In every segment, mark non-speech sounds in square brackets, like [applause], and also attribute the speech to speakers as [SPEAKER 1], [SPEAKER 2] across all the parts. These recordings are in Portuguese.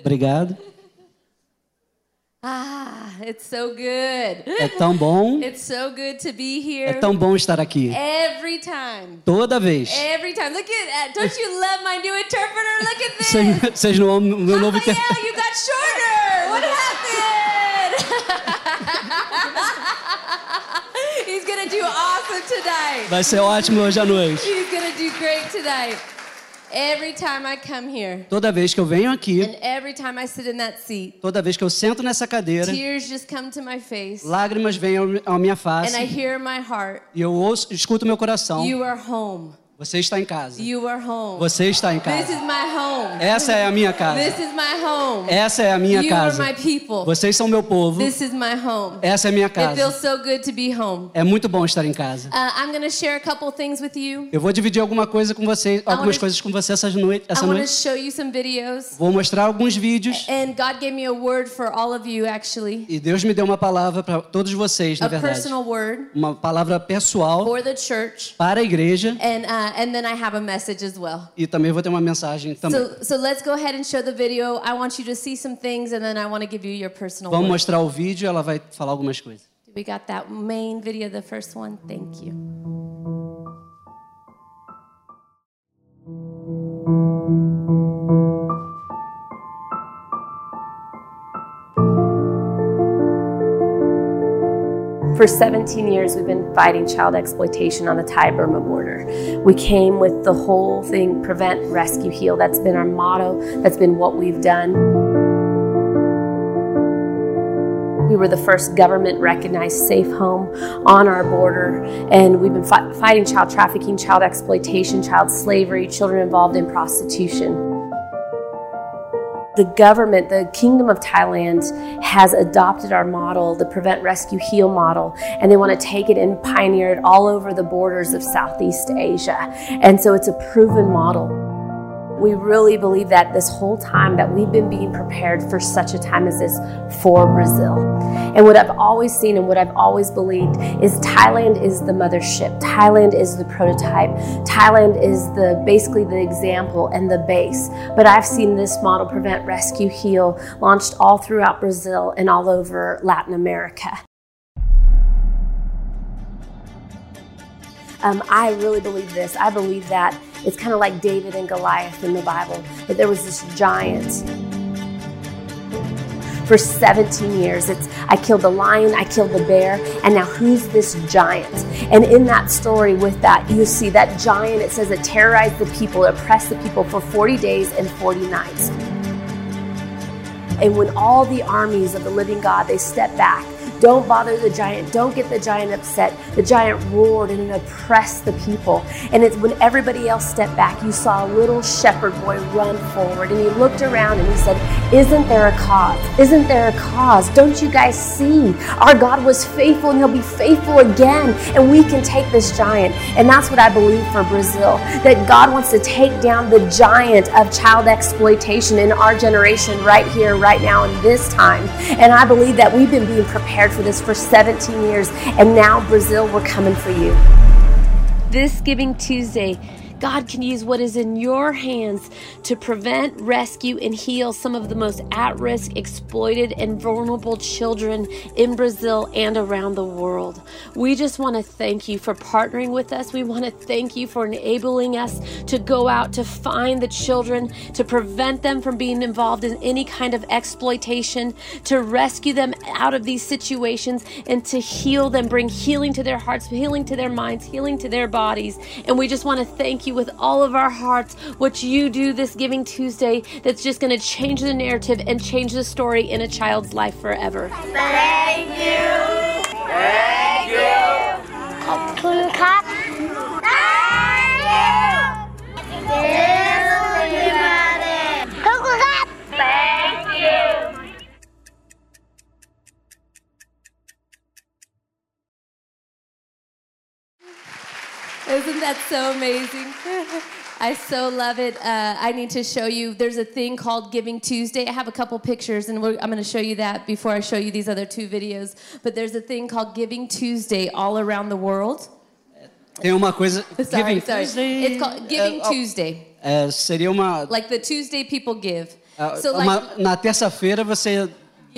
[SPEAKER 1] Obrigado.
[SPEAKER 2] Ah, it's so good.
[SPEAKER 1] É tão bom.
[SPEAKER 2] It's so good to be
[SPEAKER 1] É
[SPEAKER 2] here.
[SPEAKER 1] tão bom estar aqui.
[SPEAKER 2] Every time.
[SPEAKER 1] Toda vez.
[SPEAKER 2] Every time. Look at that. Don't you love my new interpreter? Look at this.
[SPEAKER 1] Vocês vocês não amam o meu novo
[SPEAKER 2] Raphael,
[SPEAKER 1] inter...
[SPEAKER 2] you got shorter. What happened? [laughs] He's gonna do awesome tonight.
[SPEAKER 1] Vai ser ótimo hoje à noite.
[SPEAKER 2] He's gonna do great tonight. Every time I come here,
[SPEAKER 1] Toda vez que eu venho aqui,
[SPEAKER 2] and every time I sit in that seat,
[SPEAKER 1] toda vez que eu sento nessa cadeira,
[SPEAKER 2] tears just come to my face,
[SPEAKER 1] lágrimas vêm ao- à minha
[SPEAKER 2] and I
[SPEAKER 1] face
[SPEAKER 2] hear in my heart,
[SPEAKER 1] e eu ouço, escuto meu coração.
[SPEAKER 2] "You are home.
[SPEAKER 1] Você está em casa.
[SPEAKER 2] You are home.
[SPEAKER 1] Você está em
[SPEAKER 2] This
[SPEAKER 1] casa.
[SPEAKER 2] is my home.
[SPEAKER 1] Essa é a minha casa.
[SPEAKER 2] This is my home.
[SPEAKER 1] Essa é a minha
[SPEAKER 2] You are my
[SPEAKER 1] casa.
[SPEAKER 2] people.
[SPEAKER 1] Vocês são meu povo.
[SPEAKER 2] This is my home.
[SPEAKER 1] Essa é a minha
[SPEAKER 2] It
[SPEAKER 1] casa.
[SPEAKER 2] feels so good to be home."
[SPEAKER 1] É muito bom estar em casa.
[SPEAKER 2] Uh, I'm going to share a couple things with you.
[SPEAKER 1] Eu vou dividir alguma coisa com vocês, algumas
[SPEAKER 2] wanna-
[SPEAKER 1] coisas com você essa noite,
[SPEAKER 2] I
[SPEAKER 1] essa
[SPEAKER 2] want to
[SPEAKER 1] noite.
[SPEAKER 2] show you some videos.
[SPEAKER 1] Vou mostrar alguns vídeos
[SPEAKER 2] And God gave me a word for all of you, actually
[SPEAKER 1] e Deus me deu uma palavra para todos vocês, na
[SPEAKER 2] a
[SPEAKER 1] verdade.
[SPEAKER 2] personal word
[SPEAKER 1] Uma palavra pessoal
[SPEAKER 2] for the church.
[SPEAKER 1] para a igreja
[SPEAKER 2] And, uh, and then I have a message as well.
[SPEAKER 1] e também vou ter uma mensagem também.
[SPEAKER 2] So, so let's go ahead and show the video. I want you to see some things, and then I want to give you your personal
[SPEAKER 1] Vamos
[SPEAKER 2] word.
[SPEAKER 1] mostrar o vídeo, ela vai falar algumas coisas.
[SPEAKER 2] We got that main video, the first one. Thank you. For 17 years, we've been fighting child exploitation on the Thai Burma border. We came with the whole thing prevent, rescue, heal. That's been our motto, that's been what we've done. We were the first government recognized safe home on our border, and we've been fi- fighting child trafficking, child exploitation, child slavery, children involved in prostitution the government, the Kingdom of Thailand, has adopted our model, the Prevent, Rescue, Heal model, and they want to take it and pioneer it all over the borders of Southeast Asia. And so it's a proven model. We really believe that this whole time that we've been being prepared for such a time as this for Brazil. And what I've always seen and what I've always believed is Thailand is the mothership. Thailand is the prototype. Thailand is the basically the example and the base. But I've seen this model prevent rescue heal launched all throughout Brazil and all over Latin America. Um, I really believe this. I believe that it's kind of like David and Goliath in the Bible, that there was this giant for 17 years. It's I killed the lion, I killed the bear, and now who's this giant? And in that story, with that, you see that giant, it says it terrorized the people, it oppressed the people for 40 days and 40 nights. And when all the armies of the living God, they step back. Don't bother the giant. Don't get the giant upset. The giant roared and it oppressed the people. And it's when everybody else stepped back, you saw a little shepherd boy run forward and he looked around and he said, Isn't there a cause? Isn't there a cause? Don't you guys see? Our God was faithful and he'll be faithful again. And we can take this giant. And that's what I believe for Brazil that God wants to take down the giant of child exploitation in our generation right here, right now, in this time. And I believe that we've been being prepared for this for 17 years. And now, Brazil, we're coming for you this Giving Tuesday, God can use what is in your hands to prevent, rescue, and heal some of the most at risk, exploited, and vulnerable children in Brazil and around the world. We just want to thank you for partnering with us. We want to thank you for enabling us to go out to find the children, to prevent them from being involved in any kind of exploitation, to rescue them out of these situations, and to heal them, bring healing to their hearts, healing to their minds, healing to their bodies. And we just want to thank you with all of our hearts what you do this Giving Tuesday that's just going to change the narrative and change the story in a child's life forever.
[SPEAKER 3] ขอบคุณครับขอบคุณครับ Thank you
[SPEAKER 4] Isn't that so amazing? [laughs] I so love it. Uh, I need to show you. There's a thing called Giving Tuesday. I have a couple pictures, and we're, I'm going to show you that before I show you these other two videos. But there's a thing called Giving Tuesday all around the world. [laughs]
[SPEAKER 1] Tem uma
[SPEAKER 2] [laughs]
[SPEAKER 1] coisa.
[SPEAKER 4] Sorry,
[SPEAKER 1] Giving
[SPEAKER 4] sorry.
[SPEAKER 1] Tuesday. Uh, oh.
[SPEAKER 4] It's called Giving
[SPEAKER 1] É, ó,
[SPEAKER 4] Tuesday.
[SPEAKER 1] é, seria uma.
[SPEAKER 4] Like the Tuesday people give.
[SPEAKER 1] Ah,
[SPEAKER 2] So, like-
[SPEAKER 1] uma- na terça-feira você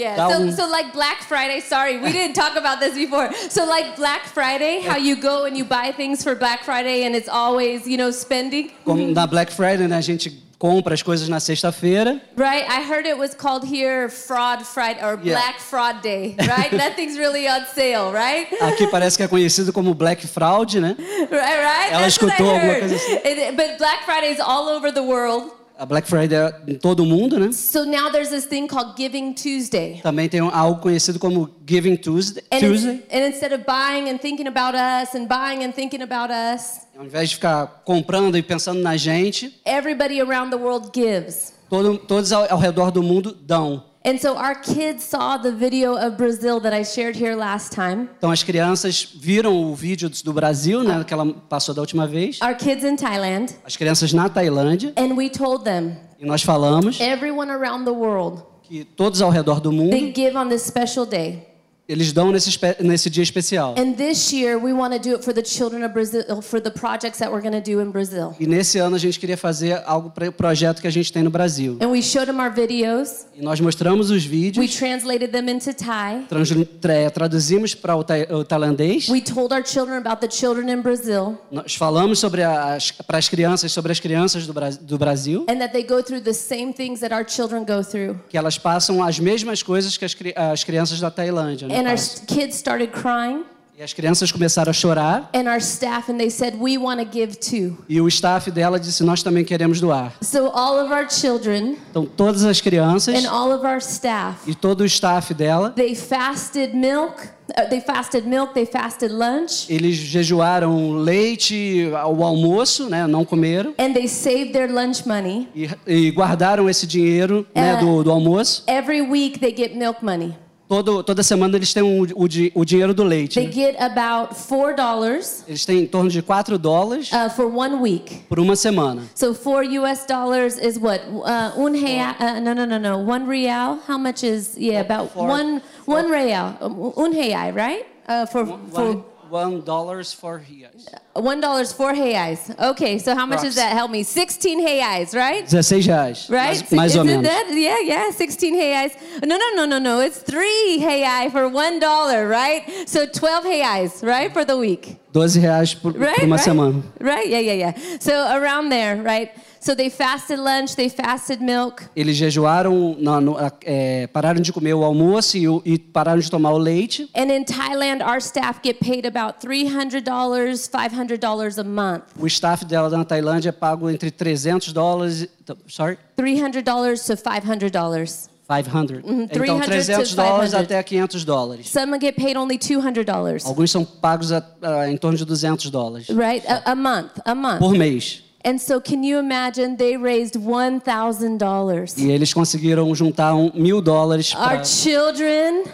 [SPEAKER 2] Yeah.
[SPEAKER 1] dá
[SPEAKER 2] So,
[SPEAKER 1] um...
[SPEAKER 2] so like Black Friday. Sorry, we didn't talk about this before. So like Black Friday, how you go and you buy things for Black Friday, and it's always you know spending.
[SPEAKER 1] como na Black Friday, né? A gente compra as coisas na sexta-feira.
[SPEAKER 2] Right, I heard it was called here Fraud Friday or
[SPEAKER 1] Yeah.
[SPEAKER 2] Black Fraud Day,
[SPEAKER 1] [laughs]
[SPEAKER 2] right? Nothing's really on sale, right?
[SPEAKER 1] Aqui parece que é conhecido como Black Fraud, né?
[SPEAKER 2] [laughs] Right, right?
[SPEAKER 1] Ela
[SPEAKER 2] That's what I
[SPEAKER 1] escutou alguma
[SPEAKER 2] heard.
[SPEAKER 1] coisa assim.
[SPEAKER 2] It- But Black Friday's all over the world.
[SPEAKER 1] A Black Friday é em todo mundo, né?
[SPEAKER 2] So now there's this thing called Giving Tuesday.
[SPEAKER 1] Também tem um, algo conhecido como Giving Tuesday.
[SPEAKER 2] And, it's-
[SPEAKER 1] Tuesday.
[SPEAKER 2] and instead of buying and thinking about us and buying and thinking about us,
[SPEAKER 1] Ao invés de ficar comprando e pensando na gente,
[SPEAKER 2] everybody around the world gives.
[SPEAKER 1] todo- todos ao, ao redor do mundo dão.
[SPEAKER 2] And so our kids saw the video of Brazil that I shared here last time.
[SPEAKER 1] Então as crianças viram o vídeo do Brasil, né? Que ela passou da última vez.
[SPEAKER 2] Our kids in Thailand.
[SPEAKER 1] As crianças na Tailândia.
[SPEAKER 2] And we told them,
[SPEAKER 1] E nós falamos
[SPEAKER 2] everyone around the world,
[SPEAKER 1] que todos ao redor do mundo,
[SPEAKER 2] they give on this special day.
[SPEAKER 1] eles dão nesse, espe- nesse dia especial.
[SPEAKER 2] And this year, we want to do it for the children of Brazil, for the projects that we're going to do in Brazil.
[SPEAKER 1] E nesse ano a gente queria fazer algo para o projeto que a gente tem no Brasil.
[SPEAKER 2] And we showed them our videos.
[SPEAKER 1] E nós mostramos os
[SPEAKER 2] We
[SPEAKER 1] vídeos,
[SPEAKER 2] translated them into Thai.
[SPEAKER 1] trans- tra- traduzimos para o, tai- o tailandês,
[SPEAKER 2] We told our children about the children in Brazil
[SPEAKER 1] nós falamos sobre as, para as crianças sobre as crianças do, Bra- do Brasil,
[SPEAKER 2] and that they go through the same things that our children go through.
[SPEAKER 1] que elas passam as mesmas coisas que as, cri- as crianças da Tailândia. né,
[SPEAKER 2] And our
[SPEAKER 1] passam.
[SPEAKER 2] kids started crying,
[SPEAKER 1] E as crianças começaram a chorar
[SPEAKER 2] and our staff, and they said, We want to give too.
[SPEAKER 1] e o staff dela disse: nós também queremos doar.
[SPEAKER 2] So, all of our children
[SPEAKER 1] Então todas as crianças
[SPEAKER 2] and all of our staff,
[SPEAKER 1] e todo o staff dela
[SPEAKER 2] they fasted milk, uh, they fasted milk, they fasted lunch,
[SPEAKER 1] eles jejuaram leite, o almoço, né? Não comeram.
[SPEAKER 2] and they saved their lunch money.
[SPEAKER 1] E, e guardaram esse dinheiro né,
[SPEAKER 2] É.
[SPEAKER 1] do, do almoço.
[SPEAKER 2] Every week, they get milk money.
[SPEAKER 1] Todo, toda semana eles têm o, o, di- o dinheiro do leite.
[SPEAKER 2] They
[SPEAKER 1] né?
[SPEAKER 2] get about $4
[SPEAKER 1] Eles têm em torno de 4 dólares
[SPEAKER 2] uh, for one week.
[SPEAKER 1] por uma semana.
[SPEAKER 2] So four U.S. dollars is what? Uh, un real? Uh, no, no, no, no. One real. How much is? Yeah, about
[SPEAKER 1] Four-
[SPEAKER 2] one one real. Um, Un real, right? Uh, for for
[SPEAKER 1] One dollars for reais.
[SPEAKER 2] one dollars four reais. Okay, so how much is
[SPEAKER 1] Rocks.
[SPEAKER 2] that? Help me. Sixteen reais, right?
[SPEAKER 1] 16 reais.
[SPEAKER 2] Right?
[SPEAKER 1] Mais, mais ou
[SPEAKER 2] Isn't
[SPEAKER 1] menos.
[SPEAKER 2] that? Yeah, yeah. Sixteen reais. No, no, no, no, no. It's three reais for one dollar, right? So twelve reais, right, for the week.
[SPEAKER 1] 12 reais por, por
[SPEAKER 2] right?
[SPEAKER 1] uma
[SPEAKER 2] right?
[SPEAKER 1] semana.
[SPEAKER 2] Right? Yeah, yeah, yeah. So around there, right? So they fasted lunch, they fasted milk,
[SPEAKER 1] Eles jejuaram, na- no- a- é, pararam de comer o almoço e, o- e pararam de tomar o leite.
[SPEAKER 2] and in Thailand, our staff get paid about three hundred dollars, five hundred dollars a month,
[SPEAKER 1] O staff dela na Tailândia é pago entre 300 dólares... e- Sorry?
[SPEAKER 2] three hundred dollars to five hundred dollars.
[SPEAKER 1] 500. Então,
[SPEAKER 2] 300 Uhum, to
[SPEAKER 1] 300 dólares
[SPEAKER 2] 500.
[SPEAKER 1] até 500 dólares.
[SPEAKER 2] Some get paid only two hundred dollars,
[SPEAKER 1] Alguns são pagos a, a, em torno de 200 dólares
[SPEAKER 2] right? A, a month, a month.
[SPEAKER 1] por mês.
[SPEAKER 2] And so, can you imagine? They raised one thousand dollars.
[SPEAKER 1] E eles conseguiram juntar um, mil dólares para
[SPEAKER 2] Our children,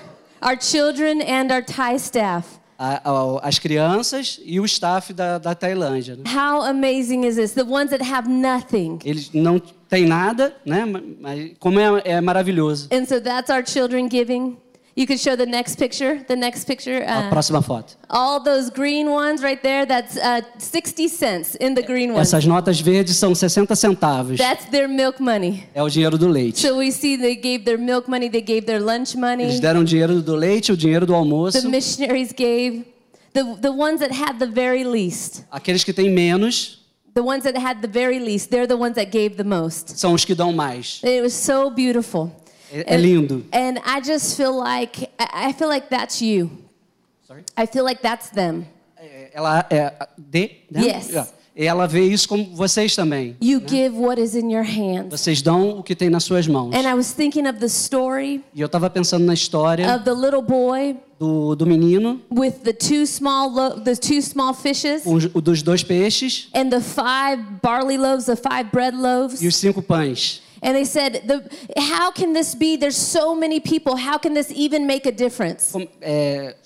[SPEAKER 2] our children, and our Thai staff.
[SPEAKER 1] a- ao- as crianças e o staff da, da Tailândia. né?
[SPEAKER 2] How amazing is this? The ones that have nothing.
[SPEAKER 1] Eles não têm nada, né? Ma- Mas como é, é maravilhoso.
[SPEAKER 2] And so that's our children giving. You could show the next picture, the next picture.
[SPEAKER 1] A
[SPEAKER 2] Uh,
[SPEAKER 1] próxima foto.
[SPEAKER 2] all those green ones right there, that's uh, 60 cents in the green ones.
[SPEAKER 1] Essas notas verdes são 60 centavos.
[SPEAKER 2] That's their milk money.
[SPEAKER 1] É o dinheiro do leite.
[SPEAKER 2] So we see they gave their milk money, they gave their
[SPEAKER 1] Eles
[SPEAKER 2] lunch money,
[SPEAKER 1] deram o dinheiro do leite, o dinheiro do almoço.
[SPEAKER 2] the missionaries gave. The, the ones that had the very least,
[SPEAKER 1] Aqueles que têm menos
[SPEAKER 2] the ones that had the very least, they're the ones that gave the most.
[SPEAKER 1] são os que dão mais.
[SPEAKER 2] It was so beautiful.
[SPEAKER 1] É, é lindo.
[SPEAKER 2] And I just feel like, I I feel like that's you.
[SPEAKER 1] Sorry?
[SPEAKER 2] I feel like that's them.
[SPEAKER 1] É, ela é de né?
[SPEAKER 2] Yes.
[SPEAKER 1] É. Ela vê isso como vocês também.
[SPEAKER 2] You give what is in your hands.
[SPEAKER 1] Vocês dão o que tem nas suas mãos.
[SPEAKER 2] And I was thinking of the story
[SPEAKER 1] E eu tava pensando na história
[SPEAKER 2] of the little boy
[SPEAKER 1] do, do menino,
[SPEAKER 2] with the two small lo- the two small fishes
[SPEAKER 1] com os- o dos dois peixes
[SPEAKER 2] and the five barley loaves, the five bread loaves.
[SPEAKER 1] e os cinco pães.
[SPEAKER 2] And they said, the, "How can this be? There's so many people. How can this even make a difference?"
[SPEAKER 1] Com- é,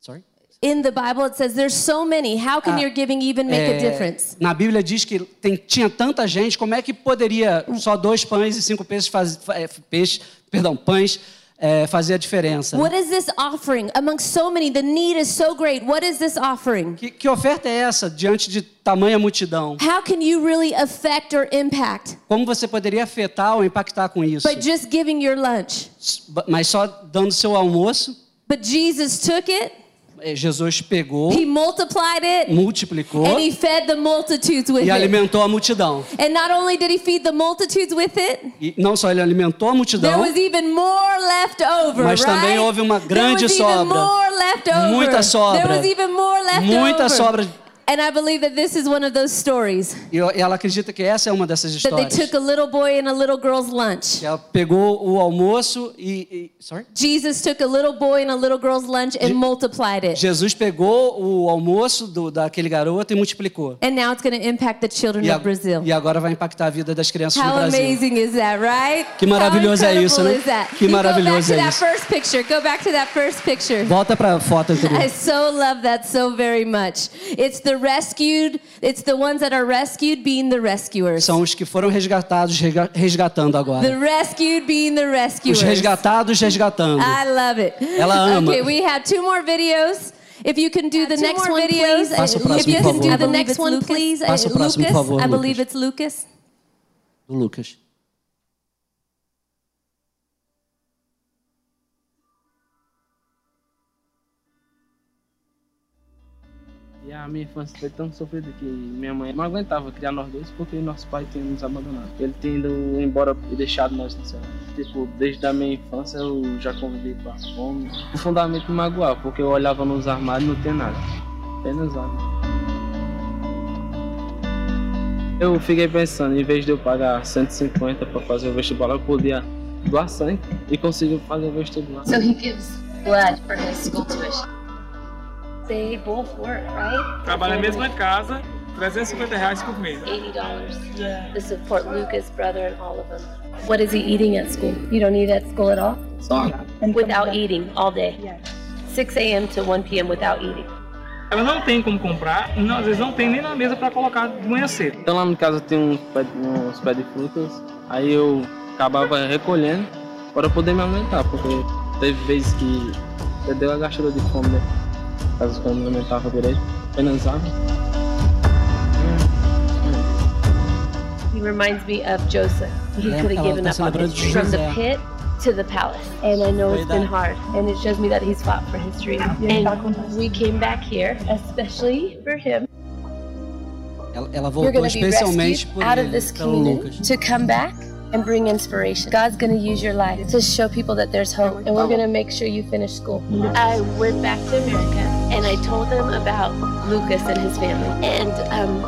[SPEAKER 1] sorry?
[SPEAKER 2] In the Bible, it says, "There's so many. How can
[SPEAKER 1] Ah,
[SPEAKER 2] your giving even make
[SPEAKER 1] É,
[SPEAKER 2] a difference?"
[SPEAKER 1] na Bíblia diz que tem- tinha tanta gente, como é que poderia só dois pães e cinco peixes, faz, fa- é, peixe, perdão, pães é, fazer a diferença.
[SPEAKER 2] What is this offering? Among so many, the need is so great. What is this offering?
[SPEAKER 1] Que, que oferta é essa diante de tamanha multidão?
[SPEAKER 2] How can you really affect or impact
[SPEAKER 1] Como você poderia afetar ou impactar com isso?
[SPEAKER 2] by just giving your lunch?
[SPEAKER 1] Mas só dando seu almoço,
[SPEAKER 2] But Jesus took it,
[SPEAKER 1] eh, Jesus pegou,
[SPEAKER 2] he multiplied it,
[SPEAKER 1] multiplicou
[SPEAKER 2] and he fed the multitudes with
[SPEAKER 1] e
[SPEAKER 2] it.
[SPEAKER 1] alimentou a multidão.
[SPEAKER 2] And not only did he feed the multitudes with it,
[SPEAKER 1] E não só ele alimentou a
[SPEAKER 2] there
[SPEAKER 1] multidão,
[SPEAKER 2] was even more left over,
[SPEAKER 1] Mas também
[SPEAKER 2] right?
[SPEAKER 1] houve uma grande
[SPEAKER 2] there was
[SPEAKER 1] sobra.
[SPEAKER 2] even more left over.
[SPEAKER 1] Muita sobra.
[SPEAKER 2] There was even more left
[SPEAKER 1] muita
[SPEAKER 2] over.
[SPEAKER 1] sobra.
[SPEAKER 2] And I believe that this is one of those stories
[SPEAKER 1] E eu- e ela acredita que essa é uma dessas
[SPEAKER 2] that they
[SPEAKER 1] histórias.
[SPEAKER 2] took a little boy and a little girl's lunch.
[SPEAKER 1] Que Ela pegou o almoço e, e sorry?
[SPEAKER 2] Jesus took a little boy and a little girl's lunch and
[SPEAKER 1] Je-
[SPEAKER 2] multiplied it.
[SPEAKER 1] Jesus pegou o almoço do, daquele garoto e multiplicou.
[SPEAKER 2] and now it's going to impact the children
[SPEAKER 1] E, a-
[SPEAKER 2] of Brazil.
[SPEAKER 1] e agora vai impactar a vida das crianças
[SPEAKER 2] How
[SPEAKER 1] no Brasil.
[SPEAKER 2] amazing is that, right?
[SPEAKER 1] Que maravilhoso
[SPEAKER 2] How
[SPEAKER 1] é
[SPEAKER 2] incredible
[SPEAKER 1] isso, né?
[SPEAKER 2] is that?
[SPEAKER 1] Que
[SPEAKER 2] You Go back
[SPEAKER 1] maravilhoso
[SPEAKER 2] to
[SPEAKER 1] é
[SPEAKER 2] that
[SPEAKER 1] isso.
[SPEAKER 2] first picture. Go back to that first picture.
[SPEAKER 1] Volta para a foto anterior.
[SPEAKER 2] I so love that so very much. It's the rescued, it's the ones that are rescued being the rescuers.
[SPEAKER 1] São os que foram resgatados resga- resgatando agora.
[SPEAKER 2] the rescued being the
[SPEAKER 1] Os
[SPEAKER 2] rescuers.
[SPEAKER 1] resgatados resgatando.
[SPEAKER 2] I love it.
[SPEAKER 1] Ela ama.
[SPEAKER 2] Okay, we have two more videos. If you can do the
[SPEAKER 3] two
[SPEAKER 2] next
[SPEAKER 3] more
[SPEAKER 2] one,
[SPEAKER 3] videos.
[SPEAKER 2] please.
[SPEAKER 1] Passa o
[SPEAKER 2] If
[SPEAKER 1] próximo,
[SPEAKER 2] you
[SPEAKER 1] por favor.
[SPEAKER 2] can do the
[SPEAKER 3] I believe
[SPEAKER 2] next
[SPEAKER 3] it's
[SPEAKER 2] one,
[SPEAKER 3] Lucas.
[SPEAKER 2] please. Uh,
[SPEAKER 1] Passa o próximo, por
[SPEAKER 2] Lucas,
[SPEAKER 1] favor,
[SPEAKER 2] I
[SPEAKER 1] Lucas.
[SPEAKER 2] believe it's Lucas.
[SPEAKER 1] Do Lucas.
[SPEAKER 5] E a minha infância foi tão sofrida que minha mãe não aguentava criar nós dois porque nosso pai tinha nos abandonado. Ele tendo ido embora e deixado nós no céu. Tipo, desde a minha infância eu já convivi com a fome. Profundamente me magoava porque eu olhava nos armários e não tinha nada. Apenas água. Eu fiquei pensando, em vez de eu pagar 150 para fazer o vestibular, eu podia doar sangue e conseguir fazer o vestibular.
[SPEAKER 6] So he gives blood for his school tuition. They both work, right?
[SPEAKER 7] Trabalho na mesma casa, 350 reais por mês.
[SPEAKER 6] Eighty dollars to support Lucas, brother, and all of them. What is he eating at school? You don't eat at school at all?
[SPEAKER 5] Só água.
[SPEAKER 6] Without eating all day. Yes. 6 a.m. to 1 p.m. without eating.
[SPEAKER 7] Ela não tem como comprar, não, às vezes não tem nem na mesa para colocar de manhã cedo.
[SPEAKER 5] Então lá no caso tem uns pés, uns pés de frutas, aí eu acabava recolhendo para poder me alimentar, porque teve vezes que eu dei uma gastura de fome, né? Caso eu não me alimentava direito, apenas água.
[SPEAKER 6] He reminds me of Joseph. He
[SPEAKER 1] Lem-
[SPEAKER 6] could
[SPEAKER 1] ela
[SPEAKER 6] have given
[SPEAKER 1] tá
[SPEAKER 6] up on
[SPEAKER 1] celebrando
[SPEAKER 6] his dream. From the
[SPEAKER 1] José.
[SPEAKER 6] pit to the palace. And I know it's been hard. And it shows me that he's fought for his dream. And we came back here, especially for him.
[SPEAKER 1] Ela, ela
[SPEAKER 6] You're
[SPEAKER 1] voltou
[SPEAKER 6] going to be
[SPEAKER 1] especialmente
[SPEAKER 6] rescued
[SPEAKER 1] por
[SPEAKER 6] out
[SPEAKER 1] ele,
[SPEAKER 6] of this
[SPEAKER 1] pelo Lucas.
[SPEAKER 6] community to come back and bring inspiration. God's going to use your life to show people that there's hope, and we're going to make sure you finish school. I went back to America and I told them about Lucas and his family, and um,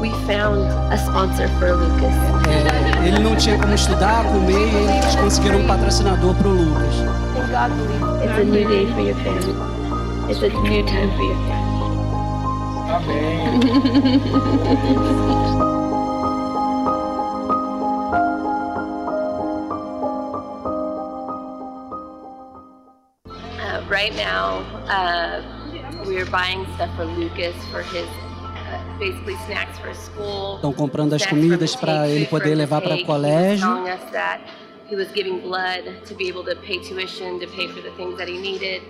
[SPEAKER 6] we found a sponsor for Lucas.
[SPEAKER 1] É, ele não tinha como estudar, comer, e eles conseguiram um patrocinador pro Lucas.
[SPEAKER 6] And God believes it's a new day for your family. It's a new time for your family. Uh, right now, uh, we're buying stuff for Lucas for his uh, basically snacks for school.
[SPEAKER 1] Estão comprando as
[SPEAKER 6] snacks for him to
[SPEAKER 1] comidas
[SPEAKER 6] take,
[SPEAKER 1] para ele
[SPEAKER 6] food for
[SPEAKER 1] poder
[SPEAKER 6] him to
[SPEAKER 1] levar para o
[SPEAKER 6] take. He was
[SPEAKER 1] colégio.
[SPEAKER 6] telling us that He was giving blood to be able to pay tuition, to pay for the things that he needed,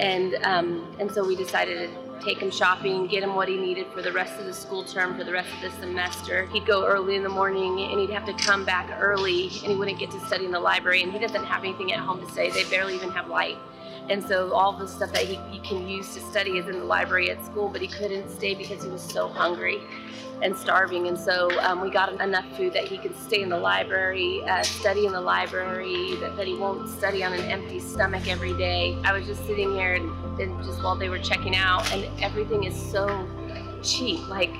[SPEAKER 6] and um, and so we decided to take him shopping, get him what he needed for the rest of the school term, for the rest of the semester. He'd go early in the morning, and he'd have to come back early, and he wouldn't get to study in the library, and he doesn't have anything at home to study. They barely even have light. And so all the stuff that he, he can use to study is in the library at school, but he couldn't stay because he was so hungry and starving. And so um, we got him enough food that he can stay in the library, uh, study in the library, that, that he won't study on an empty stomach every day. I was just sitting here and, and just while they were checking out, and everything is so cheap. Like,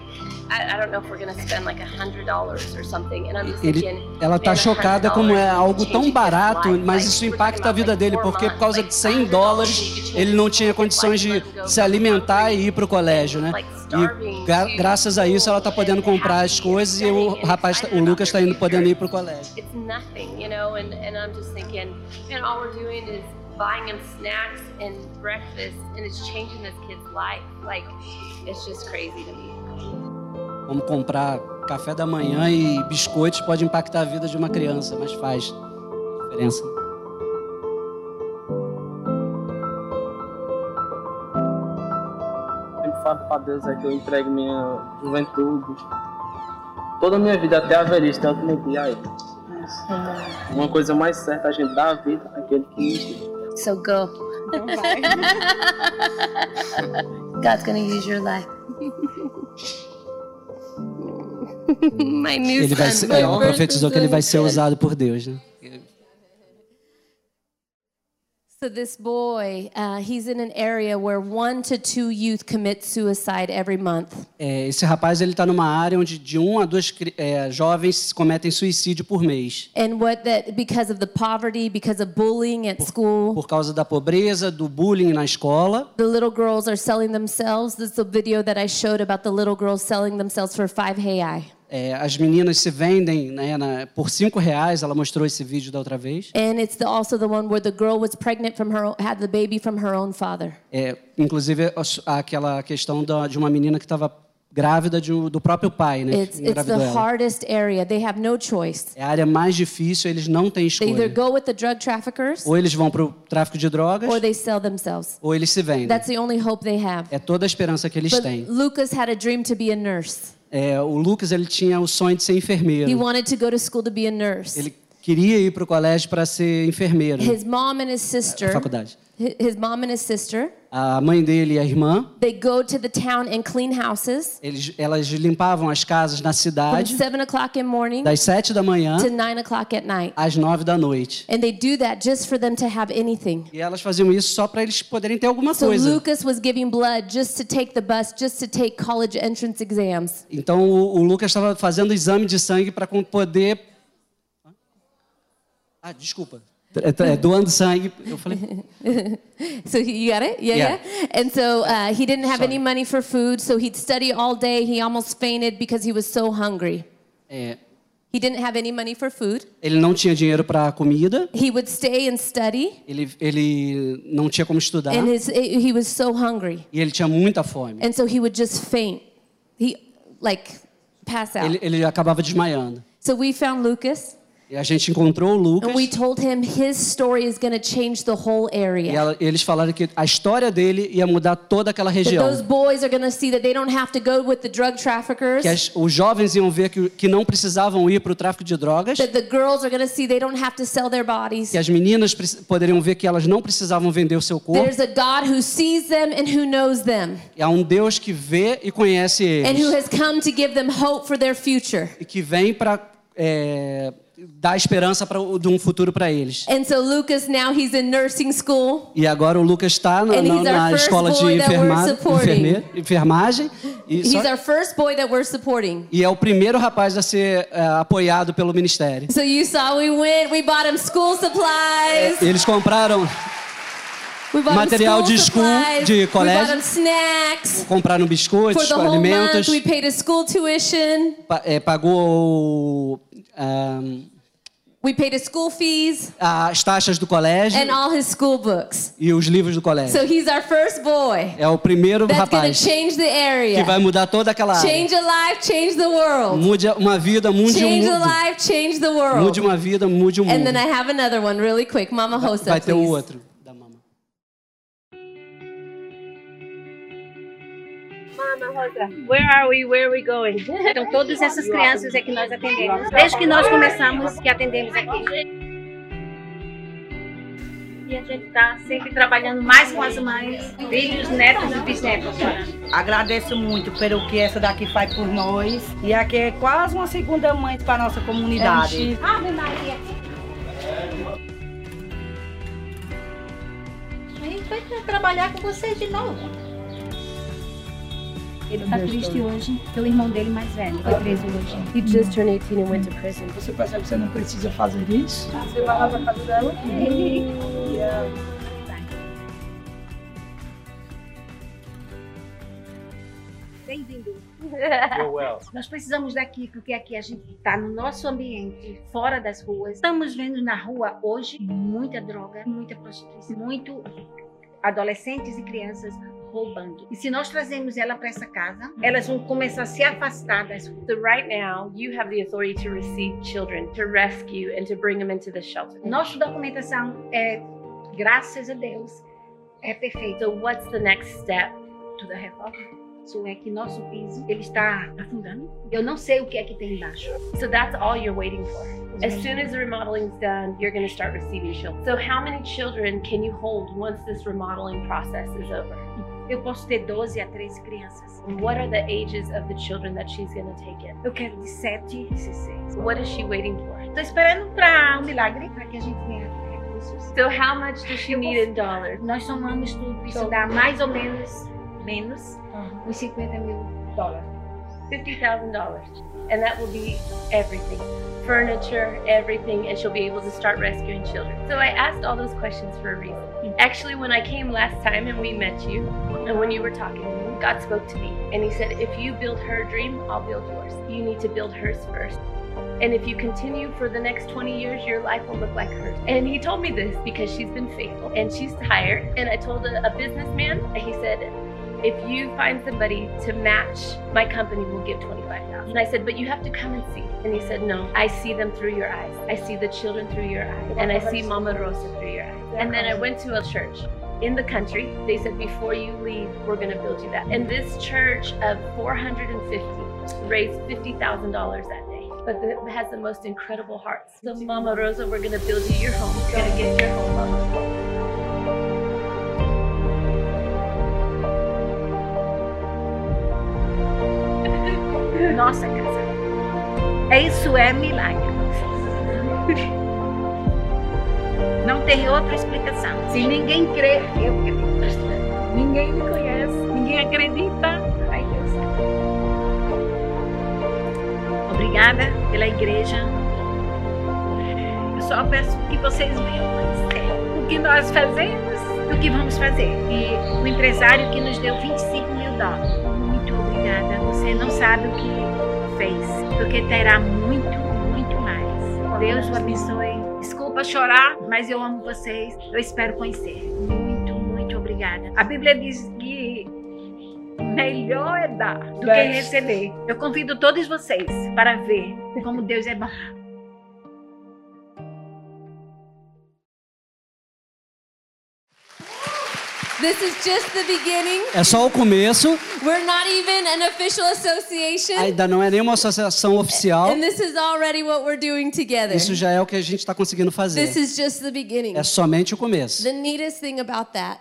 [SPEAKER 6] I, I don't know if we're going to spend like a $100 or something. And I'm just
[SPEAKER 1] Ele-
[SPEAKER 6] thinking,
[SPEAKER 1] Ela tá chocada como
[SPEAKER 6] né?
[SPEAKER 1] é algo tão barato, mas isso impacta a vida dele, porque por causa de 100
[SPEAKER 6] então
[SPEAKER 1] dólares ele
[SPEAKER 6] um
[SPEAKER 1] não tinha condições de se alimentar e ir pro colégio, né? E gra- graças a isso ela tá podendo comprar as coisas e o rapaz, tá- o Lucas tá indo podendo ir pro colégio.
[SPEAKER 6] it's nothing, you know, and, and I'm just thinking, man, all we're doing is buying him snacks and breakfast, and it's changing this kid's life. Like, it's just crazy to me.
[SPEAKER 1] Vamos comprar café da manhã e biscoitos pode impactar a vida de uma criança, mas faz diferença.
[SPEAKER 5] pra Deus é que eu entrego minha juventude, toda a minha vida até a velhice, tanto no dia a Ele. Uma coisa mais certa a gente dá a vida àquele que
[SPEAKER 6] So go. God's gonna use your life. My new
[SPEAKER 1] Ele vai
[SPEAKER 6] son,
[SPEAKER 1] ser,
[SPEAKER 6] my
[SPEAKER 1] ela
[SPEAKER 6] first
[SPEAKER 1] profetizou que ele vai ser
[SPEAKER 6] son.
[SPEAKER 1] usado por Deus, né?
[SPEAKER 2] So this boy, uh, he's in an area where one to two youth commit suicide every month.
[SPEAKER 1] É, esse rapaz ele está numa área onde de um a dois cri- é, jovens cometem suicídio por mês,
[SPEAKER 2] And what that because of the poverty, because of bullying at school,
[SPEAKER 1] por causa da pobreza, do bullying na escola.
[SPEAKER 2] the little girls are selling themselves. This is the video that I showed about the little girls selling themselves for five hei.
[SPEAKER 1] É, as meninas se vendem né, na- por cinco reais. Ela mostrou esse vídeo da outra vez.
[SPEAKER 2] And it's the, also the one where the girl was pregnant from her, had the baby from her own father.
[SPEAKER 1] É, inclusive a- aquela questão da- de uma menina que estava grávida de um- do próprio pai, né?
[SPEAKER 2] It's,
[SPEAKER 1] que
[SPEAKER 2] it's
[SPEAKER 1] engravidou
[SPEAKER 2] the
[SPEAKER 1] ela.
[SPEAKER 2] hardest area. They have no choice.
[SPEAKER 1] É a área mais difícil. Eles não têm
[SPEAKER 2] They either
[SPEAKER 1] escolha.
[SPEAKER 2] go with the drug traffickers
[SPEAKER 1] Ou eles vão para o tráfico de drogas,
[SPEAKER 2] or they sell themselves.
[SPEAKER 1] ou eles se vendem.
[SPEAKER 2] That's the only hope they have.
[SPEAKER 1] É toda a esperança que eles
[SPEAKER 2] But
[SPEAKER 1] têm.
[SPEAKER 2] Lucas had a dream to be a nurse.
[SPEAKER 1] É, o Lucas ele tinha o sonho de ser
[SPEAKER 2] He
[SPEAKER 1] enfermeiro.
[SPEAKER 2] wanted to go to school to be a nurse.
[SPEAKER 1] Ele queria ir para o colégio para ser enfermeiro.
[SPEAKER 2] His mom and his
[SPEAKER 1] na
[SPEAKER 2] sister,
[SPEAKER 1] faculdade.
[SPEAKER 2] hi- his mom and his sister,
[SPEAKER 1] A mãe dele e a irmã,
[SPEAKER 2] they go to the town and clean houses
[SPEAKER 1] eles, elas limpavam as casas na
[SPEAKER 2] from
[SPEAKER 1] cidade
[SPEAKER 2] seven o'clock in morning
[SPEAKER 1] das sete da manhã
[SPEAKER 2] to nine o'clock at night.
[SPEAKER 1] às nove da noite.
[SPEAKER 2] And they do that just for them to have anything.
[SPEAKER 1] E elas faziam isso só para eles poderem ter alguma
[SPEAKER 2] So
[SPEAKER 1] coisa.
[SPEAKER 2] Lucas was giving blood just to take the bus, just to take college entrance exams.
[SPEAKER 1] Então o, o Lucas estava fazendo exame de sangue para poder. Ah, desculpa. É, é, doando sangue. Eu falei.
[SPEAKER 2] So he, you got it?
[SPEAKER 1] Yeah.
[SPEAKER 2] Yeah, yeah. And so uh, he didn't have any money for food, so he'd study all day. He almost fainted because he was so hungry.
[SPEAKER 1] é,
[SPEAKER 2] He didn't have any money for food.
[SPEAKER 1] ele não tinha dinheiro para comida.
[SPEAKER 2] He would stay and study,
[SPEAKER 1] Ele, ele não tinha como estudar.
[SPEAKER 2] and his, eh, he was so hungry.
[SPEAKER 1] E ele tinha muita fome.
[SPEAKER 2] And so he would just faint. He, like, pass out.
[SPEAKER 1] Ele, ele acabava desmaiando.
[SPEAKER 2] so we found Lucas,
[SPEAKER 1] E a gente encontrou o Lucas.
[SPEAKER 2] and we told him his story is going to change the whole area.
[SPEAKER 1] E ela- eles falaram que a história dele ia mudar toda aquela
[SPEAKER 2] That
[SPEAKER 1] região.
[SPEAKER 2] those boys are going to see that they don't have to go with the drug traffickers.
[SPEAKER 1] Que as- os jovens iam ver que, que não precisavam ir para o tráfico de drogas.
[SPEAKER 2] That the girls are going to see they don't have to sell their bodies.
[SPEAKER 1] Que as meninas preci- poderiam ver que elas não precisavam vender o seu corpo.
[SPEAKER 2] There's a God who sees them and who knows them
[SPEAKER 1] E há um Deus que vê e conhece
[SPEAKER 2] and who
[SPEAKER 1] eles.
[SPEAKER 2] has come to give them hope for their future.
[SPEAKER 1] E que vem para dar esperança pra, o- de um futuro para eles.
[SPEAKER 2] And so Lucas now he's in nursing school
[SPEAKER 1] E agora o Lucas está na,
[SPEAKER 2] And he's
[SPEAKER 1] na,
[SPEAKER 2] our
[SPEAKER 1] na
[SPEAKER 2] first
[SPEAKER 1] escola de
[SPEAKER 2] boy that we're
[SPEAKER 1] enferma-
[SPEAKER 2] supporting.
[SPEAKER 1] enferme- enfermagem. E,
[SPEAKER 2] [laughs] He's
[SPEAKER 1] só-
[SPEAKER 2] our first boy that we're supporting.
[SPEAKER 1] e é o primeiro rapaz a ser eh, apoiado pelo ministério.
[SPEAKER 2] So you saw we went, we bought him school supplies.
[SPEAKER 1] Eles compraram,
[SPEAKER 2] We bought
[SPEAKER 1] Material
[SPEAKER 2] him
[SPEAKER 1] de
[SPEAKER 2] eh, school
[SPEAKER 1] school,
[SPEAKER 2] supplies.
[SPEAKER 1] de
[SPEAKER 2] We
[SPEAKER 1] colégio.
[SPEAKER 2] bought him snacks
[SPEAKER 1] compraram
[SPEAKER 2] for
[SPEAKER 1] biscoitos,
[SPEAKER 2] the whole
[SPEAKER 1] alimentos,
[SPEAKER 2] month. We paid his school tuition.
[SPEAKER 1] pa- eh, pagou ahm,
[SPEAKER 2] We paid his school fees
[SPEAKER 1] é, as taxas do colégio
[SPEAKER 2] and all his school books.
[SPEAKER 1] e os livros do colégio.
[SPEAKER 2] So he's our first boy
[SPEAKER 1] É o primeiro
[SPEAKER 2] that's going to
[SPEAKER 1] rapaz
[SPEAKER 2] change the
[SPEAKER 1] que vai
[SPEAKER 2] area.
[SPEAKER 1] mudar toda aquela área.
[SPEAKER 2] Change a life, change the world.
[SPEAKER 1] Mude uma vida, mude um
[SPEAKER 2] Change a
[SPEAKER 1] mundo.
[SPEAKER 2] life, change the world.
[SPEAKER 1] Mude uma vida, mude um
[SPEAKER 2] And then I
[SPEAKER 1] mundo.
[SPEAKER 2] have another one really quick. Mama Hosa,
[SPEAKER 1] Vai ter o
[SPEAKER 2] please.
[SPEAKER 1] outro da mama.
[SPEAKER 8] Where are we? Where are we going? Então, todas essas crianças é que nós atendemos. Desde que nós começamos, que atendemos aqui. E a gente está sempre trabalhando mais com as mães, filhos, netos e bisnetos.
[SPEAKER 9] Agradeço muito pelo que essa daqui faz por nós. E aqui é quase uma segunda mãe para nossa
[SPEAKER 1] É um
[SPEAKER 9] comunidade.
[SPEAKER 8] Ave Maria. A gente vai trabalhar com vocês de novo. Ele está triste hoje, que o irmão dele mais velho foi preso hoje.
[SPEAKER 10] He just turned 18 and went to prison.
[SPEAKER 11] Você percebe que você não precisa fazer isso?
[SPEAKER 8] Ah, Bem-vindo. Nós precisamos daqui, porque aqui a gente está no nosso ambiente, fora das ruas. Estamos vendo na rua hoje muita droga, muita prostituição, muito adolescentes e crianças roubando. E se nós trazemos ela para essa casa, elas vão começar a se afastar das ruas.
[SPEAKER 6] So right now, you have the authority to receive children, to rescue, and to bring them into the shelter.
[SPEAKER 8] Nossa documentação é, graças a Deus, é perfeita.
[SPEAKER 6] So what's the next step?
[SPEAKER 8] Tudo é reforma. Isso é que nosso piso ele está afundando. Eu não sei o que é que tem embaixo.
[SPEAKER 6] So that's all you're waiting for. As soon as the remodeling's done, you're going to start receiving children. So how many children can you hold once this remodeling process is over?
[SPEAKER 8] Eu posso ter 12 a 13 crianças.
[SPEAKER 6] What are the ages of the children that she's going to take in?
[SPEAKER 8] Eu quero de 7 a 16.
[SPEAKER 6] What is she waiting for?
[SPEAKER 8] Estou esperando para um milagre, para que a gente tenha recursos.
[SPEAKER 6] So how much does she need in dollars?
[SPEAKER 8] Nós somamos tudo, isso dá mais ou menos, menos, uns 50 mil dólares.
[SPEAKER 6] $50,000. And that will be everything furniture, everything, and she'll be able to start rescuing children. So I asked all those questions for a reason. Actually, when I came last time and we met you, and when you were talking, God spoke to me and He said, If you build her dream, I'll build yours. You need to build hers first. And if you continue for the next 20 years, your life will look like hers. And he told me this because she's been faithful and she's tired. And I told a, a businessman, he said, if you find somebody to match, my company will give 25,000. And I said, but you have to come and see. And he said, no, I see them through your eyes. I see the children through your eyes. And I see Mama Rosa through your eyes. And then I went to a church in the country. They said, before you leave, we're going to build you that. And this church of 450 raised $50,000 that day. But it has the most incredible hearts. So, Mama Rosa, we're going to build you your home. We're going to get your home, Mama.
[SPEAKER 8] Nossa casa. É Isso é milagre. Não tem outra explicação. Se ninguém crê, eu creio. Ninguém me conhece, ninguém acredita. Ai, Deus. Obrigada pela igreja. Eu só peço que vocês vejam o que nós fazemos, o que vamos fazer. E o empresário que nos deu 25 mil dólares. Muito obrigada. Você não sabe o que fez, porque terá muito, muito mais. Deus o abençoe. Desculpa chorar, mas eu amo vocês. Eu espero conhecer. Muito, muito obrigada. A Bíblia diz que melhor é dar do que receber. Eu convido todos vocês para ver como Deus é bom.
[SPEAKER 2] This is just the beginning.
[SPEAKER 1] É só o começo,
[SPEAKER 2] We're not even an official association.
[SPEAKER 1] ainda não é nenhuma associação oficial.
[SPEAKER 2] And this is already what we're doing together.
[SPEAKER 1] Isso já é o que a gente está conseguindo
[SPEAKER 2] This
[SPEAKER 1] fazer.
[SPEAKER 2] is just the beginning.
[SPEAKER 1] É somente o começo.
[SPEAKER 2] The neatest thing about that,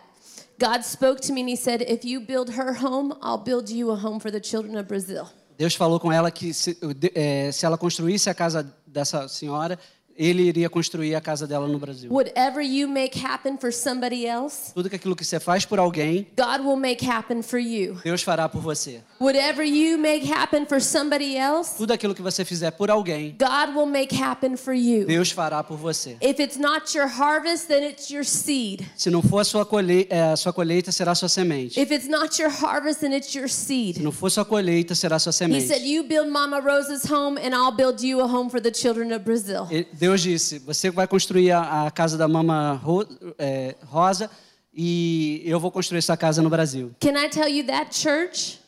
[SPEAKER 2] God spoke to me and He said, If you build her home, I'll build you a home for the children of Brazil.
[SPEAKER 1] Deus falou com ela que se, de- eh, se ela construísse a casa dessa senhora, ele iria construir a casa dela no Brasil.
[SPEAKER 2] Whatever you make happen for somebody else,
[SPEAKER 1] Tudo que aquilo que você faz por alguém,
[SPEAKER 2] God will make happen for you.
[SPEAKER 1] Deus fará por você.
[SPEAKER 2] Whatever you make happen for somebody else,
[SPEAKER 1] Tudo aquilo que você fizer por alguém,
[SPEAKER 2] God will make happen for you.
[SPEAKER 1] Deus fará por você.
[SPEAKER 2] If it's not your harvest, then it's your seed.
[SPEAKER 1] Se não for a sua, colhe eh, a sua colheita, será a sua semente.
[SPEAKER 2] If it's not your harvest, then it's your
[SPEAKER 1] Se
[SPEAKER 2] seed.
[SPEAKER 1] não for sua colheita, será a sua
[SPEAKER 2] He said,
[SPEAKER 1] semente.
[SPEAKER 2] You build Mama Rosa's home, and I'll build you a home for the children of Brazil.
[SPEAKER 1] E- Deus disse: Você vai construir a, a casa da mama Ro- eh, Rosa e eu vou construir essa casa no Brasil.
[SPEAKER 2] Can I tell you that church?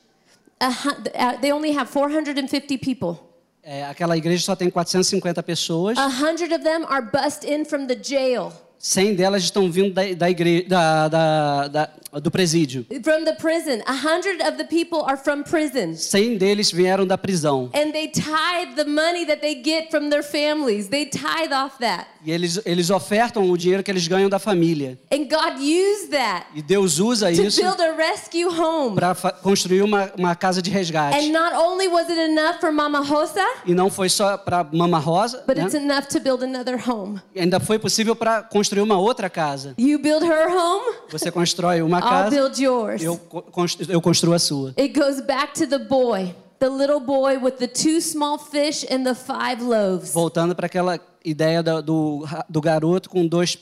[SPEAKER 2] a hun- uh, they only have 450 people.
[SPEAKER 1] Eh, aquela igreja só tem 450 pessoas.
[SPEAKER 2] A hundred of them are bussed in from the jail,
[SPEAKER 1] 100 delas estão vindo da, da igreja, da, da- da- do presídio.
[SPEAKER 2] from the prison. A hundred of the people are from prison.
[SPEAKER 1] 100 deles vieram da prisão.
[SPEAKER 2] And they tithe the money that they get from their families. They tithe off that.
[SPEAKER 1] E eles, eles ofertam o dinheiro que eles ganham da família.
[SPEAKER 2] And God used that
[SPEAKER 1] E Deus usa
[SPEAKER 2] to
[SPEAKER 1] isso
[SPEAKER 2] build a rescue home.
[SPEAKER 1] para construir uma, uma casa de
[SPEAKER 2] And
[SPEAKER 1] resgate.
[SPEAKER 2] not only was it enough for Mama Hosa,
[SPEAKER 1] E não foi só para Mama Rosa,
[SPEAKER 2] but
[SPEAKER 1] né?
[SPEAKER 2] it's enough to build another home.
[SPEAKER 1] ainda foi possível para construir uma outra casa.
[SPEAKER 2] You build her home,
[SPEAKER 1] Você constrói
[SPEAKER 2] [laughs]
[SPEAKER 1] uma
[SPEAKER 2] I'll
[SPEAKER 1] casa,
[SPEAKER 2] build yours.
[SPEAKER 1] eu, co- constru- eu construo a sua.
[SPEAKER 2] It goes back to the boy, the little boy with the two small fish and the five loaves.
[SPEAKER 1] Voltando para aquela ideia da- do, do garoto com dois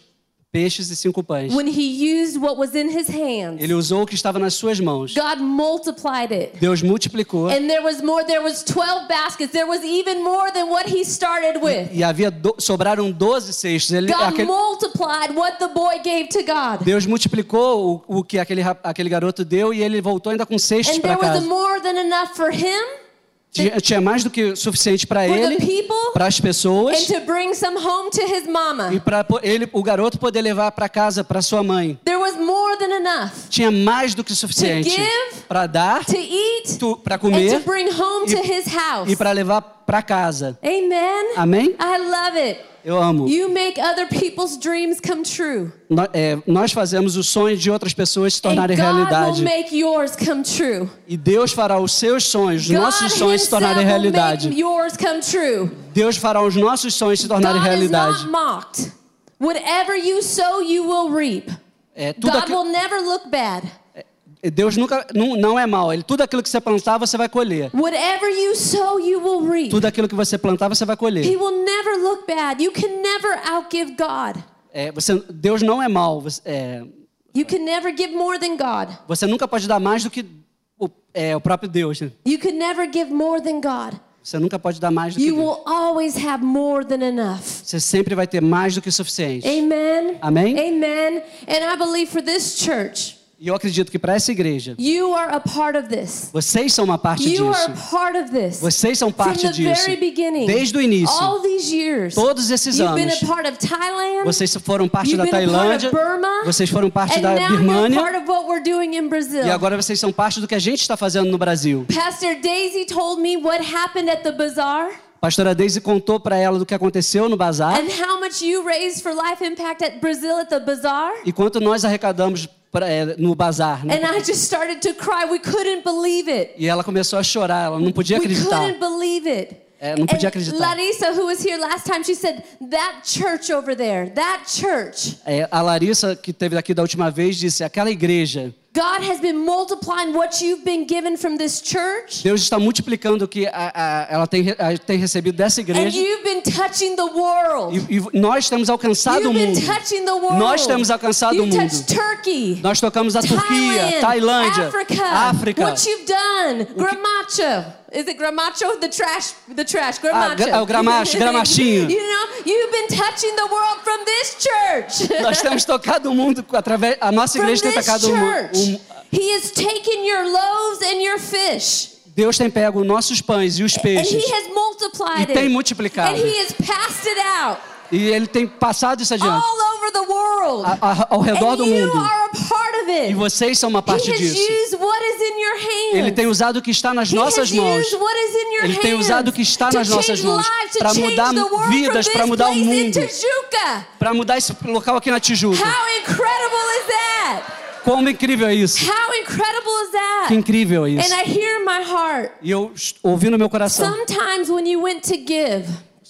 [SPEAKER 1] peixes e cinco pães.
[SPEAKER 2] When he used what was in his hands,
[SPEAKER 1] Ele usou o que estava nas suas mãos.
[SPEAKER 2] God multiplied it.
[SPEAKER 1] Deus multiplicou.
[SPEAKER 2] And there was more, there was 12 baskets. There was even more than what he started with.
[SPEAKER 1] E havia do- sobraram 12 cestos. Ele,
[SPEAKER 2] God
[SPEAKER 1] aquele-
[SPEAKER 2] multiplied what the boy gave to God.
[SPEAKER 1] Deus multiplicou o, o que aquele, rap- aquele garoto deu e ele voltou ainda com cestos
[SPEAKER 2] And there
[SPEAKER 1] para
[SPEAKER 2] was
[SPEAKER 1] casa.
[SPEAKER 2] more than enough for him the-
[SPEAKER 1] Tinha mais do que suficiente para
[SPEAKER 2] for the
[SPEAKER 1] ele,
[SPEAKER 2] people
[SPEAKER 1] para as pessoas
[SPEAKER 2] and to bring some home to his
[SPEAKER 1] e
[SPEAKER 2] mama.
[SPEAKER 1] para ele, o garoto poder levar para casa para sua mãe.
[SPEAKER 2] There was more than enough
[SPEAKER 1] Tinha mais do que suficiente
[SPEAKER 2] give,
[SPEAKER 1] para dar,
[SPEAKER 2] to eat
[SPEAKER 1] para
[SPEAKER 2] and to
[SPEAKER 1] comer
[SPEAKER 2] bring home to
[SPEAKER 1] e-
[SPEAKER 2] his house.
[SPEAKER 1] e para levar para casa.
[SPEAKER 2] Amen.
[SPEAKER 1] Amém?
[SPEAKER 2] I love it.
[SPEAKER 1] Eu amo.
[SPEAKER 2] You make other people's dreams come true.
[SPEAKER 1] No- é, nós fazemos os sonhos de outras pessoas se
[SPEAKER 2] And
[SPEAKER 1] tornarem
[SPEAKER 2] God will
[SPEAKER 1] realidade.
[SPEAKER 2] make yours come true.
[SPEAKER 1] E Deus fará os seus sonhos,
[SPEAKER 2] God
[SPEAKER 1] nossos sonhos se tornarem
[SPEAKER 2] himself will
[SPEAKER 1] realidade.
[SPEAKER 2] Make yours come true.
[SPEAKER 1] Deus fará os nossos sonhos se tornarem
[SPEAKER 2] God is
[SPEAKER 1] realidade.
[SPEAKER 2] not mocked. Whatever you sow, you will reap.
[SPEAKER 1] É, tudo
[SPEAKER 2] God
[SPEAKER 1] aqui-
[SPEAKER 2] will never look bad.
[SPEAKER 1] Deus nunca não, não é mal. Ele tudo aquilo que você plantar você vai colher.
[SPEAKER 2] Whatever you sow, you will reap.
[SPEAKER 1] Tudo aquilo que você plantar você vai
[SPEAKER 2] He
[SPEAKER 1] colher.
[SPEAKER 2] will never look bad. You can never outgive God.
[SPEAKER 1] É, você, Deus não é mal. Você, é,
[SPEAKER 2] You can never give more than God.
[SPEAKER 1] você nunca pode dar mais do que o, é, o próprio Deus. né?
[SPEAKER 2] You can never give more than God.
[SPEAKER 1] Você nunca pode dar mais do que
[SPEAKER 2] You
[SPEAKER 1] Deus.
[SPEAKER 2] will always have more than enough.
[SPEAKER 1] Você sempre vai ter mais do que o suficiente.
[SPEAKER 2] Amen.
[SPEAKER 1] Amém?
[SPEAKER 2] Amen. And I believe for this church,
[SPEAKER 1] E eu acredito que para essa igreja
[SPEAKER 2] you are a part of this.
[SPEAKER 1] vocês são uma parte
[SPEAKER 2] You are a
[SPEAKER 1] disso.
[SPEAKER 2] part of this.
[SPEAKER 1] Vocês são
[SPEAKER 2] From
[SPEAKER 1] parte
[SPEAKER 2] the
[SPEAKER 1] disso.
[SPEAKER 2] very beginning,
[SPEAKER 1] Desde o
[SPEAKER 2] all
[SPEAKER 1] início,
[SPEAKER 2] these years,
[SPEAKER 1] todos esses
[SPEAKER 2] you've been
[SPEAKER 1] anos,
[SPEAKER 2] a part of Thailand.
[SPEAKER 1] vocês foram parte
[SPEAKER 2] you've
[SPEAKER 1] da
[SPEAKER 2] been a part
[SPEAKER 1] Tailândia,
[SPEAKER 2] of Burma,
[SPEAKER 1] vocês foram parte
[SPEAKER 2] and
[SPEAKER 1] da
[SPEAKER 2] now
[SPEAKER 1] Birmânia
[SPEAKER 2] you're part of what we're doing in Brazil.
[SPEAKER 1] e agora vocês são parte do que a gente está fazendo no Brasil.
[SPEAKER 2] Pastor Daisy told me what happened at the bazaar
[SPEAKER 1] Pastora Daisy contou para ela do que aconteceu no bazar
[SPEAKER 2] and how much you raised for Life Impact at Brazil at the bazaar.
[SPEAKER 1] e quanto nós arrecadamos pra- é, no bazar. né?
[SPEAKER 2] And I just started to cry. We couldn't believe it.
[SPEAKER 1] E ela começou a chorar, ela não podia
[SPEAKER 2] we
[SPEAKER 1] acreditar.
[SPEAKER 2] couldn't believe it.
[SPEAKER 1] É, não podia
[SPEAKER 2] And
[SPEAKER 1] acreditar.
[SPEAKER 2] Larissa, who was here last time, she said, That church over there, that church,
[SPEAKER 1] É, a Larissa, que teve aqui da última vez, disse: aquela igreja,
[SPEAKER 2] God has been multiplying what you've been given from this church,
[SPEAKER 1] Deus está multiplicando o que a- a- ela tem, re- a- tem recebido dessa
[SPEAKER 2] and
[SPEAKER 1] igreja.
[SPEAKER 2] you've been touching the world.
[SPEAKER 1] E, e nós temos alcançado o
[SPEAKER 2] You've been
[SPEAKER 1] mundo.
[SPEAKER 2] touching the world.
[SPEAKER 1] Nós temos alcançado
[SPEAKER 2] you
[SPEAKER 1] o mundo.
[SPEAKER 2] touched Turkey,
[SPEAKER 1] Nós tocamos a Turquia,
[SPEAKER 2] Thailand,
[SPEAKER 1] Tailândia,
[SPEAKER 2] Africa.
[SPEAKER 1] África.
[SPEAKER 2] [laughs] What you've done, Gramacho. Is it Gramacho? The trash, the trash,
[SPEAKER 1] Ah,
[SPEAKER 2] Gramacho.
[SPEAKER 1] gra- ah, o gramacho, gramachinho.
[SPEAKER 2] [laughs] you know, you've been touching the world from this
[SPEAKER 1] [laughs]
[SPEAKER 2] church.
[SPEAKER 1] Nós temos tocado o mundo através. A nossa
[SPEAKER 2] from
[SPEAKER 1] igreja um- tem
[SPEAKER 2] this
[SPEAKER 1] tocado o
[SPEAKER 2] church.
[SPEAKER 1] mundo.
[SPEAKER 2] He has taken your loaves and your fish,
[SPEAKER 1] Deus tem pego nossos pães e os
[SPEAKER 2] and
[SPEAKER 1] peixes
[SPEAKER 2] he has
[SPEAKER 1] e
[SPEAKER 2] multiplied
[SPEAKER 1] tem
[SPEAKER 2] it,
[SPEAKER 1] multiplicado.
[SPEAKER 2] and he has passed it out
[SPEAKER 1] E ele tem passado isso adiante
[SPEAKER 2] all over the world.
[SPEAKER 1] a- a- ao redor
[SPEAKER 2] Oh, and
[SPEAKER 1] do
[SPEAKER 2] you
[SPEAKER 1] mundo.
[SPEAKER 2] are a part of it.
[SPEAKER 1] E vocês são uma parte
[SPEAKER 2] he has
[SPEAKER 1] disso.
[SPEAKER 2] used what is in your hands.
[SPEAKER 1] Ele tem usado o que está nas
[SPEAKER 2] He
[SPEAKER 1] nossas
[SPEAKER 2] has
[SPEAKER 1] mãos.
[SPEAKER 2] used what is in your
[SPEAKER 1] Ele tem
[SPEAKER 2] hands
[SPEAKER 1] usado o que está
[SPEAKER 2] to
[SPEAKER 1] nas nossas
[SPEAKER 2] change
[SPEAKER 1] mãos
[SPEAKER 2] lives, to
[SPEAKER 1] para
[SPEAKER 2] change
[SPEAKER 1] mudar
[SPEAKER 2] the world
[SPEAKER 1] vidas,
[SPEAKER 2] from
[SPEAKER 1] para
[SPEAKER 2] this
[SPEAKER 1] mudar o
[SPEAKER 2] place in
[SPEAKER 1] mundo,
[SPEAKER 2] Tijuca.
[SPEAKER 1] para mudar esse local aqui na Tijuca.
[SPEAKER 2] How incredible is that?
[SPEAKER 1] Como incrível é isso!
[SPEAKER 2] How incredible is that?
[SPEAKER 1] Que incrível é isso!
[SPEAKER 2] And I hear in my heart.
[SPEAKER 1] E eu est- ouvi no meu coração,
[SPEAKER 2] Sometimes when you went to give,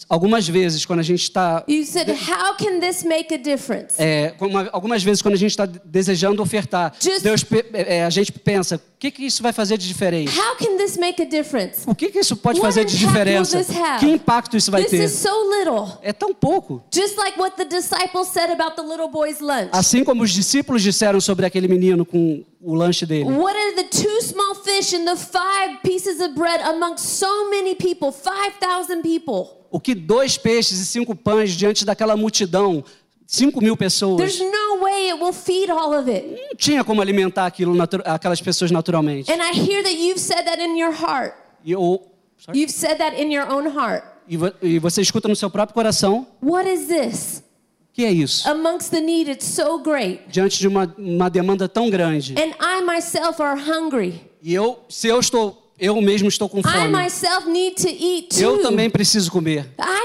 [SPEAKER 1] algumas vezes quando a gente está
[SPEAKER 2] you said, "How can this make a difference?"
[SPEAKER 1] É, como a- algumas vezes quando a gente está desejando ofertar,
[SPEAKER 2] Just-
[SPEAKER 1] Deus pe- é, é, a gente pensa, o que, que isso vai fazer de diferente?
[SPEAKER 2] How can this make a difference?
[SPEAKER 1] O que, que isso pode
[SPEAKER 2] What
[SPEAKER 1] fazer de
[SPEAKER 2] impact will
[SPEAKER 1] diferença?
[SPEAKER 2] this have?
[SPEAKER 1] Que impacto isso vai
[SPEAKER 2] This
[SPEAKER 1] ter?
[SPEAKER 2] is so little.
[SPEAKER 1] É tão pouco.
[SPEAKER 2] Just like what the disciples said about the little boy's lunch.
[SPEAKER 1] Assim como os discípulos disseram sobre aquele menino com o lanche dele.
[SPEAKER 2] What are the two small fish and the five pieces of bread amongst so many people, 5,000 people?
[SPEAKER 1] O que dois peixes e cinco pães diante daquela multidão, cinco mil
[SPEAKER 2] There's
[SPEAKER 1] pessoas,
[SPEAKER 2] no way it will feed all of it.
[SPEAKER 1] não tinha como alimentar aquilo natu- aquelas pessoas naturalmente.
[SPEAKER 2] And I hear that you've said that in your heart.
[SPEAKER 1] E, eu-
[SPEAKER 2] You've said that in your own heart.
[SPEAKER 1] e vo- e você escuta no seu próprio coração,
[SPEAKER 2] What is this?
[SPEAKER 1] o que é isso?
[SPEAKER 2] Amongst the need, it's so great.
[SPEAKER 1] Diante de uma- uma demanda tão grande.
[SPEAKER 2] And I myself are hungry.
[SPEAKER 1] E eu, se eu estou, eu mesmo estou com
[SPEAKER 2] I
[SPEAKER 1] fome.
[SPEAKER 2] myself need to eat too.
[SPEAKER 1] Eu também preciso comer.
[SPEAKER 2] I,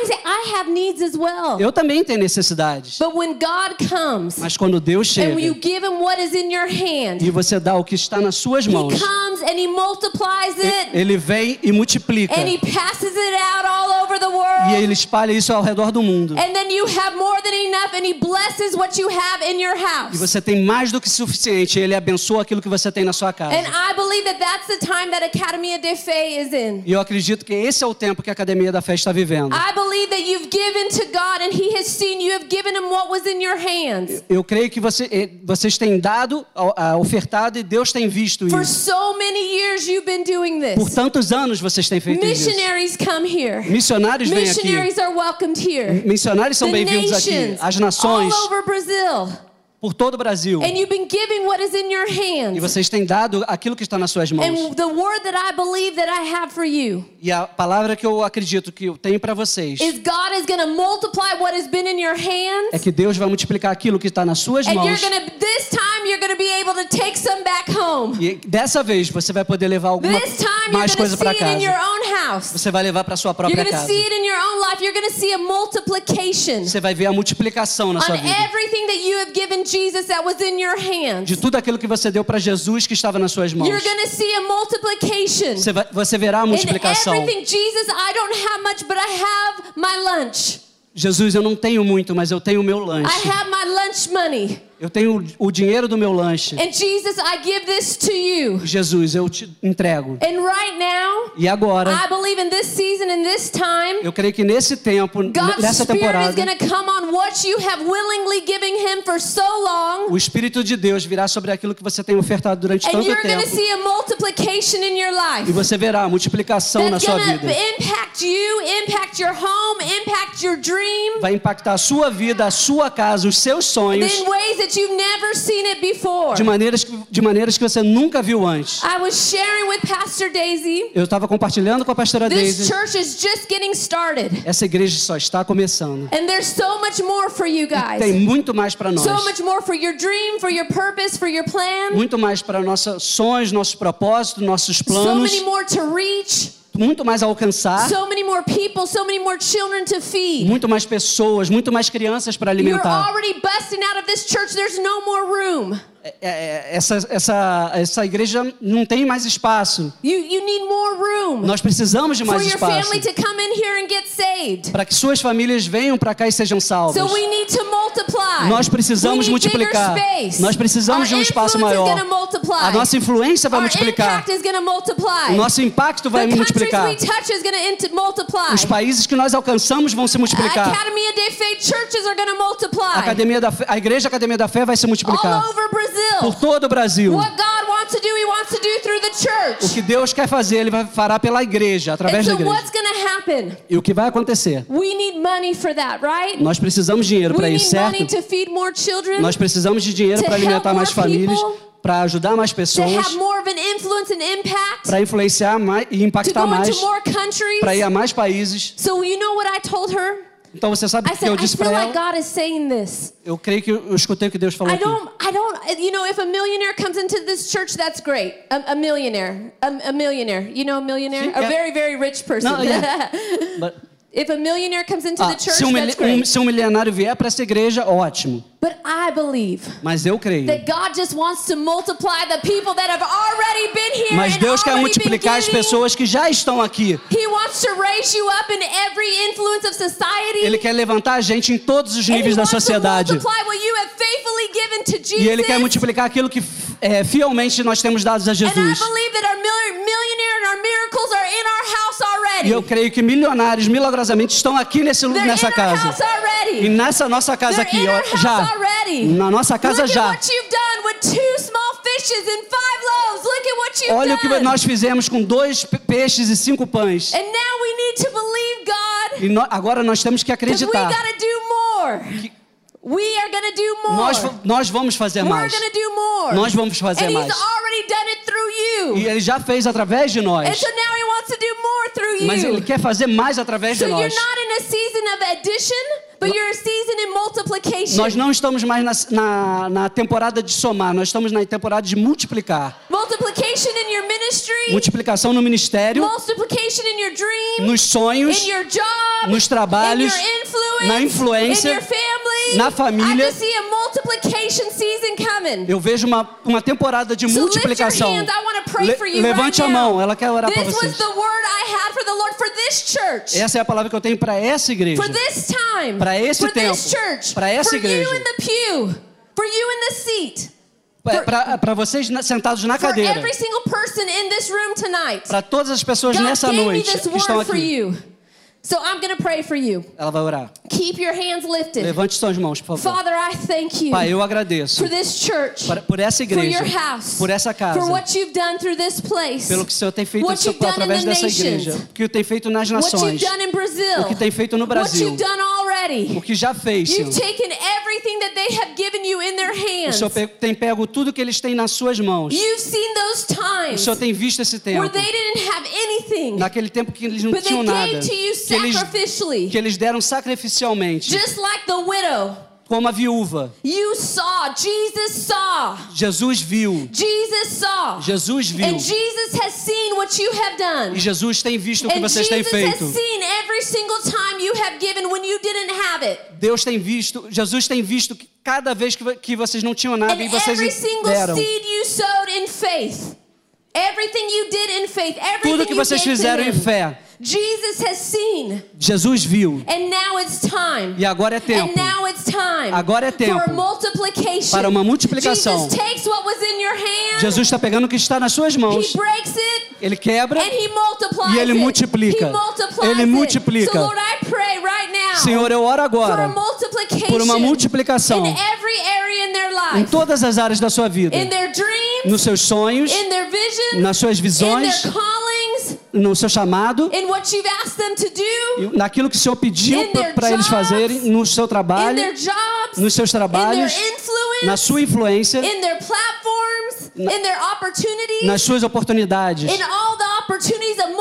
[SPEAKER 2] I have needs as well.
[SPEAKER 1] Eu também tenho necessidades.
[SPEAKER 2] But when God comes
[SPEAKER 1] Mas quando Deus
[SPEAKER 2] and you
[SPEAKER 1] chega
[SPEAKER 2] give him what is in your hand,
[SPEAKER 1] e você dá o que está nas suas mãos,
[SPEAKER 2] He comes and he multiplies it
[SPEAKER 1] ele vem e multiplica.
[SPEAKER 2] and he
[SPEAKER 1] E
[SPEAKER 2] passes it out all over the world.
[SPEAKER 1] ele espalha isso ao redor do mundo.
[SPEAKER 2] And then you have more than enough and he blesses what you have in your
[SPEAKER 1] E
[SPEAKER 2] house.
[SPEAKER 1] você tem mais do que suficiente. Ele abençoa aquilo que você tem na sua casa.
[SPEAKER 2] And I believe that that's the time that Academia de Fe is in.
[SPEAKER 1] E eu acredito que esse é o tempo que a Academia da Fé está vivendo.
[SPEAKER 2] I believe that you've given to God and he has seen you have given him what was in your hands.
[SPEAKER 1] Eu creio que você- eh, vocês têm dado, a- a- ofertado e Deus tem visto
[SPEAKER 2] For
[SPEAKER 1] isso.
[SPEAKER 2] so many years you've been doing
[SPEAKER 1] Por
[SPEAKER 2] this.
[SPEAKER 1] tantos anos vocês têm feito isso.
[SPEAKER 2] Missionaries come here.
[SPEAKER 1] Missionários vêm aqui.
[SPEAKER 2] Missionaries are welcomed here.
[SPEAKER 1] Missionários são
[SPEAKER 2] The
[SPEAKER 1] bem-vindos aqui.
[SPEAKER 2] nations,
[SPEAKER 1] As nações
[SPEAKER 2] all over Brazil.
[SPEAKER 1] por todo o Brasil.
[SPEAKER 2] And you've been giving what is in your hands.
[SPEAKER 1] E vocês têm dado aquilo que está nas suas mãos.
[SPEAKER 2] And the word that I believe that I have for you
[SPEAKER 1] E a palavra que eu acredito que eu tenho para vocês
[SPEAKER 2] is God is going to multiply what has been in your hands.
[SPEAKER 1] é que Deus vai multiplicar aquilo que está nas suas
[SPEAKER 2] And you're
[SPEAKER 1] mãos.
[SPEAKER 2] going to this time you're going to be able to take some back home.
[SPEAKER 1] E dessa vez você vai poder levar alguma
[SPEAKER 2] This time you're going
[SPEAKER 1] mais
[SPEAKER 2] to
[SPEAKER 1] coisa
[SPEAKER 2] see
[SPEAKER 1] para
[SPEAKER 2] it in your
[SPEAKER 1] casa.
[SPEAKER 2] own house.
[SPEAKER 1] Você vai levar para sua
[SPEAKER 2] You're
[SPEAKER 1] própria
[SPEAKER 2] going to
[SPEAKER 1] casa.
[SPEAKER 2] see it in your own life. You're going to see a multiplication
[SPEAKER 1] Você vai ver a multiplicação na
[SPEAKER 2] on
[SPEAKER 1] sua vida.
[SPEAKER 2] everything that you have given Jesus that was in your hands.
[SPEAKER 1] De tudo aquilo que você deu para Jesus que estava nas suas mãos.
[SPEAKER 2] You're going to see a multiplication.
[SPEAKER 1] Você, vai- você verá a
[SPEAKER 2] In
[SPEAKER 1] multiplicação.
[SPEAKER 2] everything, Jesus, I don't have much, but I have my lunch.
[SPEAKER 1] Jesus, eu não tenho muito, mas eu tenho o meu
[SPEAKER 2] I
[SPEAKER 1] lanche.
[SPEAKER 2] have my lunch money.
[SPEAKER 1] Eu tenho o dinheiro do meu lanche.
[SPEAKER 2] And Jesus, I give this to you.
[SPEAKER 1] Jesus, eu te entrego.
[SPEAKER 2] And right now,
[SPEAKER 1] E agora,
[SPEAKER 2] I believe in this season and this time,
[SPEAKER 1] eu creio que nesse tempo,
[SPEAKER 2] God's
[SPEAKER 1] nessa
[SPEAKER 2] Spirit is
[SPEAKER 1] temporada,
[SPEAKER 2] going to come on what you have willingly given Him for so long.
[SPEAKER 1] o Espírito de Deus virá sobre aquilo que você tem ofertado durante
[SPEAKER 2] And
[SPEAKER 1] tanto
[SPEAKER 2] you're going to
[SPEAKER 1] tempo.
[SPEAKER 2] see a multiplication in your life
[SPEAKER 1] E você verá a multiplicação na
[SPEAKER 2] that's
[SPEAKER 1] sua
[SPEAKER 2] going
[SPEAKER 1] vida.
[SPEAKER 2] to impact you, impact your home, impact your dream
[SPEAKER 1] Vai impactar a sua vida, a sua casa, os seus sonhos,
[SPEAKER 2] in ways that you've never seen it before.
[SPEAKER 1] de maneiras, que- de maneiras que você nunca viu antes.
[SPEAKER 2] I was sharing with Pastor Daisy.
[SPEAKER 1] Eu estava compartilhando com a pastora
[SPEAKER 2] This
[SPEAKER 1] Daisy.
[SPEAKER 2] church is just getting started.
[SPEAKER 1] Essa igreja só está começando.
[SPEAKER 2] And there's so much more for you guys.
[SPEAKER 1] Tem muito mais para nós.
[SPEAKER 2] So much more for your dream, for your purpose, for your plan.
[SPEAKER 1] Muito mais para nossos sonhos, nossos propósitos, nossos
[SPEAKER 2] So
[SPEAKER 1] planos.
[SPEAKER 2] many more to reach.
[SPEAKER 1] Muito mais a alcançar.
[SPEAKER 2] So many more people, so many more children to feed.
[SPEAKER 1] Muito mais pessoas, muito mais crianças para
[SPEAKER 2] You're
[SPEAKER 1] alimentar.
[SPEAKER 2] already busting out of this church. There's no more room.
[SPEAKER 1] É, é, Essa, essa, essa igreja não tem mais espaço.
[SPEAKER 2] You, you need more room
[SPEAKER 1] Nós precisamos de
[SPEAKER 2] for
[SPEAKER 1] mais
[SPEAKER 2] your
[SPEAKER 1] espaço.
[SPEAKER 2] family to come in here and get saved.
[SPEAKER 1] Para que suas famílias venham para cá e sejam salvas.
[SPEAKER 2] So we need to multiply.
[SPEAKER 1] Nós precisamos
[SPEAKER 2] We need bigger
[SPEAKER 1] multiplicar.
[SPEAKER 2] space.
[SPEAKER 1] Nós precisamos de um
[SPEAKER 2] Our
[SPEAKER 1] espaço
[SPEAKER 2] influence is
[SPEAKER 1] maior.
[SPEAKER 2] gonna multiply.
[SPEAKER 1] A nossa influência vai
[SPEAKER 2] Our
[SPEAKER 1] multiplicar.
[SPEAKER 2] impact is gonna multiply.
[SPEAKER 1] O nosso impacto vai
[SPEAKER 2] The
[SPEAKER 1] multiplicar.
[SPEAKER 2] countries we touch is gonna int- multiply.
[SPEAKER 1] Os países que nós alcançamos vão se multiplicar.
[SPEAKER 2] Academia de Faith churches are going to multiply.
[SPEAKER 1] A, academia da Fé- a igreja Academia da Fé vai se multiplicar.
[SPEAKER 2] All over Brazil.
[SPEAKER 1] Por todo o Brasil.
[SPEAKER 2] What God wants to do, He wants to do through the church.
[SPEAKER 1] O que Deus quer fazer, Ele vai- fará pela igreja,
[SPEAKER 2] And
[SPEAKER 1] através da
[SPEAKER 2] so
[SPEAKER 1] igreja.
[SPEAKER 2] what's going to happen?
[SPEAKER 1] E o que vai acontecer?
[SPEAKER 2] We need money for that, right?
[SPEAKER 1] Nós precisamos de dinheiro
[SPEAKER 2] we
[SPEAKER 1] para
[SPEAKER 2] need
[SPEAKER 1] isso, certo?
[SPEAKER 2] money to feed more children.
[SPEAKER 1] Nós precisamos de dinheiro
[SPEAKER 2] to
[SPEAKER 1] para alimentar
[SPEAKER 2] help
[SPEAKER 1] mais
[SPEAKER 2] more
[SPEAKER 1] famílias,
[SPEAKER 2] people,
[SPEAKER 1] para ajudar mais
[SPEAKER 2] to
[SPEAKER 1] pessoas,
[SPEAKER 2] have more of an influence and impact.
[SPEAKER 1] para influenciar mais e
[SPEAKER 2] to
[SPEAKER 1] impactar
[SPEAKER 2] go
[SPEAKER 1] mais,
[SPEAKER 2] into more countries.
[SPEAKER 1] para ir a mais países.
[SPEAKER 2] So you know what I told her?
[SPEAKER 1] Então você sabe
[SPEAKER 2] I
[SPEAKER 1] o que
[SPEAKER 2] said,
[SPEAKER 1] eu
[SPEAKER 2] I
[SPEAKER 1] disse para
[SPEAKER 2] feel like
[SPEAKER 1] ela?
[SPEAKER 2] God is saying this.
[SPEAKER 1] Eu creio que eu escutei o que Deus falou
[SPEAKER 2] I
[SPEAKER 1] aqui.
[SPEAKER 2] don't, I don't, uh, you know, if a millionaire comes into this church, that's great. A, a millionaire, a, a millionaire, you know, a millionaire,
[SPEAKER 1] Sim,
[SPEAKER 2] a
[SPEAKER 1] é.
[SPEAKER 2] very, very rich person.
[SPEAKER 1] Não,
[SPEAKER 2] [laughs]
[SPEAKER 1] yeah. But-
[SPEAKER 2] if a millionaire comes into
[SPEAKER 1] Ah,
[SPEAKER 2] the church,
[SPEAKER 1] se, um,
[SPEAKER 2] that's
[SPEAKER 1] mili-
[SPEAKER 2] great.
[SPEAKER 1] um- se um milionário vier para essa igreja, ótimo.
[SPEAKER 2] but I believe
[SPEAKER 1] Mas eu creio.
[SPEAKER 2] that God just wants to multiply the people that have already been here.
[SPEAKER 1] Mas
[SPEAKER 2] and
[SPEAKER 1] Deus quer
[SPEAKER 2] already been
[SPEAKER 1] multiplicar as
[SPEAKER 2] giving.
[SPEAKER 1] pessoas que já estão aqui.
[SPEAKER 2] He wants to raise you up in every influence of society.
[SPEAKER 1] Ele quer levantar a gente em todos os
[SPEAKER 2] And he
[SPEAKER 1] níveis da
[SPEAKER 2] wants to
[SPEAKER 1] sociedade.
[SPEAKER 2] multiply what you have faithfully given to Jesus.
[SPEAKER 1] E ele quer multiplicar aquilo que é, fielmente nós temos dados a
[SPEAKER 2] And I
[SPEAKER 1] Jesus.
[SPEAKER 2] believe that our mil- millionaire and our miracles are in our house already.
[SPEAKER 1] E eu creio que milionários milagrosamente estão aqui nesse, lu-
[SPEAKER 2] They're
[SPEAKER 1] nessa
[SPEAKER 2] in Our house
[SPEAKER 1] casa.
[SPEAKER 2] already.
[SPEAKER 1] E nessa nossa casa aqui,
[SPEAKER 2] They're in
[SPEAKER 1] ó,
[SPEAKER 2] our house
[SPEAKER 1] já.
[SPEAKER 2] already.
[SPEAKER 1] Na nossa casa
[SPEAKER 2] Look At
[SPEAKER 1] já.
[SPEAKER 2] what you've done with two small fishes and five loaves. Look at what you've
[SPEAKER 1] Olha o que
[SPEAKER 2] done.
[SPEAKER 1] nós fizemos com dois pe- peixes e cinco pães.
[SPEAKER 2] And now we need to believe God
[SPEAKER 1] E no- agora nós temos que
[SPEAKER 2] that we
[SPEAKER 1] acreditar.
[SPEAKER 2] got to do more. We are going to do more.
[SPEAKER 1] Nós, v- nós vamos fazer
[SPEAKER 2] We're
[SPEAKER 1] mais.
[SPEAKER 2] going to do more.
[SPEAKER 1] Nós vamos fazer
[SPEAKER 2] and
[SPEAKER 1] mais.
[SPEAKER 2] He's already done it through
[SPEAKER 1] E
[SPEAKER 2] you.
[SPEAKER 1] ele já fez através de nós.
[SPEAKER 2] And so now He wants to do more through you.
[SPEAKER 1] Mas ele quer fazer mais através
[SPEAKER 2] So
[SPEAKER 1] de
[SPEAKER 2] you're
[SPEAKER 1] nós.
[SPEAKER 2] not in a season of addition, but you're a season in multiplication.
[SPEAKER 1] Nós não estamos mais na, na, na temporada de somar, nós estamos na temporada de multiplicar.
[SPEAKER 2] Multiplication in your ministry.
[SPEAKER 1] Multiplicação no ministério,
[SPEAKER 2] Multiplication in your dream.
[SPEAKER 1] nos sonhos,
[SPEAKER 2] in your job.
[SPEAKER 1] nos trabalhos,
[SPEAKER 2] in your influence,
[SPEAKER 1] na influência,
[SPEAKER 2] in your family.
[SPEAKER 1] na família.
[SPEAKER 2] I just see a multiplication season coming.
[SPEAKER 1] eu vejo uma, uma temporada de
[SPEAKER 2] So
[SPEAKER 1] multiplicação.
[SPEAKER 2] lift your hands. I want to pray
[SPEAKER 1] Le-
[SPEAKER 2] for you
[SPEAKER 1] levante
[SPEAKER 2] right
[SPEAKER 1] a
[SPEAKER 2] now.
[SPEAKER 1] mão, ela quer orar
[SPEAKER 2] This
[SPEAKER 1] para
[SPEAKER 2] was
[SPEAKER 1] vocês.
[SPEAKER 2] the word I had for the Lord for this church.
[SPEAKER 1] Essa é a palavra que eu tenho para essa igreja.
[SPEAKER 2] For this time.
[SPEAKER 1] Pra esse
[SPEAKER 2] for this
[SPEAKER 1] tempo.
[SPEAKER 2] church.
[SPEAKER 1] Pra essa
[SPEAKER 2] for you
[SPEAKER 1] igreja.
[SPEAKER 2] in the pew. For you in the seat.
[SPEAKER 1] Para É vocês na- sentados na
[SPEAKER 2] For
[SPEAKER 1] cadeira.
[SPEAKER 2] every single person in this room tonight.
[SPEAKER 1] Para todas as pessoas
[SPEAKER 2] God
[SPEAKER 1] nessa
[SPEAKER 2] gave me
[SPEAKER 1] noite
[SPEAKER 2] this
[SPEAKER 1] que estão
[SPEAKER 2] word for
[SPEAKER 1] aqui.
[SPEAKER 2] you. So I'm going to pray for you.
[SPEAKER 1] Ela vai orar.
[SPEAKER 2] Keep your hands lifted.
[SPEAKER 1] Levante suas mãos, por favor.
[SPEAKER 2] Father, I thank you
[SPEAKER 1] Pai, eu agradeço
[SPEAKER 2] for this church,
[SPEAKER 1] para- por essa
[SPEAKER 2] for
[SPEAKER 1] igreja,
[SPEAKER 2] your house,
[SPEAKER 1] por essa
[SPEAKER 2] for
[SPEAKER 1] casa,
[SPEAKER 2] what you've done through this place,
[SPEAKER 1] pelo que o Senhor tem feito
[SPEAKER 2] what you've done
[SPEAKER 1] através
[SPEAKER 2] in the
[SPEAKER 1] dessa
[SPEAKER 2] nations,
[SPEAKER 1] igreja, o que tem feito nas
[SPEAKER 2] what you've
[SPEAKER 1] nações,
[SPEAKER 2] done in Brazil,
[SPEAKER 1] o que tem feito no
[SPEAKER 2] what
[SPEAKER 1] Brasil,
[SPEAKER 2] you've done already.
[SPEAKER 1] o que já fez,
[SPEAKER 2] You've
[SPEAKER 1] Senhor.
[SPEAKER 2] taken everything that they have given you in their
[SPEAKER 1] O
[SPEAKER 2] hands.
[SPEAKER 1] Senhor pe- tem pego tudo que eles têm nas suas mãos.
[SPEAKER 2] You've seen those
[SPEAKER 1] O
[SPEAKER 2] times
[SPEAKER 1] Senhor tem visto esse
[SPEAKER 2] where
[SPEAKER 1] tempo.
[SPEAKER 2] they didn't have anything,
[SPEAKER 1] Naquele tempo que eles não
[SPEAKER 2] but
[SPEAKER 1] tinham
[SPEAKER 2] they
[SPEAKER 1] nada.
[SPEAKER 2] gave to you
[SPEAKER 1] Que eles,
[SPEAKER 2] sacrificially.
[SPEAKER 1] que eles deram sacrificialmente.
[SPEAKER 2] Just like the widow,
[SPEAKER 1] Como a viúva.
[SPEAKER 2] you saw, Jesus saw,
[SPEAKER 1] Jesus viu.
[SPEAKER 2] Jesus saw,
[SPEAKER 1] Jesus viu.
[SPEAKER 2] and Jesus has seen what you have done.
[SPEAKER 1] E Jesus tem visto o que
[SPEAKER 2] And
[SPEAKER 1] vocês têm
[SPEAKER 2] Jesus has
[SPEAKER 1] feito.
[SPEAKER 2] seen every single time you have given when you didn't have it.
[SPEAKER 1] Deus tem visto, Jesus tem visto que cada vez que, vo- que vocês não tinham nada
[SPEAKER 2] And
[SPEAKER 1] e
[SPEAKER 2] every
[SPEAKER 1] vocês
[SPEAKER 2] single
[SPEAKER 1] deram.
[SPEAKER 2] seed you sowed in faith. Everything you did in faith. Everything
[SPEAKER 1] Tudo que vocês
[SPEAKER 2] you gave to
[SPEAKER 1] fizeram em
[SPEAKER 2] him.
[SPEAKER 1] fé,
[SPEAKER 2] Jesus has seen.
[SPEAKER 1] Jesus viu.
[SPEAKER 2] And now it's time.
[SPEAKER 1] E agora é tempo.
[SPEAKER 2] And now it's time.
[SPEAKER 1] Agora é tempo.
[SPEAKER 2] For a multiplication.
[SPEAKER 1] Para uma multiplicação.
[SPEAKER 2] Jesus takes what was in your hand.
[SPEAKER 1] Jesus está pegando o que está nas suas mãos.
[SPEAKER 2] He breaks it.
[SPEAKER 1] Ele quebra
[SPEAKER 2] And he multiplies
[SPEAKER 1] e ele
[SPEAKER 2] it.
[SPEAKER 1] multiplica.
[SPEAKER 2] He multiplies
[SPEAKER 1] Ele
[SPEAKER 2] it.
[SPEAKER 1] multiplica.
[SPEAKER 2] So Lord, I pray right now
[SPEAKER 1] Senhor, eu oro agora
[SPEAKER 2] for a multiplication
[SPEAKER 1] por uma multiplicação
[SPEAKER 2] in every area in their
[SPEAKER 1] em
[SPEAKER 2] life.
[SPEAKER 1] todas as áreas da sua vida.
[SPEAKER 2] in their dreams,
[SPEAKER 1] Nos seus sonhos,
[SPEAKER 2] in their visions,
[SPEAKER 1] nas suas visões,
[SPEAKER 2] in their callings,
[SPEAKER 1] no seu chamado,
[SPEAKER 2] in what you've asked them to do,
[SPEAKER 1] naquilo que o Senhor
[SPEAKER 2] In
[SPEAKER 1] pediu
[SPEAKER 2] their
[SPEAKER 1] para eles
[SPEAKER 2] jobs,
[SPEAKER 1] fazerem, no seu
[SPEAKER 2] in
[SPEAKER 1] trabalho,
[SPEAKER 2] their jobs,
[SPEAKER 1] nos seus trabalhos,
[SPEAKER 2] in their influence,
[SPEAKER 1] na sua influência,
[SPEAKER 2] in their platforms,
[SPEAKER 1] Na-
[SPEAKER 2] in their opportunities,
[SPEAKER 1] nas suas oportunidades,
[SPEAKER 2] in all the opportunities of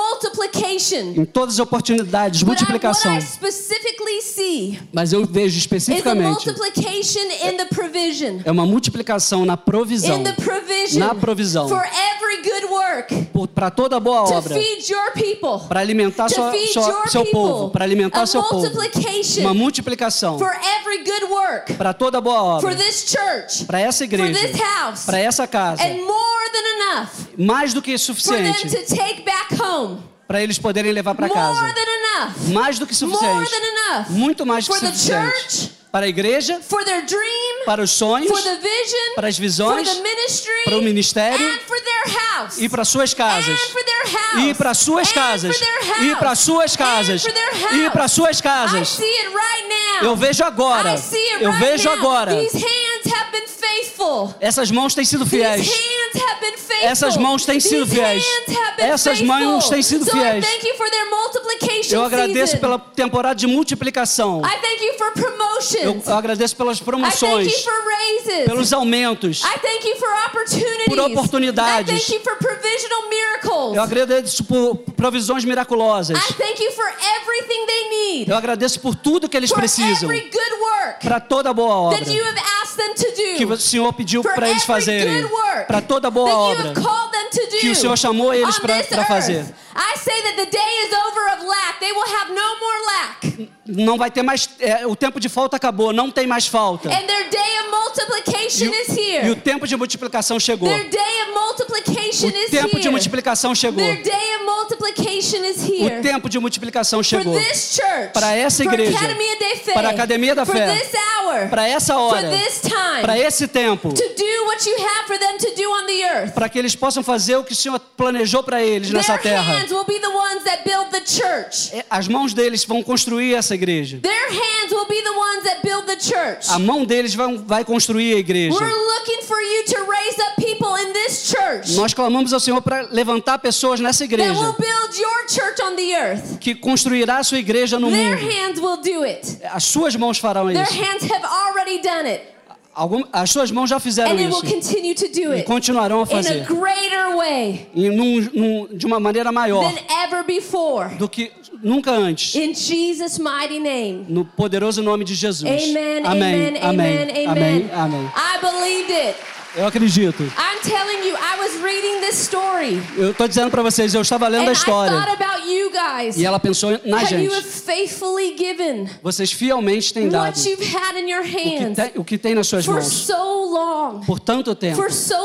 [SPEAKER 2] multiplication.
[SPEAKER 1] em todas as oportunidades,
[SPEAKER 2] But I, what
[SPEAKER 1] multiplicação.
[SPEAKER 2] I specifically see
[SPEAKER 1] Mas eu vejo
[SPEAKER 2] is a
[SPEAKER 1] especificamente
[SPEAKER 2] multiplication in the provision.
[SPEAKER 1] é uma multiplicação na provisão,
[SPEAKER 2] In the provision
[SPEAKER 1] na provisão,
[SPEAKER 2] for every good work
[SPEAKER 1] para toda boa
[SPEAKER 2] to
[SPEAKER 1] obra,
[SPEAKER 2] feed your people.
[SPEAKER 1] para alimentar
[SPEAKER 2] to
[SPEAKER 1] sua,
[SPEAKER 2] feed
[SPEAKER 1] sua-
[SPEAKER 2] your
[SPEAKER 1] seu
[SPEAKER 2] people.
[SPEAKER 1] povo, para alimentar
[SPEAKER 2] A
[SPEAKER 1] seu povo,
[SPEAKER 2] multiplication
[SPEAKER 1] uma multiplicação
[SPEAKER 2] for every good work
[SPEAKER 1] para toda boa
[SPEAKER 2] for
[SPEAKER 1] obra,
[SPEAKER 2] this church
[SPEAKER 1] para essa igreja,
[SPEAKER 2] this house.
[SPEAKER 1] para essa casa,
[SPEAKER 2] and more than enough
[SPEAKER 1] mais do que
[SPEAKER 2] for them
[SPEAKER 1] suficiente
[SPEAKER 2] to take back home
[SPEAKER 1] para eles poderem levar para
[SPEAKER 2] more
[SPEAKER 1] casa,
[SPEAKER 2] than enough
[SPEAKER 1] mais do que
[SPEAKER 2] more
[SPEAKER 1] suficiente,
[SPEAKER 2] than enough
[SPEAKER 1] muito mais do que
[SPEAKER 2] for the
[SPEAKER 1] suficiente,
[SPEAKER 2] church
[SPEAKER 1] para a igreja,
[SPEAKER 2] for their dream
[SPEAKER 1] para os sonhos,
[SPEAKER 2] for the vision
[SPEAKER 1] para as
[SPEAKER 2] for
[SPEAKER 1] visões,
[SPEAKER 2] the ministry
[SPEAKER 1] para o ministério
[SPEAKER 2] and for their house
[SPEAKER 1] e para suas casas.
[SPEAKER 2] and for their house
[SPEAKER 1] E para suas
[SPEAKER 2] and
[SPEAKER 1] casas.
[SPEAKER 2] for their house.
[SPEAKER 1] E para suas casas.
[SPEAKER 2] and for their house.
[SPEAKER 1] E para suas
[SPEAKER 2] I
[SPEAKER 1] casas.
[SPEAKER 2] see it right now
[SPEAKER 1] Eu vejo agora.
[SPEAKER 2] I see it
[SPEAKER 1] Eu
[SPEAKER 2] right
[SPEAKER 1] vejo
[SPEAKER 2] now.
[SPEAKER 1] agora.
[SPEAKER 2] These hands have been faithful
[SPEAKER 1] Essas mãos têm sido fiéis.
[SPEAKER 2] These hands have been faithful.
[SPEAKER 1] Essas mãos têm sido
[SPEAKER 2] These
[SPEAKER 1] fiéis.
[SPEAKER 2] hands have been
[SPEAKER 1] Essas
[SPEAKER 2] faithful.
[SPEAKER 1] mãos têm sido
[SPEAKER 2] So I
[SPEAKER 1] fiéis.
[SPEAKER 2] thank you for their multiplication
[SPEAKER 1] Eu agradeço
[SPEAKER 2] season.
[SPEAKER 1] pela temporada de multiplicação.
[SPEAKER 2] I thank you for
[SPEAKER 1] Eu,
[SPEAKER 2] promotions.
[SPEAKER 1] eu agradeço pelas
[SPEAKER 2] I thank
[SPEAKER 1] promoções,
[SPEAKER 2] you for raises.
[SPEAKER 1] pelos aumentos.
[SPEAKER 2] I thank you for opportunities.
[SPEAKER 1] Por oportunidades.
[SPEAKER 2] I thank you for provisional miracles.
[SPEAKER 1] Eu agradeço por provisões miraculosas.
[SPEAKER 2] I thank you for everything they need.
[SPEAKER 1] Eu agradeço por tudo que eles
[SPEAKER 2] for
[SPEAKER 1] precisam
[SPEAKER 2] every good work
[SPEAKER 1] para toda boa obra
[SPEAKER 2] that you have asked them to do.
[SPEAKER 1] que o Senhor pediu
[SPEAKER 2] for
[SPEAKER 1] para eles
[SPEAKER 2] every
[SPEAKER 1] fazerem,
[SPEAKER 2] good work
[SPEAKER 1] para toda
[SPEAKER 2] that
[SPEAKER 1] boa
[SPEAKER 2] you
[SPEAKER 1] obra
[SPEAKER 2] have called them to do
[SPEAKER 1] que o Senhor chamou eles
[SPEAKER 2] on
[SPEAKER 1] pra-
[SPEAKER 2] this
[SPEAKER 1] pra
[SPEAKER 2] earth.
[SPEAKER 1] fazer.
[SPEAKER 2] I say that the day is over of lack. They will have no more lack.
[SPEAKER 1] não vai ter mais. é, o tempo de falta acabou, não tem mais falta.
[SPEAKER 2] And their day of multiplication is here.
[SPEAKER 1] E o tempo de multiplicação chegou.
[SPEAKER 2] Their day of multiplication
[SPEAKER 1] O
[SPEAKER 2] is
[SPEAKER 1] tempo
[SPEAKER 2] here.
[SPEAKER 1] de multiplicação chegou.
[SPEAKER 2] Their day of multiplication is here.
[SPEAKER 1] O tempo de multiplicação
[SPEAKER 2] For
[SPEAKER 1] chegou.
[SPEAKER 2] this church,
[SPEAKER 1] Para essa
[SPEAKER 2] for
[SPEAKER 1] igreja,
[SPEAKER 2] Academia de Fé,
[SPEAKER 1] para a Academia da
[SPEAKER 2] for
[SPEAKER 1] Fé,
[SPEAKER 2] this hour,
[SPEAKER 1] Para essa
[SPEAKER 2] for
[SPEAKER 1] hora,
[SPEAKER 2] this time,
[SPEAKER 1] para esse tempo,
[SPEAKER 2] to do what you have for them to do on the earth.
[SPEAKER 1] para que eles possam fazer o que o Senhor planejou para eles nessa
[SPEAKER 2] Their
[SPEAKER 1] terra.
[SPEAKER 2] hands will be the ones that build the church.
[SPEAKER 1] É, As mãos deles vão construir essa igreja.
[SPEAKER 2] Their hands will be the ones that build the church.
[SPEAKER 1] A mão deles vai, vai construir a igreja.
[SPEAKER 2] We're looking for you to raise up people in this church
[SPEAKER 1] Nós clamamos ao Senhor para levantar pessoas nessa
[SPEAKER 2] that will
[SPEAKER 1] igreja
[SPEAKER 2] build your church on the earth.
[SPEAKER 1] que construirá a sua igreja no
[SPEAKER 2] Their
[SPEAKER 1] mundo.
[SPEAKER 2] hands will do it.
[SPEAKER 1] As suas mãos farão
[SPEAKER 2] Their
[SPEAKER 1] isso.
[SPEAKER 2] hands have already done it,
[SPEAKER 1] Algum, as suas mãos já fizeram
[SPEAKER 2] and they will
[SPEAKER 1] isso.
[SPEAKER 2] continue to do
[SPEAKER 1] E
[SPEAKER 2] it
[SPEAKER 1] continuarão a
[SPEAKER 2] in a
[SPEAKER 1] fazer.
[SPEAKER 2] greater way
[SPEAKER 1] E num- num- de uma maneira maior
[SPEAKER 2] than ever before.
[SPEAKER 1] do que nunca antes.
[SPEAKER 2] In Jesus' mighty name.
[SPEAKER 1] No poderoso nome de Jesus.
[SPEAKER 2] Amen,
[SPEAKER 1] Amém.
[SPEAKER 2] amen, amen,
[SPEAKER 1] Amém. Amém.
[SPEAKER 2] amen.
[SPEAKER 1] Amém.
[SPEAKER 2] I believed it.
[SPEAKER 1] Eu acredito.
[SPEAKER 2] I'm telling you, I was reading this story.
[SPEAKER 1] Eu tô dizendo para vocês, eu estava lendo
[SPEAKER 2] And
[SPEAKER 1] a
[SPEAKER 2] I
[SPEAKER 1] história
[SPEAKER 2] thought about you guys.
[SPEAKER 1] e ela pensou na
[SPEAKER 2] How you have
[SPEAKER 1] gente.
[SPEAKER 2] faithfully given
[SPEAKER 1] Vocês fielmente têm dado
[SPEAKER 2] what
[SPEAKER 1] o
[SPEAKER 2] you've had in your
[SPEAKER 1] que,
[SPEAKER 2] hands
[SPEAKER 1] tem, o que tem nas suas
[SPEAKER 2] for
[SPEAKER 1] mãos
[SPEAKER 2] so long.
[SPEAKER 1] por tanto tempo.
[SPEAKER 2] For so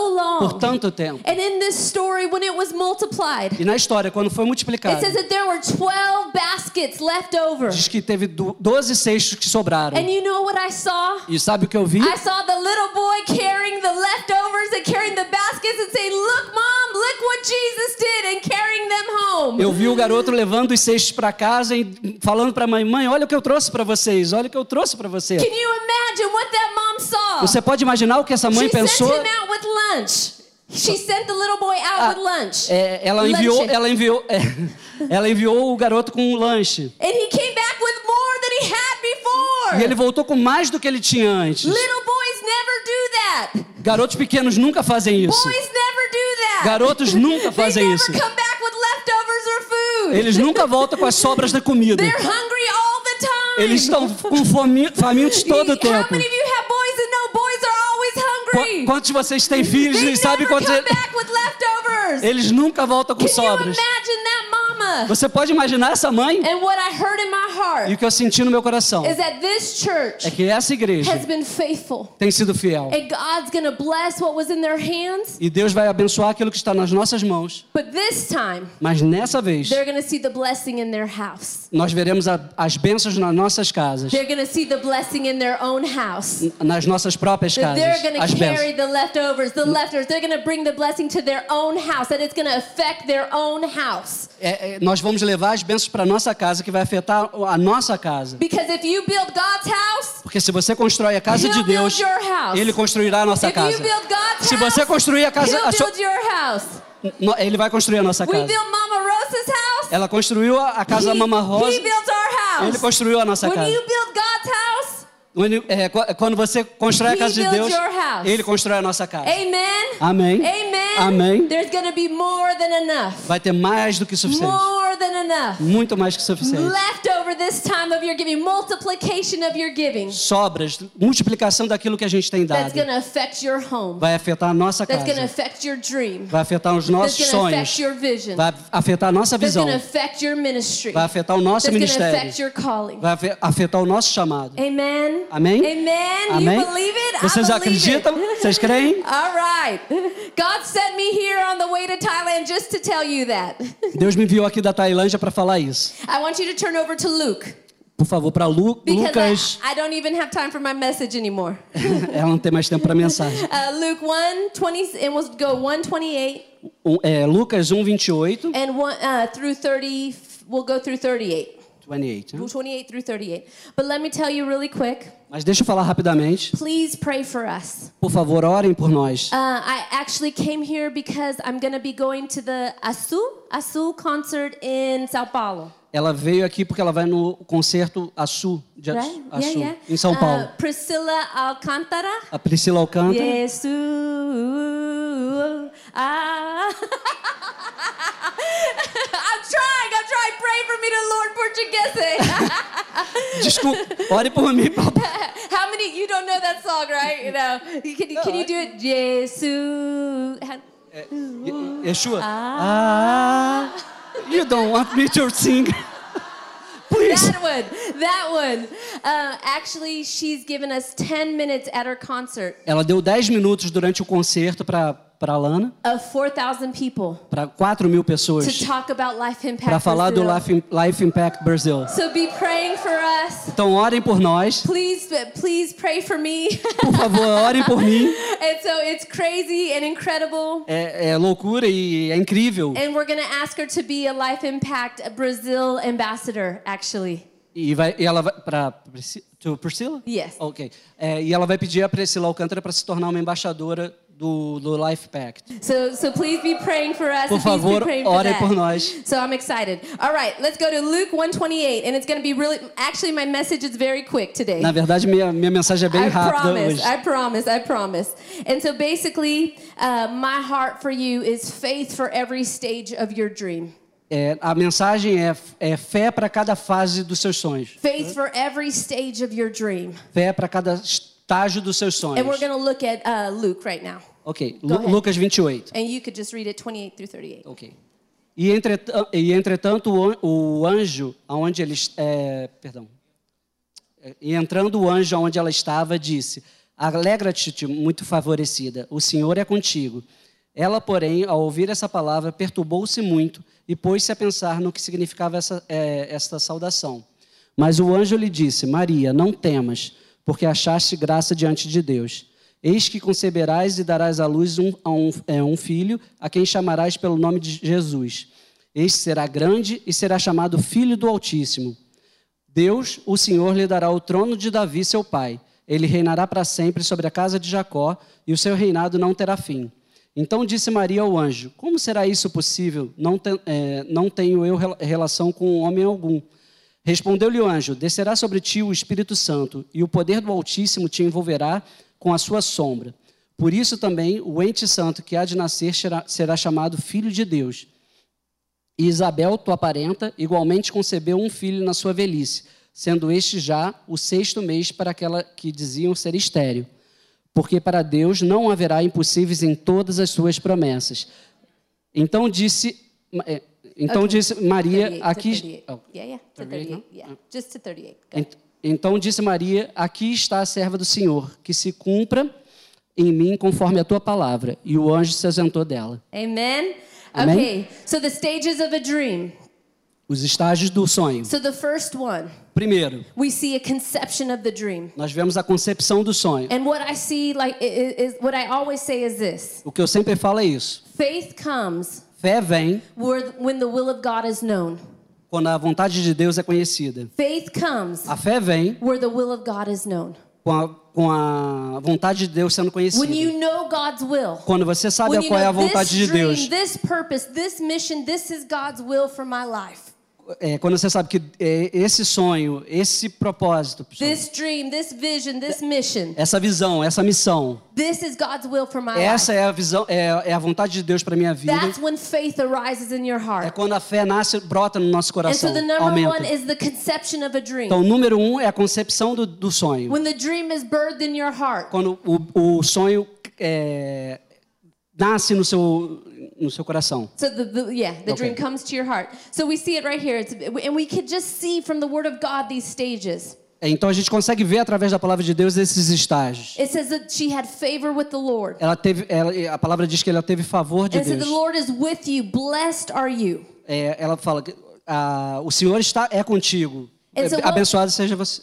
[SPEAKER 1] Por
[SPEAKER 2] long.
[SPEAKER 1] tanto tempo.
[SPEAKER 2] And in this story, when it was multiplied,
[SPEAKER 1] E na história, quando foi
[SPEAKER 2] it
[SPEAKER 1] multiplicado,
[SPEAKER 2] says that there were 12 baskets left over.
[SPEAKER 1] diz que teve do- 12 cestos que sobraram.
[SPEAKER 2] And you know what I saw?
[SPEAKER 1] E sabe o que eu vi?
[SPEAKER 2] I saw the little boy carrying the leftovers and carrying the baskets and saying, Look, mom, look what Jesus did, and carrying them home.
[SPEAKER 1] Eu vi o garoto levando os cestos pra casa e falando pra mãe: "Mãe, olha o que eu trouxe pra vocês, olha o que eu trouxe pra
[SPEAKER 2] Can
[SPEAKER 1] você".
[SPEAKER 2] you imagine what that mom saw?
[SPEAKER 1] Você pode imaginar o que essa mãe
[SPEAKER 2] She
[SPEAKER 1] pensou?
[SPEAKER 2] sent him out with lunch. She sent the little boy
[SPEAKER 1] ah,
[SPEAKER 2] out with lunch.
[SPEAKER 1] É, ela enviou,
[SPEAKER 2] Lanche.
[SPEAKER 1] ela enviou, [laughs] ela enviou o garoto com um lanche.
[SPEAKER 2] And he came back with more than he had before. more.
[SPEAKER 1] E ele voltou com mais do que ele tinha antes.
[SPEAKER 2] Little boys never do that.
[SPEAKER 1] Garotos pequenos nunca fazem isso.
[SPEAKER 2] Boys never do that.
[SPEAKER 1] Garotos nunca fazem isso.
[SPEAKER 2] Come back with leftovers or food.
[SPEAKER 1] Eles nunca voltam com as sobras da comida.
[SPEAKER 2] They're hungry all the time.
[SPEAKER 1] Eles estão com fome, famintos todo o
[SPEAKER 2] How
[SPEAKER 1] tempo.
[SPEAKER 2] many of you have boys and know boys are always hungry?
[SPEAKER 1] Qu- Quantos de vocês têm filhos
[SPEAKER 2] They
[SPEAKER 1] e sabem
[SPEAKER 2] never
[SPEAKER 1] quantos...
[SPEAKER 2] come back with leftovers.
[SPEAKER 1] Eles nunca voltam com
[SPEAKER 2] Can you
[SPEAKER 1] sobras.
[SPEAKER 2] imagine that mama?
[SPEAKER 1] Você pode imaginar essa mãe?
[SPEAKER 2] And what I heard in my heart
[SPEAKER 1] E o que eu senti no meu coração
[SPEAKER 2] is that this church
[SPEAKER 1] é que essa igreja
[SPEAKER 2] has been faithful.
[SPEAKER 1] tem sido fiel.
[SPEAKER 2] And God's going to bless what was in their hands,
[SPEAKER 1] E Deus vai abençoar aquilo que está nas nossas mãos.
[SPEAKER 2] but this time
[SPEAKER 1] Mas nessa vez,
[SPEAKER 2] they're going to see the blessing in their house.
[SPEAKER 1] nós veremos a- as bênçãos nas nossas casas,
[SPEAKER 2] They're going to see the blessing in their own house.
[SPEAKER 1] nas nossas próprias
[SPEAKER 2] That they're
[SPEAKER 1] casas.
[SPEAKER 2] going
[SPEAKER 1] As
[SPEAKER 2] to carry
[SPEAKER 1] bênçãos.
[SPEAKER 2] the leftovers,
[SPEAKER 1] Mm.
[SPEAKER 2] the leftovers. They're going to bring the blessing to their own house, that it's going to affect their own house.
[SPEAKER 1] É, é, nós vamos levar as bênçãos para nossa casa, que vai afetar a nossa casa.
[SPEAKER 2] Because if you build God's house,
[SPEAKER 1] Porque se você constrói a casa de
[SPEAKER 2] He'll build
[SPEAKER 1] Deus,
[SPEAKER 2] your house.
[SPEAKER 1] Ele construirá a nossa
[SPEAKER 2] If you
[SPEAKER 1] casa.
[SPEAKER 2] build God's
[SPEAKER 1] Se você construir a casa, a
[SPEAKER 2] He'll
[SPEAKER 1] sua-
[SPEAKER 2] build your house.
[SPEAKER 1] no- Ele vai construir a nossa
[SPEAKER 2] We
[SPEAKER 1] casa.
[SPEAKER 2] build Mama Rosa's house.
[SPEAKER 1] Ela construiu a a casa da
[SPEAKER 2] He-
[SPEAKER 1] Mama Rosa.
[SPEAKER 2] He builds our house.
[SPEAKER 1] Ele construiu a nossa
[SPEAKER 2] When
[SPEAKER 1] casa.
[SPEAKER 2] you build God's house,
[SPEAKER 1] When- é, qu- Quando você constrói a
[SPEAKER 2] He
[SPEAKER 1] casa de Deus,
[SPEAKER 2] builds your house.
[SPEAKER 1] Ele constrói a nossa casa.
[SPEAKER 2] amen.
[SPEAKER 1] Amém.
[SPEAKER 2] Amen.
[SPEAKER 1] Amém.
[SPEAKER 2] There's going to be more than enough.
[SPEAKER 1] Vai ter mais do que suficiente.
[SPEAKER 2] More than enough.
[SPEAKER 1] Muito mais que suficiente.
[SPEAKER 2] Left over this time of your giving, multiplication of your giving.
[SPEAKER 1] Sobras, multiplicação daquilo que a gente tem
[SPEAKER 2] That's
[SPEAKER 1] dado.
[SPEAKER 2] going to affect your home.
[SPEAKER 1] Vai afetar a nossa
[SPEAKER 2] That's going to
[SPEAKER 1] casa.
[SPEAKER 2] affect your dream.
[SPEAKER 1] Vai afetar os
[SPEAKER 2] That's
[SPEAKER 1] nossos
[SPEAKER 2] going to
[SPEAKER 1] sonhos.
[SPEAKER 2] affect your vision.
[SPEAKER 1] Vai afetar a nossa
[SPEAKER 2] That's
[SPEAKER 1] visão.
[SPEAKER 2] going to affect your ministry.
[SPEAKER 1] Vai afetar o nosso
[SPEAKER 2] That's going to
[SPEAKER 1] ministério.
[SPEAKER 2] affect your calling.
[SPEAKER 1] Vai afe- afetar o nosso chamado.
[SPEAKER 2] Amen.
[SPEAKER 1] Amém?
[SPEAKER 2] Amen.
[SPEAKER 1] Amém?
[SPEAKER 2] You believe it?
[SPEAKER 1] Vocês
[SPEAKER 2] I believe
[SPEAKER 1] acreditam?
[SPEAKER 2] It.
[SPEAKER 1] Vocês creem?
[SPEAKER 2] [laughs] All right. God sent me here on the way to Thailand just to tell you that. [laughs]
[SPEAKER 1] Deus me enviou aqui da Tailândia para falar isso.
[SPEAKER 2] I want you to turn over to Luke
[SPEAKER 1] Por favor, para Lu
[SPEAKER 2] because [coughs]
[SPEAKER 1] Lucas.
[SPEAKER 2] I, I don't even have time for my message anymore. [laughs]
[SPEAKER 1] Ela não tem mais tempo para mensagem.
[SPEAKER 2] Uh, Luke 1 20, and we'll go 128
[SPEAKER 1] Um, é, Lucas 1, 28.
[SPEAKER 2] and one, uh, through 30. We'll go through 38.
[SPEAKER 1] 28 né?
[SPEAKER 2] 28 through 38. But let me tell you really quick.
[SPEAKER 1] Mas deixa eu falar rapidamente.
[SPEAKER 2] Please pray for us.
[SPEAKER 1] Por favor, orem por nós.
[SPEAKER 2] Uh, I actually came here because I'm going to be going to the Asu Asu concert in Sao Paulo.
[SPEAKER 1] Ela veio aqui porque ela vai no concerto Açu, de Açu,
[SPEAKER 2] right?
[SPEAKER 1] Açu, em São Paulo.
[SPEAKER 2] Uh, Priscilla Alcantara.
[SPEAKER 1] A Priscila Alcântara.
[SPEAKER 2] Jesus. Ah. [laughs] I'm trying. I'm trying. Pray for me to Lord Portuguese.
[SPEAKER 1] Desculpa, ore por mim, papai.
[SPEAKER 2] [laughs] How many? You don't know that song, right? You know. You Can, can you do it? Jesus.
[SPEAKER 1] Yeshua. Ah. You don't want me to sing. Please.
[SPEAKER 2] That one. That one. Uh, actually, she's given us 10 minutes at her concert
[SPEAKER 1] Ela deu 10 minutos durante o concerto para para Lana,
[SPEAKER 2] of 4,000 people
[SPEAKER 1] para 4 mil
[SPEAKER 2] to
[SPEAKER 1] pessoas,
[SPEAKER 2] talk about life impact.
[SPEAKER 1] para falar do
[SPEAKER 2] Brazil.
[SPEAKER 1] Life, Life Impact Brasil.
[SPEAKER 2] So be praying for us.
[SPEAKER 1] Então orem por nós.
[SPEAKER 2] Please, please pray for me. [laughs]
[SPEAKER 1] Por favor, orem por mim.
[SPEAKER 2] and so it's crazy and incredible.
[SPEAKER 1] É, é loucura e é incrível.
[SPEAKER 2] And we're going to ask her to be a Life Impact Brazil ambassador, actually.
[SPEAKER 1] E, vai, e ela vai para to Priscila?
[SPEAKER 2] Yes.
[SPEAKER 1] Ok. É, e ela vai pedir a Priscila Alcântara para se tornar uma embaixadora do, do Life Pact.
[SPEAKER 2] So, so please be praying for us. [laughs]
[SPEAKER 1] Por
[SPEAKER 2] and please
[SPEAKER 1] favor,
[SPEAKER 2] be praying for
[SPEAKER 1] orem
[SPEAKER 2] that.
[SPEAKER 1] por nós.
[SPEAKER 2] So I'm excited. All right, let's go to Luke 128, and it's going to be really. Actually, my message is very quick today.
[SPEAKER 1] Na verdade, minha, minha mensagem é bem
[SPEAKER 2] I
[SPEAKER 1] rápida
[SPEAKER 2] promise.
[SPEAKER 1] hoje.
[SPEAKER 2] I promise. I promise. And so basically, uh, my heart for you is faith for every stage of your dream.
[SPEAKER 1] É, a mensagem é, é fé para cada fase dos seus sonhos.
[SPEAKER 2] Faith for every stage of your dream.
[SPEAKER 1] Fé para cada estágio dos seus sonhos.
[SPEAKER 2] And we're going to look at uh, Luke right now.
[SPEAKER 1] Ok.
[SPEAKER 2] Go
[SPEAKER 1] Lu-
[SPEAKER 2] ahead.
[SPEAKER 1] Lucas 28.
[SPEAKER 2] And you could just read it 28 through 38.
[SPEAKER 1] Ok. E, entretan- e entretanto, o an- o anjo, aonde ele, es- é, perdão, É, e entrando o anjo aonde ela estava, disse: Alegra-te, te- muito favorecida, o Senhor é contigo. Ela, porém, ao ouvir essa palavra, perturbou-se muito e pôs-se a pensar no que significava essa, é, esta saudação. Mas o anjo lhe disse: Maria, não temas, porque achaste graça diante de Deus. Eis que conceberás e darás à luz um, a um, é, um filho, a quem chamarás pelo nome de Jesus. Este será grande e será chamado Filho do Altíssimo. Deus, o Senhor, lhe dará o trono de Davi, seu pai. Ele reinará para sempre sobre a casa de Jacó, e o seu reinado não terá fim. Então disse Maria ao anjo: é, Como será isso possível? Não, te- eh, não tenho eu rela- relação com um homem algum. Respondeu-lhe o anjo: Descerá sobre ti o Espírito Santo, e o poder do Altíssimo te envolverá com a sua sombra. Por isso também o ente santo que há de nascer será, será chamado Filho de Deus. E Isabel, tua parenta, igualmente concebeu um filho na sua velhice, sendo este já o sexto mês para aquela que diziam ser estéril. Porque para Deus não haverá impossíveis em todas as suas promessas. Então disse. é, Então
[SPEAKER 2] Okay.
[SPEAKER 1] disse Maria,
[SPEAKER 2] 38 to
[SPEAKER 1] aqui.
[SPEAKER 2] 38.
[SPEAKER 1] oh,
[SPEAKER 2] Yeah, yeah, to
[SPEAKER 1] 38,
[SPEAKER 2] 38. Yeah, just to 38.
[SPEAKER 1] Ent- Então disse Maria: Aqui está a serva do Senhor, que se cumpra em mim conforme a tua palavra. E o anjo se ausentou dela.
[SPEAKER 2] Amen.
[SPEAKER 1] Amen.
[SPEAKER 2] Okay, so the stages of a dream.
[SPEAKER 1] Os estágios do sonho.
[SPEAKER 2] So the first one,
[SPEAKER 1] Primeiro,
[SPEAKER 2] we see a conception of the dream.
[SPEAKER 1] nós vemos a concepção do sonho.
[SPEAKER 2] And what I see, like, i- i- is what I always say is this
[SPEAKER 1] O que eu sempre falo é isso.
[SPEAKER 2] faith comes
[SPEAKER 1] Fé vem
[SPEAKER 2] where, when the will of God is known.
[SPEAKER 1] quando a vontade de Deus é conhecida.
[SPEAKER 2] Faith comes
[SPEAKER 1] A fé vem
[SPEAKER 2] where the will of God is known.
[SPEAKER 1] com a, com a vontade de Deus sendo
[SPEAKER 2] When
[SPEAKER 1] conhecida.
[SPEAKER 2] you know God's will,
[SPEAKER 1] Quando você sabe
[SPEAKER 2] when you
[SPEAKER 1] qual é a
[SPEAKER 2] know
[SPEAKER 1] vontade de
[SPEAKER 2] this dream,
[SPEAKER 1] Deus,
[SPEAKER 2] this purpose, this mission, this is God's will for my life.
[SPEAKER 1] é, quando você sabe que é, esse sonho, esse propósito,
[SPEAKER 2] This dream, this vision, this mission,
[SPEAKER 1] essa visão, essa missão,
[SPEAKER 2] this is God's will for my
[SPEAKER 1] Essa
[SPEAKER 2] life.
[SPEAKER 1] é a visão, é, é a vontade de Deus para minha vida.
[SPEAKER 2] Ah. That's when faith arises in your
[SPEAKER 1] É
[SPEAKER 2] heart.
[SPEAKER 1] quando a fé nasce, brota no nosso
[SPEAKER 2] And
[SPEAKER 1] coração,
[SPEAKER 2] so the number one
[SPEAKER 1] aumenta.
[SPEAKER 2] is the conception of a dream.
[SPEAKER 1] Então, número um é a concepção do, do sonho.
[SPEAKER 2] When the dream is birthed in your heart,
[SPEAKER 1] Quando o, o sonho é, nasce no seu, no seu coração.
[SPEAKER 2] So the, the yeah, the
[SPEAKER 1] Okay.
[SPEAKER 2] dream comes to your heart. So we see it right here. It's, and we could just see from the word of God these stages.
[SPEAKER 1] É, Então, a gente consegue ver através da palavra de Deus esses estágios.
[SPEAKER 2] It says that she had favor with the Lord.
[SPEAKER 1] Ela teve, ela- a palavra diz que ela teve favor de
[SPEAKER 2] And so the
[SPEAKER 1] Deus.
[SPEAKER 2] Lord is with you. Blessed are you.
[SPEAKER 1] É, ela fala que ah, o Senhor está é contigo.
[SPEAKER 2] And
[SPEAKER 1] É,
[SPEAKER 2] so what-
[SPEAKER 1] Abençoado seja você.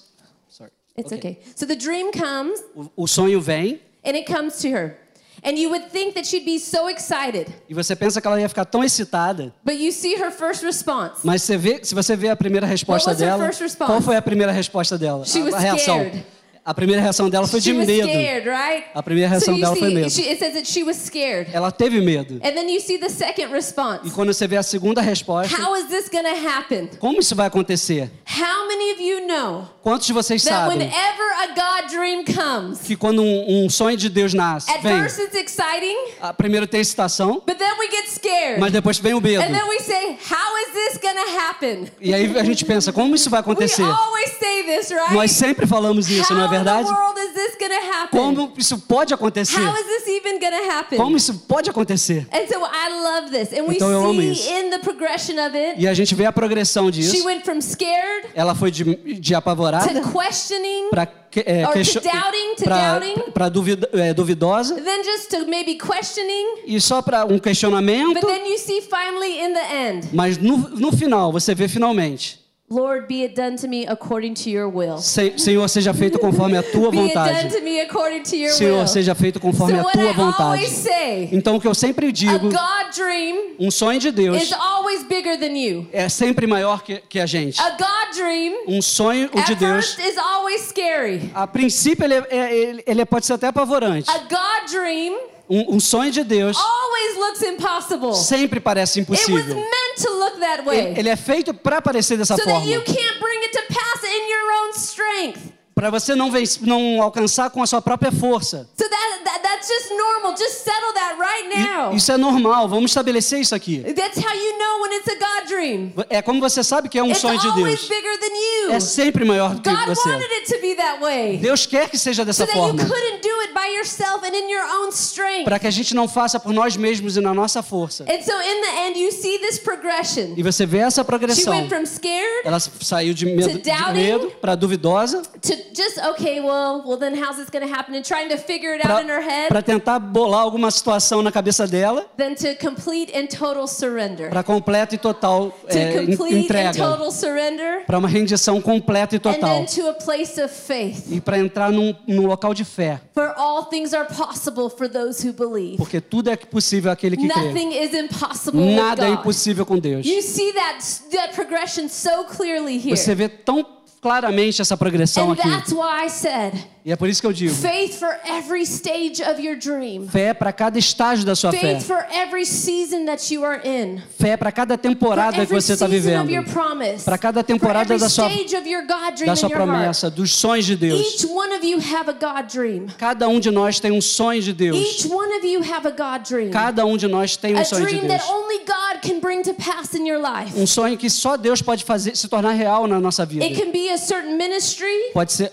[SPEAKER 2] It's okay. So the dream comes
[SPEAKER 1] O, o sonho vem
[SPEAKER 2] and it comes to her. And you would think that she'd be so excited,
[SPEAKER 1] e você pensa que ela ia ficar tão excitada.
[SPEAKER 2] but you see her first response.
[SPEAKER 1] Mas você vê, se você vê a primeira resposta
[SPEAKER 2] What was her
[SPEAKER 1] dela,
[SPEAKER 2] first response?
[SPEAKER 1] qual foi a primeira resposta dela?
[SPEAKER 2] She
[SPEAKER 1] a,
[SPEAKER 2] was
[SPEAKER 1] a reação.
[SPEAKER 2] scared.
[SPEAKER 1] A primeira reação dela foi de
[SPEAKER 2] She was
[SPEAKER 1] medo.
[SPEAKER 2] scared, right?
[SPEAKER 1] A primeira
[SPEAKER 2] So
[SPEAKER 1] reação
[SPEAKER 2] you
[SPEAKER 1] dela foi
[SPEAKER 2] see,
[SPEAKER 1] medo.
[SPEAKER 2] she, it says that she was scared.
[SPEAKER 1] Ela teve medo.
[SPEAKER 2] And then you see the second response.
[SPEAKER 1] E quando você vê a segunda resposta,
[SPEAKER 2] How is this going to happen?
[SPEAKER 1] como isso vai acontecer?
[SPEAKER 2] How many of you know
[SPEAKER 1] Quantos de vocês
[SPEAKER 2] that
[SPEAKER 1] sabem
[SPEAKER 2] whenever a God dream comes,
[SPEAKER 1] que quando um, um sonho de Deus nasce,
[SPEAKER 2] at
[SPEAKER 1] vem,
[SPEAKER 2] first it's exciting,
[SPEAKER 1] a, primeiro tem excitação,
[SPEAKER 2] but then we get scared.
[SPEAKER 1] mas depois vem o medo.
[SPEAKER 2] And then we say, How is this gonna happen?
[SPEAKER 1] E aí a gente pensa, como isso vai
[SPEAKER 2] We
[SPEAKER 1] acontecer?
[SPEAKER 2] always say this, right?
[SPEAKER 1] Nós sempre falamos isso,
[SPEAKER 2] How
[SPEAKER 1] não é verdade?
[SPEAKER 2] in the world is this gonna happen?
[SPEAKER 1] Como isso pode acontecer?
[SPEAKER 2] How is this even gonna happen?
[SPEAKER 1] Como isso pode acontecer?
[SPEAKER 2] And so I love this. And we
[SPEAKER 1] Então eu amo isso.
[SPEAKER 2] see in the progression of it,
[SPEAKER 1] E a gente vê a progressão disso.
[SPEAKER 2] she went from scared
[SPEAKER 1] Ela foi de, de apavorada
[SPEAKER 2] to questioning,
[SPEAKER 1] para é,
[SPEAKER 2] Or to
[SPEAKER 1] question-
[SPEAKER 2] doubting, to
[SPEAKER 1] pra-
[SPEAKER 2] doubting.
[SPEAKER 1] pra duvida- é, duvidosa
[SPEAKER 2] then just to maybe questioning,
[SPEAKER 1] e só para um questionamento,
[SPEAKER 2] but then you see finally in the end,
[SPEAKER 1] mas no, no final você vê finalmente,
[SPEAKER 2] Lord, be it done to me according to your will.
[SPEAKER 1] "Se- Senhor seja feito conforme a tua
[SPEAKER 2] Be it done
[SPEAKER 1] vontade.
[SPEAKER 2] to me according to your will.
[SPEAKER 1] Senhor seja feito conforme
[SPEAKER 2] so
[SPEAKER 1] a
[SPEAKER 2] what
[SPEAKER 1] tua
[SPEAKER 2] I always
[SPEAKER 1] vontade.
[SPEAKER 2] say,
[SPEAKER 1] Então o que eu sempre
[SPEAKER 2] a
[SPEAKER 1] digo,
[SPEAKER 2] God dream
[SPEAKER 1] um sonho de Deus
[SPEAKER 2] is always bigger than you.
[SPEAKER 1] é sempre maior que, que a gente.
[SPEAKER 2] A God dream
[SPEAKER 1] Um sonho
[SPEAKER 2] at
[SPEAKER 1] de Deus,
[SPEAKER 2] first is always scary.
[SPEAKER 1] a princípio ele, é- é- ele, ele pode ser até apavorante.
[SPEAKER 2] A God dream
[SPEAKER 1] Um, um sonho de Deus
[SPEAKER 2] always looks impossible.
[SPEAKER 1] sempre parece
[SPEAKER 2] Oh, It was
[SPEAKER 1] impossível.
[SPEAKER 2] meant to look that
[SPEAKER 1] Ele,
[SPEAKER 2] way.
[SPEAKER 1] ele é feito para parecer dessa
[SPEAKER 2] So that
[SPEAKER 1] forma.
[SPEAKER 2] you can't bring it to pass in your own strength.
[SPEAKER 1] Para você não, venc- não alcançar com a sua própria força.
[SPEAKER 2] So that, that that's just normal. Just settle that right
[SPEAKER 1] I-
[SPEAKER 2] now.
[SPEAKER 1] Isso é normal, vamos estabelecer isso aqui.
[SPEAKER 2] That's how you know when it's a God dream.
[SPEAKER 1] É como você sabe que é um
[SPEAKER 2] it's
[SPEAKER 1] sonho de
[SPEAKER 2] always
[SPEAKER 1] Deus.
[SPEAKER 2] bigger than you.
[SPEAKER 1] É sempre maior do que
[SPEAKER 2] God wanted
[SPEAKER 1] você.
[SPEAKER 2] it to be that way.
[SPEAKER 1] Deus quer que seja
[SPEAKER 2] so
[SPEAKER 1] dessa
[SPEAKER 2] that
[SPEAKER 1] forma.
[SPEAKER 2] you couldn't do it by yourself and in your own strength.
[SPEAKER 1] Para que a gente não faça por nós mesmos e na nossa força.
[SPEAKER 2] And so in the end, you see this progression.
[SPEAKER 1] E você vê essa
[SPEAKER 2] She
[SPEAKER 1] progressão.
[SPEAKER 2] went from scared
[SPEAKER 1] Ela saiu de medo,
[SPEAKER 2] to
[SPEAKER 1] de
[SPEAKER 2] doubting,
[SPEAKER 1] medo para duvidosa,
[SPEAKER 2] to just okay, well, well then how's this going to happen? And trying to figure it out in her head,
[SPEAKER 1] para tentar bolar alguma situação na cabeça dela,
[SPEAKER 2] then to complete and total surrender.
[SPEAKER 1] para completa e total
[SPEAKER 2] to
[SPEAKER 1] é, en-
[SPEAKER 2] complete and
[SPEAKER 1] entrega,
[SPEAKER 2] total surrender,
[SPEAKER 1] para uma rendição completa e
[SPEAKER 2] and
[SPEAKER 1] total.
[SPEAKER 2] then to a place of faith.
[SPEAKER 1] E para entrar num, num local de fé.
[SPEAKER 2] For all things are possible for those who believe.
[SPEAKER 1] Porque tudo é possível aquele que crê.
[SPEAKER 2] Nothing is impossible with
[SPEAKER 1] Nada é
[SPEAKER 2] God.
[SPEAKER 1] impossível com Deus.
[SPEAKER 2] You see that that progression so clearly here.
[SPEAKER 1] Você vê tão claramente essa progressão
[SPEAKER 2] And
[SPEAKER 1] aqui.
[SPEAKER 2] that's why I said
[SPEAKER 1] E é por isso que eu digo:
[SPEAKER 2] faith for every stage of your dream,
[SPEAKER 1] fé para cada estágio da sua fé,
[SPEAKER 2] faith for every season that you are in,
[SPEAKER 1] fé para cada
[SPEAKER 2] for
[SPEAKER 1] temporada que
[SPEAKER 2] every
[SPEAKER 1] você está
[SPEAKER 2] season of
[SPEAKER 1] vivendo,
[SPEAKER 2] your promise,
[SPEAKER 1] para cada
[SPEAKER 2] for
[SPEAKER 1] temporada
[SPEAKER 2] every
[SPEAKER 1] da sua,
[SPEAKER 2] stage of your God dream
[SPEAKER 1] da sua
[SPEAKER 2] in your heart.
[SPEAKER 1] promessa, dos sonhos de Deus.
[SPEAKER 2] Each one of you have a God dream.
[SPEAKER 1] Cada um de nós tem um sonho de Deus.
[SPEAKER 2] Each one of you have a God dream.
[SPEAKER 1] Cada um de nós tem um
[SPEAKER 2] a
[SPEAKER 1] sonho de
[SPEAKER 2] dream
[SPEAKER 1] Deus.
[SPEAKER 2] that only God can bring to pass in your life.
[SPEAKER 1] Um sonho que só Deus pode fazer se tornar real na nossa vida.
[SPEAKER 2] It can be a certain ministry.
[SPEAKER 1] Pode ser,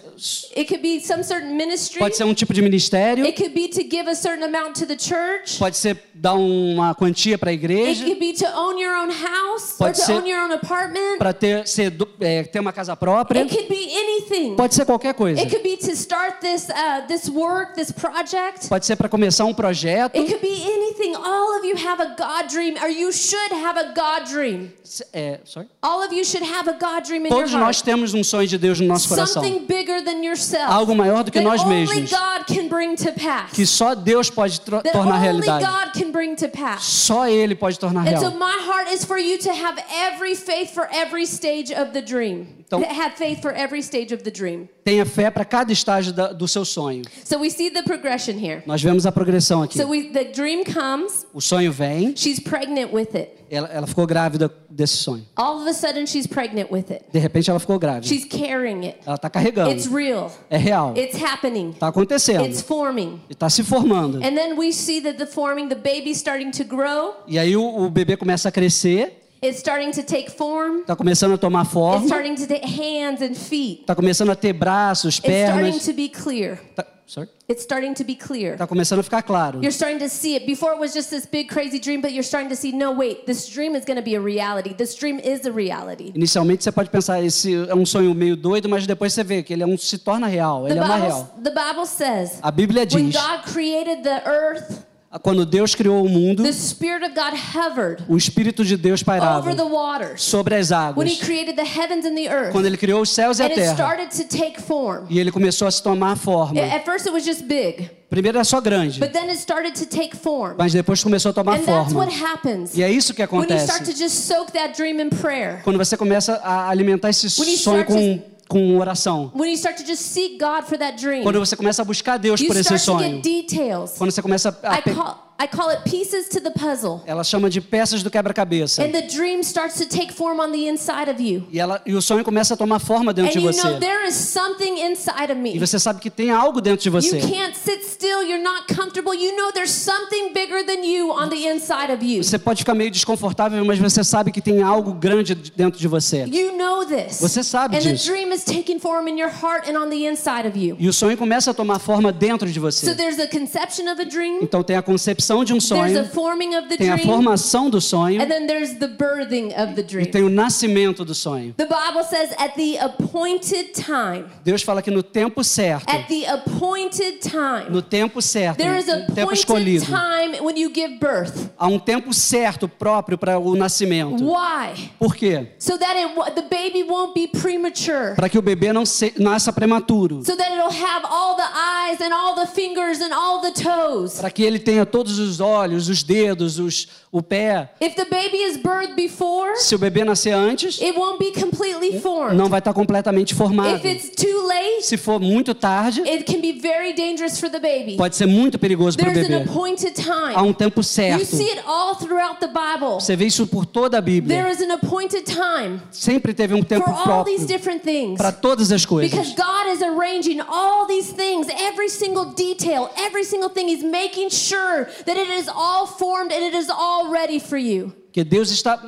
[SPEAKER 2] It could be some certain ministry.
[SPEAKER 1] pode ser um tipo de ministério,
[SPEAKER 2] It could be to give a certain amount to the church.
[SPEAKER 1] pode ser dar uma quantia para a
[SPEAKER 2] It
[SPEAKER 1] igreja,
[SPEAKER 2] could be to own your own house or
[SPEAKER 1] Pode
[SPEAKER 2] to
[SPEAKER 1] ser-
[SPEAKER 2] own your own apartment.
[SPEAKER 1] para ter, ser do- é, ter uma casa própria.
[SPEAKER 2] It could be anything.
[SPEAKER 1] Pode ser qualquer coisa.
[SPEAKER 2] It could be to start this uh, this work, this project.
[SPEAKER 1] Pode ser para começar um projeto.
[SPEAKER 2] It could be anything. All of you have a God dream, or you should have a God dream.
[SPEAKER 1] É, sorry.
[SPEAKER 2] All of you should have a God dream in your
[SPEAKER 1] Todos nós
[SPEAKER 2] heart.
[SPEAKER 1] temos um sonho de Deus no nosso coração.
[SPEAKER 2] Something bigger than yourself.
[SPEAKER 1] Algo maior do que
[SPEAKER 2] that
[SPEAKER 1] nós
[SPEAKER 2] Only
[SPEAKER 1] mesmos.
[SPEAKER 2] God can bring to pass.
[SPEAKER 1] Que só Deus pode tro-
[SPEAKER 2] That
[SPEAKER 1] tornar
[SPEAKER 2] only
[SPEAKER 1] realidade.
[SPEAKER 2] God can bring to pass.
[SPEAKER 1] Só Ele pode tornar
[SPEAKER 2] And so
[SPEAKER 1] real.
[SPEAKER 2] my heart is for you to have every faith for every stage of the dream.
[SPEAKER 1] Então-
[SPEAKER 2] have faith for every stage of the dream.
[SPEAKER 1] Tenha fé para cada estágio da- do seu sonho.
[SPEAKER 2] So we see the progression here.
[SPEAKER 1] Nós vemos a progressão aqui.
[SPEAKER 2] So we, the dream comes.
[SPEAKER 1] O sonho vem,
[SPEAKER 2] She's pregnant with it.
[SPEAKER 1] ela, ela ficou grávida desse sonho.
[SPEAKER 2] All of a sudden, she's pregnant with it.
[SPEAKER 1] De repente ela ficou grávida.
[SPEAKER 2] She's carrying it.
[SPEAKER 1] Ela está carregando.
[SPEAKER 2] It's real.
[SPEAKER 1] É real.
[SPEAKER 2] It's happening.
[SPEAKER 1] Está acontecendo.
[SPEAKER 2] It's forming.
[SPEAKER 1] E está se formando.
[SPEAKER 2] And then we see that the forming, the baby's starting to grow.
[SPEAKER 1] E aí o, o bebê começa a crescer,
[SPEAKER 2] It's starting to take form.
[SPEAKER 1] está começando a tomar
[SPEAKER 2] It's
[SPEAKER 1] forma,
[SPEAKER 2] starting to take hands and feet.
[SPEAKER 1] está começando a ter braços,
[SPEAKER 2] It's starting
[SPEAKER 1] pernas.
[SPEAKER 2] to be clear.
[SPEAKER 1] Tá, sorry.
[SPEAKER 2] It's starting to be clear.
[SPEAKER 1] Tá começando a ficar claro.
[SPEAKER 2] You're starting to see it. Before it was just this big crazy dream, but you're starting to see no, wait, this dream is going to be a reality. This dream is a reality.
[SPEAKER 1] Inicialmente você pode pensar esse é um sonho meio doido, mas depois você vê que ele é um, se torna real,
[SPEAKER 2] The
[SPEAKER 1] ele é mais
[SPEAKER 2] Bible,
[SPEAKER 1] real.
[SPEAKER 2] the Bible says
[SPEAKER 1] A Bíblia
[SPEAKER 2] when
[SPEAKER 1] diz,
[SPEAKER 2] God created the earth,
[SPEAKER 1] quando Deus criou o mundo,
[SPEAKER 2] the Spirit of God hovered
[SPEAKER 1] o espírito de Deus pairava
[SPEAKER 2] over the waters.
[SPEAKER 1] sobre as
[SPEAKER 2] When
[SPEAKER 1] águas.
[SPEAKER 2] He created the heavens and the earth,
[SPEAKER 1] Quando ele criou os céus e a
[SPEAKER 2] and it
[SPEAKER 1] terra,
[SPEAKER 2] started to take form.
[SPEAKER 1] e ele começou a se tomar forma.
[SPEAKER 2] At first, it was just big,
[SPEAKER 1] Primeiro era só grande,
[SPEAKER 2] but then it started to take form.
[SPEAKER 1] mas depois começou a tomar
[SPEAKER 2] And that's
[SPEAKER 1] forma.
[SPEAKER 2] what happens
[SPEAKER 1] E é isso que
[SPEAKER 2] when you start
[SPEAKER 1] acontece.
[SPEAKER 2] to just soak that dream in prayer.
[SPEAKER 1] Quando você começa a alimentar esse
[SPEAKER 2] When you
[SPEAKER 1] sonho
[SPEAKER 2] start
[SPEAKER 1] com, com oração.
[SPEAKER 2] When you start to just seek God for that dream.
[SPEAKER 1] Quando você começa a buscar Deus
[SPEAKER 2] you
[SPEAKER 1] por esse
[SPEAKER 2] start to
[SPEAKER 1] sonho.
[SPEAKER 2] get details.
[SPEAKER 1] Quando você começa a.
[SPEAKER 2] I
[SPEAKER 1] a pe-
[SPEAKER 2] call, I call it pieces to the puzzle.
[SPEAKER 1] Ela chama de peças do quebra-cabeça.
[SPEAKER 2] And the dream starts to take form on the inside of you.
[SPEAKER 1] E, ela, e o sonho começa a tomar forma dentro
[SPEAKER 2] And
[SPEAKER 1] de
[SPEAKER 2] you
[SPEAKER 1] você.
[SPEAKER 2] know there is something inside
[SPEAKER 1] E
[SPEAKER 2] of me.
[SPEAKER 1] você sabe que tem algo dentro de você.
[SPEAKER 2] You can't sit still. You're not comfortable. You know there's something bigger than you on the inside of you.
[SPEAKER 1] Você pode ficar meio desconfortável, mas você sabe que tem algo grande de- dentro de você.
[SPEAKER 2] You know this.
[SPEAKER 1] Você sabe
[SPEAKER 2] and
[SPEAKER 1] disso.
[SPEAKER 2] the dream is taking form in your heart and on the inside of you.
[SPEAKER 1] E o sonho começa a tomar forma dentro de
[SPEAKER 2] So
[SPEAKER 1] você.
[SPEAKER 2] there's a conception of a dream.
[SPEAKER 1] Então tem a concepção de um
[SPEAKER 2] There's a
[SPEAKER 1] sonho,
[SPEAKER 2] forming of the
[SPEAKER 1] tem a
[SPEAKER 2] dream.
[SPEAKER 1] formação do sonho
[SPEAKER 2] And then there's the birthing of the
[SPEAKER 1] e
[SPEAKER 2] dream.
[SPEAKER 1] tem o nascimento do sonho.
[SPEAKER 2] The Bible says at the appointed time,
[SPEAKER 1] Deus fala que no tempo certo,
[SPEAKER 2] at the appointed time,
[SPEAKER 1] no tempo certo,
[SPEAKER 2] there is a
[SPEAKER 1] no tempo
[SPEAKER 2] appointed
[SPEAKER 1] escolhido,
[SPEAKER 2] time when you give birth.
[SPEAKER 1] há um tempo certo próprio para o nascimento.
[SPEAKER 2] Why?
[SPEAKER 1] Por quê?
[SPEAKER 2] So that it, wa- the baby won't be premature.
[SPEAKER 1] Para que o bebê não se, nasça prematuro.
[SPEAKER 2] So that it'll have all the eyes and all the fingers and all the toes.
[SPEAKER 1] para que ele tenha todos os olhos, os dedos, os, o pé.
[SPEAKER 2] If the baby is birthed before,
[SPEAKER 1] Se o bebê nascer antes,
[SPEAKER 2] it won't be completely formed.
[SPEAKER 1] não vai estar completamente formado.
[SPEAKER 2] If it's too late,
[SPEAKER 1] Se for muito tarde,
[SPEAKER 2] it can be very dangerous for the baby.
[SPEAKER 1] pode ser muito perigoso para o
[SPEAKER 2] There's
[SPEAKER 1] bebê.
[SPEAKER 2] an appointed
[SPEAKER 1] Há um
[SPEAKER 2] time.
[SPEAKER 1] tempo
[SPEAKER 2] You
[SPEAKER 1] certo.
[SPEAKER 2] see it all throughout the Bible.
[SPEAKER 1] Você vê isso por toda a
[SPEAKER 2] There
[SPEAKER 1] Bíblia.
[SPEAKER 2] is an appointed time
[SPEAKER 1] Sempre teve um tempo
[SPEAKER 2] for all
[SPEAKER 1] próprio
[SPEAKER 2] these different things.
[SPEAKER 1] para todas as
[SPEAKER 2] Because
[SPEAKER 1] coisas.
[SPEAKER 2] God is arranging all these things, every single detail, every single thing. He's making sure that it is all formed and it is all ready for you.
[SPEAKER 1] Porque Deus está.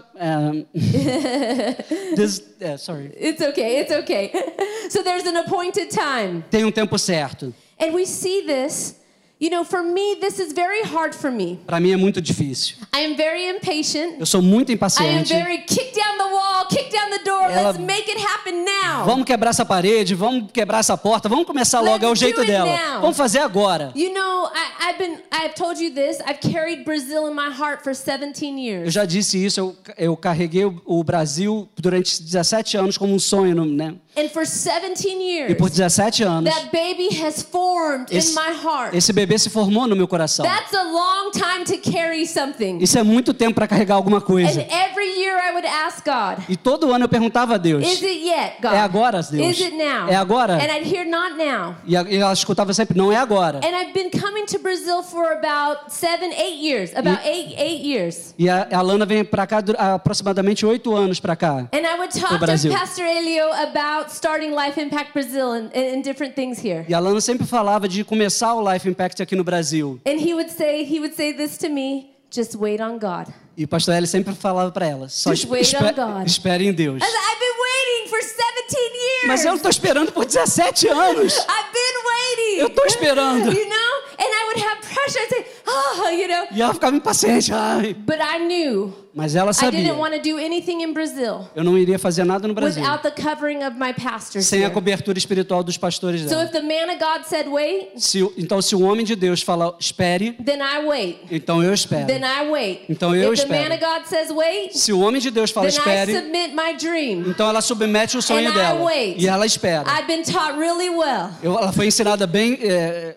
[SPEAKER 2] [laughs]
[SPEAKER 1] é, Deus- é, sorry.
[SPEAKER 2] It's okay, it's okay. [laughs] so there's an appointed time.
[SPEAKER 1] Tem um tempo certo.
[SPEAKER 2] And we see this. You know, for me, this is very hard for me.
[SPEAKER 1] Para mim é muito difícil.
[SPEAKER 2] I am very impatient.
[SPEAKER 1] Eu sou muito
[SPEAKER 2] I am
[SPEAKER 1] impaciente.
[SPEAKER 2] very kick down the wall, kick down the door.
[SPEAKER 1] Ela-
[SPEAKER 2] Let's make it happen now.
[SPEAKER 1] Vamos quebrar essa parede, vamos quebrar essa porta, vamos começar
[SPEAKER 2] Let's
[SPEAKER 1] logo, é o
[SPEAKER 2] do
[SPEAKER 1] jeito
[SPEAKER 2] it
[SPEAKER 1] dela.
[SPEAKER 2] now.
[SPEAKER 1] Vamos fazer agora.
[SPEAKER 2] You know, I, I've been, I've told you this, I've carried Brazil in my heart for 17
[SPEAKER 1] Eu
[SPEAKER 2] years.
[SPEAKER 1] já disse isso, eu, eu carreguei o, o Brasil durante 17 anos como um sonho, no- né?
[SPEAKER 2] And for 17 years,
[SPEAKER 1] E por 17 anos,
[SPEAKER 2] that baby has formed in
[SPEAKER 1] esse,
[SPEAKER 2] my heart.
[SPEAKER 1] esse bebê se formou no meu coração.
[SPEAKER 2] That's a long time to carry something.
[SPEAKER 1] Isso é muito tempo para carregar alguma coisa.
[SPEAKER 2] And every year I would ask God,
[SPEAKER 1] E todo ano eu perguntava a Deus.
[SPEAKER 2] Is it yet, God?
[SPEAKER 1] É agora, Deus.
[SPEAKER 2] Is it now?
[SPEAKER 1] É agora.
[SPEAKER 2] And I'd hear not now.
[SPEAKER 1] E a- e ela escutava sempre, não é agora.
[SPEAKER 2] And I've been coming to Brazil for about seven, eight years. About eight, eight years.
[SPEAKER 1] E a, a Lana vem pra cá dur- há aproximadamente oito anos pra cá.
[SPEAKER 2] And I would
[SPEAKER 1] No
[SPEAKER 2] talk to
[SPEAKER 1] Brasil.
[SPEAKER 2] Pastor Elio about starting Life Impact Brazil and, and, and different things here.
[SPEAKER 1] E a Lana sempre falava de começar o Life Impact aqui no Brasil.
[SPEAKER 2] And he would say, he would say this to me, just wait on God.
[SPEAKER 1] E o pastor Eli sempre falava pra ela, só
[SPEAKER 2] Just
[SPEAKER 1] espe-
[SPEAKER 2] wait on
[SPEAKER 1] espe-
[SPEAKER 2] God.
[SPEAKER 1] espere em Deus.
[SPEAKER 2] I said, I've been waiting for 17 years.
[SPEAKER 1] Mas eu não tô esperando por 17 anos.
[SPEAKER 2] I've been waiting.
[SPEAKER 1] Eu tô
[SPEAKER 2] [laughs]
[SPEAKER 1] esperando.
[SPEAKER 2] You know? And I would have pressure. I'd say, oh, you know.
[SPEAKER 1] E ela ficava impaciente. Ai.
[SPEAKER 2] But I knew
[SPEAKER 1] Mas ela
[SPEAKER 2] I
[SPEAKER 1] sabia.
[SPEAKER 2] didn't want to do anything in Brazil
[SPEAKER 1] Eu não iria fazer nada no Brasil
[SPEAKER 2] without the covering of my pastors.
[SPEAKER 1] sem a
[SPEAKER 2] here.
[SPEAKER 1] cobertura espiritual dos pastores
[SPEAKER 2] So
[SPEAKER 1] dela.
[SPEAKER 2] if the man of God said wait,
[SPEAKER 1] Se o- então, se o homem de Deus fala, espere,
[SPEAKER 2] then I wait.
[SPEAKER 1] então eu espero.
[SPEAKER 2] Then I wait.
[SPEAKER 1] Então eu
[SPEAKER 2] if the man
[SPEAKER 1] espero.
[SPEAKER 2] of God says wait,
[SPEAKER 1] Se o homem de Deus fala,
[SPEAKER 2] then I
[SPEAKER 1] espere,
[SPEAKER 2] submit my dream.
[SPEAKER 1] então ela submete o sonho
[SPEAKER 2] And I
[SPEAKER 1] dela.
[SPEAKER 2] wait.
[SPEAKER 1] E ela espera.
[SPEAKER 2] I've been taught really well.
[SPEAKER 1] Eu- ela foi ensinada bem. é, é,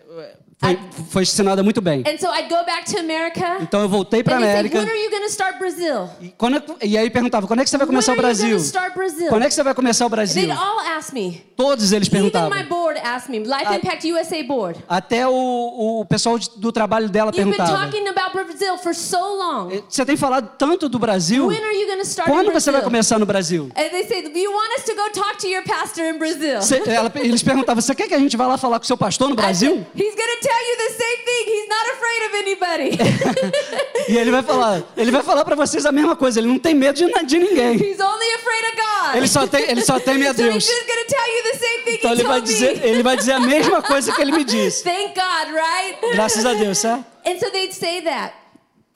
[SPEAKER 1] foi, foi ensinada muito bem.
[SPEAKER 2] And so I'd go back to America.
[SPEAKER 1] Então eu voltei pra
[SPEAKER 2] and he'd
[SPEAKER 1] América.
[SPEAKER 2] say, when are you going to start Brazil?
[SPEAKER 1] E, quando é- e aí perguntava: quando é que você vai começar o
[SPEAKER 2] when are you
[SPEAKER 1] Brasil?
[SPEAKER 2] going to start Brazil?
[SPEAKER 1] Quando é que você vai começar o Brasil?
[SPEAKER 2] They'd all ask me.
[SPEAKER 1] Todos eles
[SPEAKER 2] Even
[SPEAKER 1] perguntavam.
[SPEAKER 2] my board asked me, Life
[SPEAKER 1] Ah.
[SPEAKER 2] Impact USA board.
[SPEAKER 1] Até o, o pessoal de- do trabalho dela
[SPEAKER 2] You've been
[SPEAKER 1] perguntava.
[SPEAKER 2] talking about Brazil for so long.
[SPEAKER 1] Você tem falado tanto do Brasil.
[SPEAKER 2] When are you going to start in
[SPEAKER 1] Quando você
[SPEAKER 2] Brazil?
[SPEAKER 1] vai começar no Brasil?
[SPEAKER 2] And they say, you want us to go talk to your pastor in Brazil?
[SPEAKER 1] Você- ela- eles perguntavam: você quer que a gente vá lá falar com o seu pastor no Brasil?
[SPEAKER 2] He's going to tell you the same thing. He's not afraid of
[SPEAKER 1] [laughs]
[SPEAKER 2] anybody. [laughs]
[SPEAKER 1] E ele vai falar, ele vai falar para vocês a mesma coisa. Ele não tem medo de, na- de ninguém.
[SPEAKER 2] He's only afraid of God.
[SPEAKER 1] Ele só tem- ele só teme a
[SPEAKER 2] so
[SPEAKER 1] Deus.
[SPEAKER 2] he's just going to tell you the same thing
[SPEAKER 1] Então
[SPEAKER 2] he
[SPEAKER 1] ele vai
[SPEAKER 2] told
[SPEAKER 1] dizer,
[SPEAKER 2] me.
[SPEAKER 1] ele vai dizer a mesma coisa que ele me disse.
[SPEAKER 2] Thank God, right?
[SPEAKER 1] Graças a eh? Deus, certo?
[SPEAKER 2] And so they'd say that.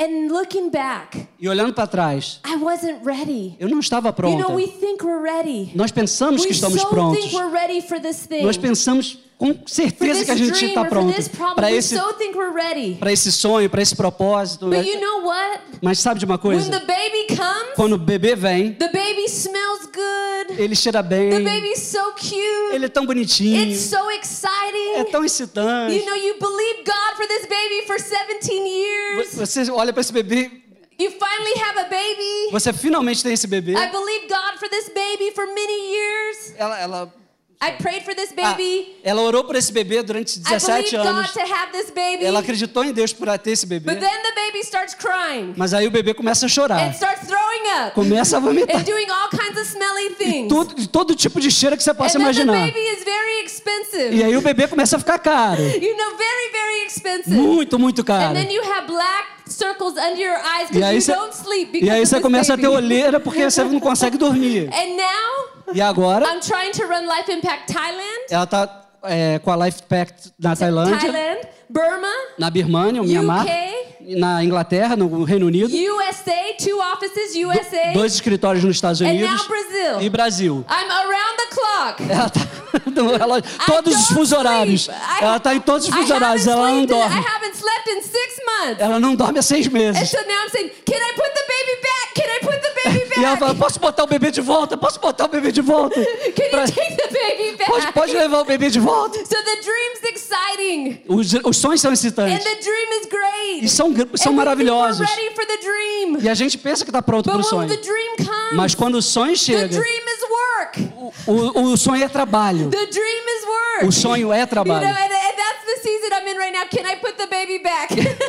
[SPEAKER 2] And looking back,
[SPEAKER 1] E olhando para trás,
[SPEAKER 2] I wasn't ready.
[SPEAKER 1] eu não estava
[SPEAKER 2] You
[SPEAKER 1] pronta.
[SPEAKER 2] know, we think we're ready.
[SPEAKER 1] Nós pensamos
[SPEAKER 2] we
[SPEAKER 1] que estamos
[SPEAKER 2] so
[SPEAKER 1] prontos.
[SPEAKER 2] think we're ready for this thing.
[SPEAKER 1] Nós pensamos com
[SPEAKER 2] for
[SPEAKER 1] certeza
[SPEAKER 2] this
[SPEAKER 1] que a gente
[SPEAKER 2] dream
[SPEAKER 1] está
[SPEAKER 2] or
[SPEAKER 1] pronto
[SPEAKER 2] for this problem.
[SPEAKER 1] para
[SPEAKER 2] we
[SPEAKER 1] esse
[SPEAKER 2] so think we're ready.
[SPEAKER 1] para esse sonho, para esse propósito. né?
[SPEAKER 2] But you know what?
[SPEAKER 1] Mas sabe de uma
[SPEAKER 2] When
[SPEAKER 1] coisa?
[SPEAKER 2] the baby comes,
[SPEAKER 1] Quando o bebê vem,
[SPEAKER 2] the baby smells good.
[SPEAKER 1] ele cheira
[SPEAKER 2] The
[SPEAKER 1] bem,
[SPEAKER 2] baby's so cute.
[SPEAKER 1] ele é tão bonitinho,
[SPEAKER 2] It's so exciting.
[SPEAKER 1] é tão excitante.
[SPEAKER 2] You know, you believe God for this baby for 17 years.
[SPEAKER 1] Você olha para esse bebê,
[SPEAKER 2] You finally have a baby.
[SPEAKER 1] você finalmente tem esse bebê.
[SPEAKER 2] I believed God for this baby for many years.
[SPEAKER 1] Ela, ela,
[SPEAKER 2] I prayed for this
[SPEAKER 1] ah,
[SPEAKER 2] baby.
[SPEAKER 1] ela orou por esse bebê durante
[SPEAKER 2] I believed
[SPEAKER 1] 17
[SPEAKER 2] God
[SPEAKER 1] anos.
[SPEAKER 2] to have this baby.
[SPEAKER 1] Ela acreditou em Deus por ter esse bebê.
[SPEAKER 2] But then the baby starts crying
[SPEAKER 1] Mas aí o bebê começa a chorar,
[SPEAKER 2] and starts throwing up
[SPEAKER 1] começa a vomitar.
[SPEAKER 2] and doing all kinds of smelly things.
[SPEAKER 1] Tudo, de todo tipo de cheiro que você
[SPEAKER 2] and
[SPEAKER 1] possa
[SPEAKER 2] then the
[SPEAKER 1] imaginar.
[SPEAKER 2] baby is very expensive.
[SPEAKER 1] E aí o bebê começa a ficar caro.
[SPEAKER 2] You know, very, very expensive.
[SPEAKER 1] Muito, muito
[SPEAKER 2] And
[SPEAKER 1] caro.
[SPEAKER 2] then you have black circles under your eyes
[SPEAKER 1] E
[SPEAKER 2] because
[SPEAKER 1] aí
[SPEAKER 2] you
[SPEAKER 1] você,
[SPEAKER 2] don't sleep because
[SPEAKER 1] e aí
[SPEAKER 2] of
[SPEAKER 1] você
[SPEAKER 2] this
[SPEAKER 1] começa a ter
[SPEAKER 2] baby.
[SPEAKER 1] olheira porque você não consegue
[SPEAKER 2] [laughs]
[SPEAKER 1] dormir.
[SPEAKER 2] And now
[SPEAKER 1] E agora
[SPEAKER 2] I'm trying to run Life Impact Thailand,
[SPEAKER 1] ela tá é, com a Life Pact na Tailândia,
[SPEAKER 2] Thailand, Burma,
[SPEAKER 1] na Birmânia, o Myanmar,
[SPEAKER 2] UK,
[SPEAKER 1] na Inglaterra, no Reino Unido,
[SPEAKER 2] USA, two offices, USA,
[SPEAKER 1] dois escritórios nos Estados
[SPEAKER 2] and now
[SPEAKER 1] Unidos e
[SPEAKER 2] Brazil.
[SPEAKER 1] Brasil.
[SPEAKER 2] I'm around the
[SPEAKER 1] [laughs]
[SPEAKER 2] clock.
[SPEAKER 1] Ela tá no relógio-
[SPEAKER 2] I
[SPEAKER 1] todos os
[SPEAKER 2] don't
[SPEAKER 1] fuso horários.
[SPEAKER 2] sleep. I-
[SPEAKER 1] Ela tá em todos os
[SPEAKER 2] I
[SPEAKER 1] fuso horários,
[SPEAKER 2] haven't
[SPEAKER 1] ela não
[SPEAKER 2] slept in- I
[SPEAKER 1] dorme.
[SPEAKER 2] haven't slept in six months.
[SPEAKER 1] Ela não dorme há seis
[SPEAKER 2] And
[SPEAKER 1] meses.
[SPEAKER 2] so now I'm saying, can I put the baby back? Can I put the baby
[SPEAKER 1] [laughs] E ela fala:
[SPEAKER 2] back?
[SPEAKER 1] posso botar o bebê de volta? Posso botar o bebê de volta?
[SPEAKER 2] [laughs] Can
[SPEAKER 1] Pra-
[SPEAKER 2] you take the baby
[SPEAKER 1] [laughs] Pode,
[SPEAKER 2] back?
[SPEAKER 1] pode levar o bebê de volta?
[SPEAKER 2] So the dream's exciting.
[SPEAKER 1] Os, os sonhos são
[SPEAKER 2] And
[SPEAKER 1] excitantes.
[SPEAKER 2] the dream is great.
[SPEAKER 1] E são, gr- são
[SPEAKER 2] And we think we're
[SPEAKER 1] maravilhosos.
[SPEAKER 2] ready for the dream.
[SPEAKER 1] E a gente pensa que tá pronto pro
[SPEAKER 2] But when
[SPEAKER 1] sonho.
[SPEAKER 2] the dream comes,
[SPEAKER 1] Mas quando o sonho
[SPEAKER 2] the
[SPEAKER 1] chega,
[SPEAKER 2] dream is work.
[SPEAKER 1] o, o sonho é trabalho.
[SPEAKER 2] The dream is work.
[SPEAKER 1] O sonho é
[SPEAKER 2] You know,
[SPEAKER 1] trabalho.
[SPEAKER 2] and, and that's the season I'm in right now. Can I put the baby
[SPEAKER 1] [laughs]
[SPEAKER 2] back? [laughs]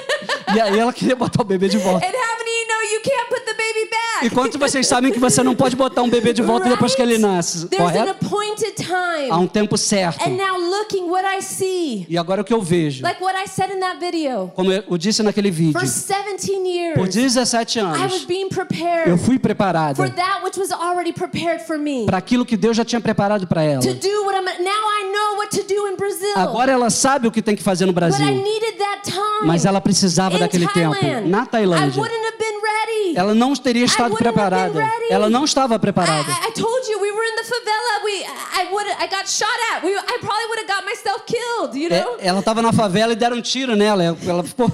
[SPEAKER 1] E aí ela queria botar o bebê de volta.
[SPEAKER 2] and how many of you know you can't put the baby back?
[SPEAKER 1] E quantos de vocês sabem que você não pode botar um bebê de volta depois que ele nasce,
[SPEAKER 2] There's an
[SPEAKER 1] correto?
[SPEAKER 2] appointed time.
[SPEAKER 1] Há um tempo certo.
[SPEAKER 2] And now looking what I see,
[SPEAKER 1] E agora o que eu vejo,
[SPEAKER 2] É like what I said in that video,
[SPEAKER 1] como eu eu disse naquele vídeo,
[SPEAKER 2] for 17 years,
[SPEAKER 1] por 17
[SPEAKER 2] I was
[SPEAKER 1] anos,
[SPEAKER 2] being prepared
[SPEAKER 1] eu fui
[SPEAKER 2] for
[SPEAKER 1] preparada
[SPEAKER 2] that which was already prepared for me.
[SPEAKER 1] para aquilo que Deus já tinha preparado para ela.
[SPEAKER 2] to do what I'm now I know what to do in Brazil.
[SPEAKER 1] Agora ela sabe o que tem que fazer no
[SPEAKER 2] But I
[SPEAKER 1] Brasil.
[SPEAKER 2] needed that time.
[SPEAKER 1] Mas ela precisava
[SPEAKER 2] In
[SPEAKER 1] daquele tempo.
[SPEAKER 2] Thailand.
[SPEAKER 1] Na
[SPEAKER 2] I
[SPEAKER 1] Tailândia.
[SPEAKER 2] wouldn't have been ready.
[SPEAKER 1] Ela não teria estado
[SPEAKER 2] wouldn't have been
[SPEAKER 1] preparada.
[SPEAKER 2] ready.
[SPEAKER 1] Ela não estava preparada.
[SPEAKER 2] I, I- I told you we were in the favela. We I would I got shot at. We, I probably would have got myself killed,
[SPEAKER 1] Eh,
[SPEAKER 2] you [laughs] know? [laughs]
[SPEAKER 1] É, ela estava na favela e deram um tiro nela. Ela ficou.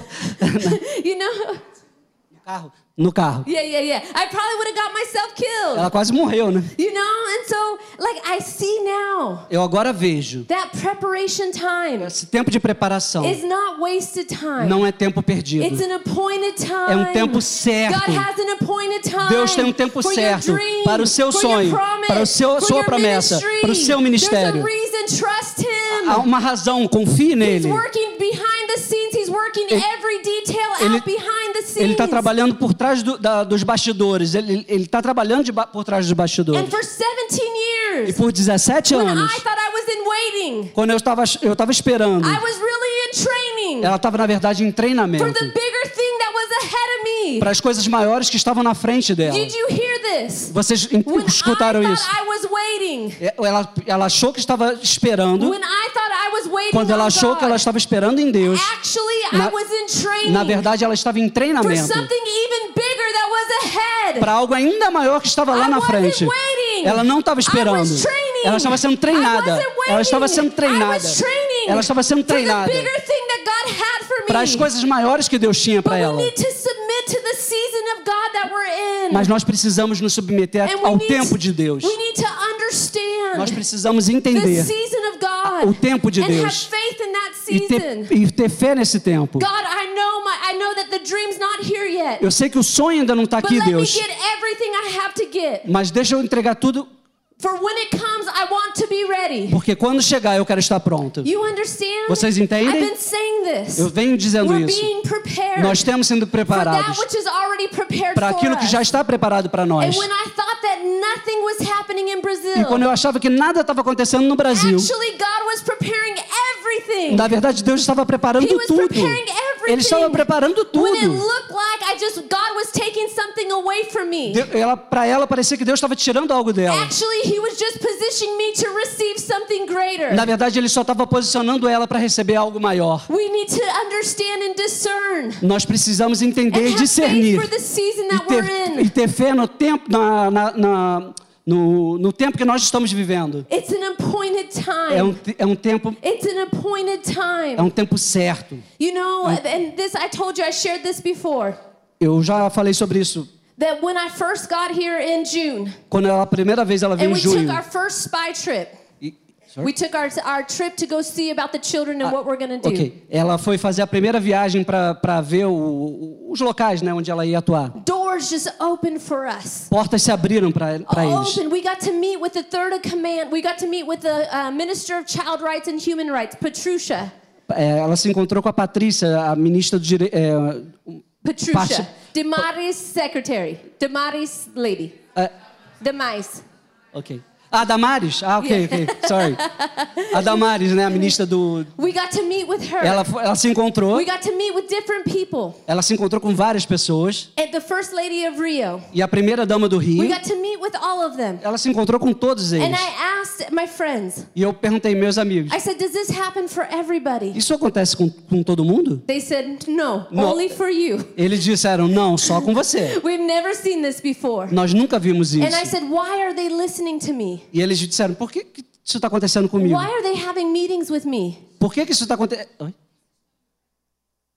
[SPEAKER 2] You know?
[SPEAKER 1] carro, no carro.
[SPEAKER 2] Yeah, yeah, yeah. I probably would have got myself killed.
[SPEAKER 1] Ela quase morreu, né?
[SPEAKER 2] You know, and so like I see now
[SPEAKER 1] Eu agora vejo.
[SPEAKER 2] that preparation time
[SPEAKER 1] Esse tempo de preparação
[SPEAKER 2] is not wasted time.
[SPEAKER 1] não é tempo perdido.
[SPEAKER 2] It's an appointed time.
[SPEAKER 1] É um tempo certo.
[SPEAKER 2] God has an appointed time
[SPEAKER 1] Deus tem um tempo
[SPEAKER 2] for your
[SPEAKER 1] certo
[SPEAKER 2] dream,
[SPEAKER 1] para o seu
[SPEAKER 2] for
[SPEAKER 1] sonho,
[SPEAKER 2] your promise,
[SPEAKER 1] para o seu,
[SPEAKER 2] for
[SPEAKER 1] sua
[SPEAKER 2] your
[SPEAKER 1] promessa,
[SPEAKER 2] ministry.
[SPEAKER 1] para o seu
[SPEAKER 2] There's
[SPEAKER 1] ministério.
[SPEAKER 2] a reason, trust him.
[SPEAKER 1] Há uma razão, confie
[SPEAKER 2] He's
[SPEAKER 1] nele.
[SPEAKER 2] working behind the scenes. He's working
[SPEAKER 1] Ele-
[SPEAKER 2] every detail
[SPEAKER 1] ele-
[SPEAKER 2] out behind the
[SPEAKER 1] Ele
[SPEAKER 2] scenes.
[SPEAKER 1] está trabalhando por trás do- da- dos bastidores. Ele está trabalhando de ba- por trás dos
[SPEAKER 2] And
[SPEAKER 1] bastidores.
[SPEAKER 2] for 17 years,
[SPEAKER 1] E por 17
[SPEAKER 2] when
[SPEAKER 1] anos,
[SPEAKER 2] I thought I was in waiting,
[SPEAKER 1] quando eu estava eu tava esperando,
[SPEAKER 2] I was really in training
[SPEAKER 1] ela estava, na verdade, em
[SPEAKER 2] for the
[SPEAKER 1] treinamento
[SPEAKER 2] bigger thing that was ahead of me.
[SPEAKER 1] para as coisas maiores que estavam na frente dela.
[SPEAKER 2] Did you hear this?
[SPEAKER 1] Vocês en- escutaram
[SPEAKER 2] I
[SPEAKER 1] isso?
[SPEAKER 2] thought I was waiting.
[SPEAKER 1] É, Ela, ela achou que estava esperando.
[SPEAKER 2] When I thought I was waiting
[SPEAKER 1] Quando ela
[SPEAKER 2] on
[SPEAKER 1] achou que
[SPEAKER 2] God,
[SPEAKER 1] ela estava esperando em Deus,
[SPEAKER 2] actually I
[SPEAKER 1] na-
[SPEAKER 2] was in training
[SPEAKER 1] na verdade, ela estava em
[SPEAKER 2] for
[SPEAKER 1] treinamento
[SPEAKER 2] something even bigger that was ahead.
[SPEAKER 1] para algo ainda maior que estava lá
[SPEAKER 2] I
[SPEAKER 1] na
[SPEAKER 2] wasn't
[SPEAKER 1] frente.
[SPEAKER 2] waiting.
[SPEAKER 1] Ela não estava
[SPEAKER 2] I
[SPEAKER 1] esperando.
[SPEAKER 2] was training.
[SPEAKER 1] Ela estava sendo
[SPEAKER 2] I
[SPEAKER 1] treinada.
[SPEAKER 2] wasn't waiting.
[SPEAKER 1] Ela estava sendo
[SPEAKER 2] I
[SPEAKER 1] treinada.
[SPEAKER 2] was training
[SPEAKER 1] Ela estava sendo
[SPEAKER 2] For
[SPEAKER 1] treinada
[SPEAKER 2] the bigger thing that God had for me.
[SPEAKER 1] para as coisas maiores que Deus tinha para
[SPEAKER 2] But
[SPEAKER 1] ela.
[SPEAKER 2] we need to submit to the season of God that we're in.
[SPEAKER 1] Mas nós precisamos nos submeter
[SPEAKER 2] And we
[SPEAKER 1] ao
[SPEAKER 2] need-
[SPEAKER 1] tempo de Deus.
[SPEAKER 2] We need to understand
[SPEAKER 1] Nós precisamos
[SPEAKER 2] the
[SPEAKER 1] entender
[SPEAKER 2] season of God.
[SPEAKER 1] o tempo de
[SPEAKER 2] And have
[SPEAKER 1] Deus
[SPEAKER 2] faith in that
[SPEAKER 1] e
[SPEAKER 2] season.
[SPEAKER 1] ter, e ter fé nesse tempo.
[SPEAKER 2] God, I know my I know that the dream's not here yet.
[SPEAKER 1] Eu sei que o sonho ainda não está
[SPEAKER 2] but
[SPEAKER 1] aqui,
[SPEAKER 2] let
[SPEAKER 1] Deus,
[SPEAKER 2] me get everything I have to get.
[SPEAKER 1] mas deixa eu entregar tudo,
[SPEAKER 2] For when it comes, I want to be ready.
[SPEAKER 1] porque quando chegar eu quero estar pronto.
[SPEAKER 2] You understand?
[SPEAKER 1] Vocês entendem?
[SPEAKER 2] I've been saying this.
[SPEAKER 1] Eu venho dizendo
[SPEAKER 2] We're
[SPEAKER 1] isso.
[SPEAKER 2] being prepared
[SPEAKER 1] Nós temos sido
[SPEAKER 2] for that
[SPEAKER 1] preparados
[SPEAKER 2] which is already prepared
[SPEAKER 1] para
[SPEAKER 2] for
[SPEAKER 1] aquilo que
[SPEAKER 2] us.
[SPEAKER 1] já está preparado para nós.
[SPEAKER 2] And when I thought that nothing was happening in Brazil,
[SPEAKER 1] E quando eu achava que nada estava acontecendo no Brasil,
[SPEAKER 2] actually God was preparing everything.
[SPEAKER 1] na verdade Deus estava preparando
[SPEAKER 2] He was
[SPEAKER 1] tudo.
[SPEAKER 2] preparing everything.
[SPEAKER 1] Ele estava preparando
[SPEAKER 2] When it
[SPEAKER 1] tudo.
[SPEAKER 2] looked like I just God was taking something away from me.
[SPEAKER 1] Deu- Ela, para ela parecia que Deus estava tirando algo dela.
[SPEAKER 2] Actually, he was just positioning me to receive something greater.
[SPEAKER 1] Na verdade, ele só estava posicionando ela para receber algo maior.
[SPEAKER 2] We need to understand and discern
[SPEAKER 1] Nós precisamos entender e
[SPEAKER 2] and have faith
[SPEAKER 1] discernir
[SPEAKER 2] for the season
[SPEAKER 1] e
[SPEAKER 2] that we're
[SPEAKER 1] ter, e
[SPEAKER 2] in.
[SPEAKER 1] ter fé no tempo, na- na- na- no, no tempo que nós estamos vivendo.
[SPEAKER 2] It's an appointed time.
[SPEAKER 1] É um, te- é um tempo
[SPEAKER 2] It's an appointed time.
[SPEAKER 1] é um tempo certo.
[SPEAKER 2] You know, and this I told you I shared this before
[SPEAKER 1] Eu já falei sobre isso
[SPEAKER 2] that when I first got here in June
[SPEAKER 1] quando ela, a primeira vez ela veio
[SPEAKER 2] and
[SPEAKER 1] em
[SPEAKER 2] we
[SPEAKER 1] junho.
[SPEAKER 2] took our first spy trip.
[SPEAKER 1] E- Sorry?
[SPEAKER 2] We took our our trip to go see about the children and
[SPEAKER 1] Uh,
[SPEAKER 2] what we're going to do.
[SPEAKER 1] Ok. Ela foi fazer a primeira viagem para ver o- o- os locais, né, onde ela ia atuar.
[SPEAKER 2] Doors just opened for us.
[SPEAKER 1] Portas se abriram para eles.
[SPEAKER 2] Open. We got to meet with the third of command. We got to meet with the uh, Minister of Child Rights and Human Rights, Patricia.
[SPEAKER 1] É, ela se encontrou com a Patrícia, a ministra do é, direito.
[SPEAKER 2] Patricia.
[SPEAKER 1] Patricia.
[SPEAKER 2] Damaris secretary. Damaris lady. Demais.
[SPEAKER 1] é, ok. Ah, Damares? Ah, ok,
[SPEAKER 2] [laughs]
[SPEAKER 1] ok. Sorry. A Damares, né, a ministra do.
[SPEAKER 2] We got to meet with her.
[SPEAKER 1] Ela, fo- ela se encontrou.
[SPEAKER 2] we got to meet with different people.
[SPEAKER 1] Ela se encontrou com várias pessoas.
[SPEAKER 2] And the first lady of Rio.
[SPEAKER 1] E a primeira dama do
[SPEAKER 2] We
[SPEAKER 1] Rio.
[SPEAKER 2] got to meet with all of them.
[SPEAKER 1] Ela se encontrou com todos
[SPEAKER 2] And
[SPEAKER 1] eles.
[SPEAKER 2] I asked my friends.
[SPEAKER 1] E eu perguntei meus amigos.
[SPEAKER 2] I said, "Does this happen for everybody?"
[SPEAKER 1] Isso acontece com, com todo mundo?
[SPEAKER 2] They said, "No,
[SPEAKER 1] No.
[SPEAKER 2] only for you.
[SPEAKER 1] Eles disseram não, só com você.
[SPEAKER 2] We've never seen this before."
[SPEAKER 1] Nós nunca vimos
[SPEAKER 2] And I
[SPEAKER 1] isso.
[SPEAKER 2] said, "Why are they listening to me?
[SPEAKER 1] E eles disseram, por que, que isso está acontecendo comigo?
[SPEAKER 2] Why are they having meetings with me?
[SPEAKER 1] Por que, que isso está acontecendo?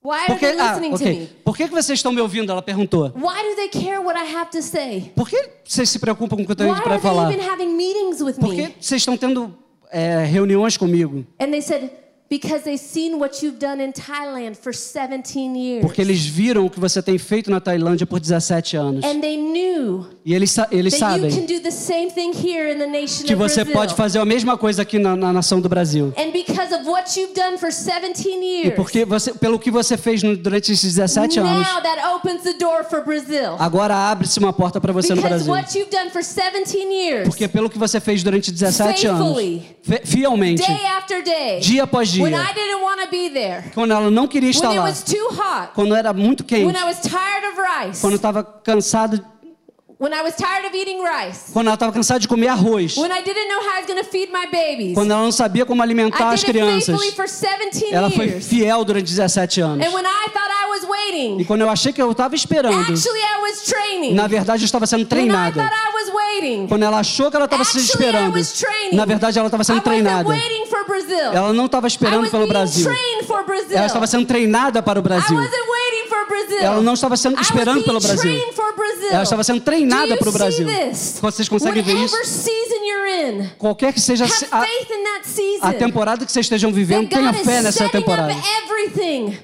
[SPEAKER 2] Why are
[SPEAKER 1] Por que,
[SPEAKER 2] they
[SPEAKER 1] ah,
[SPEAKER 2] listening to
[SPEAKER 1] ok.
[SPEAKER 2] me?
[SPEAKER 1] Por que, que vocês estão me ouvindo? Ela perguntou.
[SPEAKER 2] Why do they care what I have to say?
[SPEAKER 1] Por que vocês se preocupam com o que eu tenho
[SPEAKER 2] Why are
[SPEAKER 1] para
[SPEAKER 2] they
[SPEAKER 1] falar?
[SPEAKER 2] even having meetings with
[SPEAKER 1] Por que
[SPEAKER 2] me?"
[SPEAKER 1] vocês estão tendo é, reuniões comigo?
[SPEAKER 2] And they said, "Because they've seen what you've done in Thailand for 17 years."
[SPEAKER 1] Porque eles viram o que você tem feito na Tailândia por 17 anos.
[SPEAKER 2] And they knew
[SPEAKER 1] E eles, sa- eles
[SPEAKER 2] that you can
[SPEAKER 1] sabem
[SPEAKER 2] do the same thing here in the nation
[SPEAKER 1] que
[SPEAKER 2] of
[SPEAKER 1] você
[SPEAKER 2] Brazil.
[SPEAKER 1] pode fazer a mesma coisa aqui na, na nação do Brasil.
[SPEAKER 2] And because of what you've done for 17
[SPEAKER 1] E
[SPEAKER 2] years,
[SPEAKER 1] porque você, pelo que você fez no- durante esses 17 anos,
[SPEAKER 2] now that opens the door for Brazil.
[SPEAKER 1] agora abre-se uma porta para você no
[SPEAKER 2] Because
[SPEAKER 1] Brasil.
[SPEAKER 2] what you've done for 17 years,
[SPEAKER 1] Porque pelo que você fez durante 17 anos,
[SPEAKER 2] Faithfully.
[SPEAKER 1] fe- fielmente,
[SPEAKER 2] day after day,
[SPEAKER 1] Dia após dia.
[SPEAKER 2] when I didn't want to be there,
[SPEAKER 1] quando ela não queria estar
[SPEAKER 2] when it
[SPEAKER 1] lá,
[SPEAKER 2] was too hot,
[SPEAKER 1] quando era muito
[SPEAKER 2] when
[SPEAKER 1] quente,
[SPEAKER 2] I was tired of rice,
[SPEAKER 1] quando estava cansado,
[SPEAKER 2] when I was tired of eating rice,
[SPEAKER 1] quando ela estava cansada de comer arroz,
[SPEAKER 2] when I didn't know how I was going to feed my babies,
[SPEAKER 1] quando ela não sabia como alimentar
[SPEAKER 2] I
[SPEAKER 1] as
[SPEAKER 2] did it
[SPEAKER 1] crianças.
[SPEAKER 2] faithfully for 17
[SPEAKER 1] Ela foi
[SPEAKER 2] years.
[SPEAKER 1] fiel durante 17 anos.
[SPEAKER 2] And when I thought I was waiting,
[SPEAKER 1] E quando eu achei que eu estava esperando,
[SPEAKER 2] Actually, I was training.
[SPEAKER 1] na verdade eu estava sendo
[SPEAKER 2] When I
[SPEAKER 1] treinada.
[SPEAKER 2] thought I was waiting,
[SPEAKER 1] Quando ela achou que ela estava se
[SPEAKER 2] Actually, I
[SPEAKER 1] esperando,
[SPEAKER 2] was training.
[SPEAKER 1] na verdade ela estava
[SPEAKER 2] I
[SPEAKER 1] sendo
[SPEAKER 2] wasn't
[SPEAKER 1] treinada.
[SPEAKER 2] waiting for Brazil.
[SPEAKER 1] Ela não estava
[SPEAKER 2] I
[SPEAKER 1] esperando
[SPEAKER 2] was
[SPEAKER 1] pelo
[SPEAKER 2] being
[SPEAKER 1] Brasil.
[SPEAKER 2] trained for Brazil.
[SPEAKER 1] Ela estava sendo treinada para o
[SPEAKER 2] I
[SPEAKER 1] Brasil.
[SPEAKER 2] wasn't waiting for Brazil.
[SPEAKER 1] Ela não estava sendo
[SPEAKER 2] I was
[SPEAKER 1] esperando
[SPEAKER 2] being
[SPEAKER 1] pelo Brasil.
[SPEAKER 2] trained for Brazil.
[SPEAKER 1] Ela estava sendo
[SPEAKER 2] Do
[SPEAKER 1] treinada
[SPEAKER 2] you
[SPEAKER 1] para o
[SPEAKER 2] see
[SPEAKER 1] Brasil.
[SPEAKER 2] this?
[SPEAKER 1] Vocês conseguem ver isso?
[SPEAKER 2] Whatever season you're in,
[SPEAKER 1] Qualquer que seja
[SPEAKER 2] have
[SPEAKER 1] se- a,
[SPEAKER 2] faith in that season.
[SPEAKER 1] a temporada que vocês estejam
[SPEAKER 2] that
[SPEAKER 1] vivendo, tenha
[SPEAKER 2] God is
[SPEAKER 1] fé nessa
[SPEAKER 2] setting
[SPEAKER 1] temporada.
[SPEAKER 2] up everything.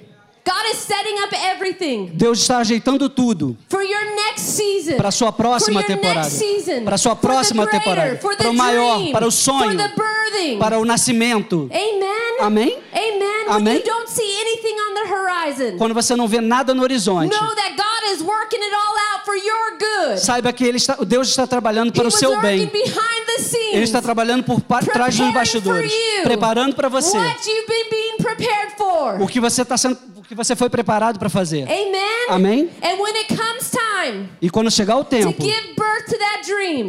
[SPEAKER 2] God is setting up everything
[SPEAKER 1] Deus está ajeitando tudo
[SPEAKER 2] for your next season.
[SPEAKER 1] para a sua próxima
[SPEAKER 2] for your
[SPEAKER 1] temporada.
[SPEAKER 2] next season.
[SPEAKER 1] Para a sua
[SPEAKER 2] for the
[SPEAKER 1] próxima
[SPEAKER 2] greater,
[SPEAKER 1] temporada.
[SPEAKER 2] for the
[SPEAKER 1] Para o maior,
[SPEAKER 2] dream,
[SPEAKER 1] para o sonho,
[SPEAKER 2] for the birthing.
[SPEAKER 1] para o nascimento.
[SPEAKER 2] Amen.
[SPEAKER 1] Amém?
[SPEAKER 2] Amen. When
[SPEAKER 1] Amém?
[SPEAKER 2] you don't see anything on the horizon,
[SPEAKER 1] Quando você não vê nada no horizonte,
[SPEAKER 2] know that God is working it all out for your good.
[SPEAKER 1] saiba que ele está, Deus está trabalhando para o
[SPEAKER 2] He was
[SPEAKER 1] seu
[SPEAKER 2] working
[SPEAKER 1] bem.
[SPEAKER 2] behind the scenes.
[SPEAKER 1] Ele está trabalhando por pa- trás dos
[SPEAKER 2] preparing
[SPEAKER 1] bastidores,
[SPEAKER 2] for you.
[SPEAKER 1] preparando para você
[SPEAKER 2] What you've been being prepared for.
[SPEAKER 1] o que você tá sendo, o que você foi preparado para fazer.
[SPEAKER 2] Amen.
[SPEAKER 1] Amém?
[SPEAKER 2] And when it comes time
[SPEAKER 1] E quando chegar o
[SPEAKER 2] to
[SPEAKER 1] tempo
[SPEAKER 2] give birth to that dream,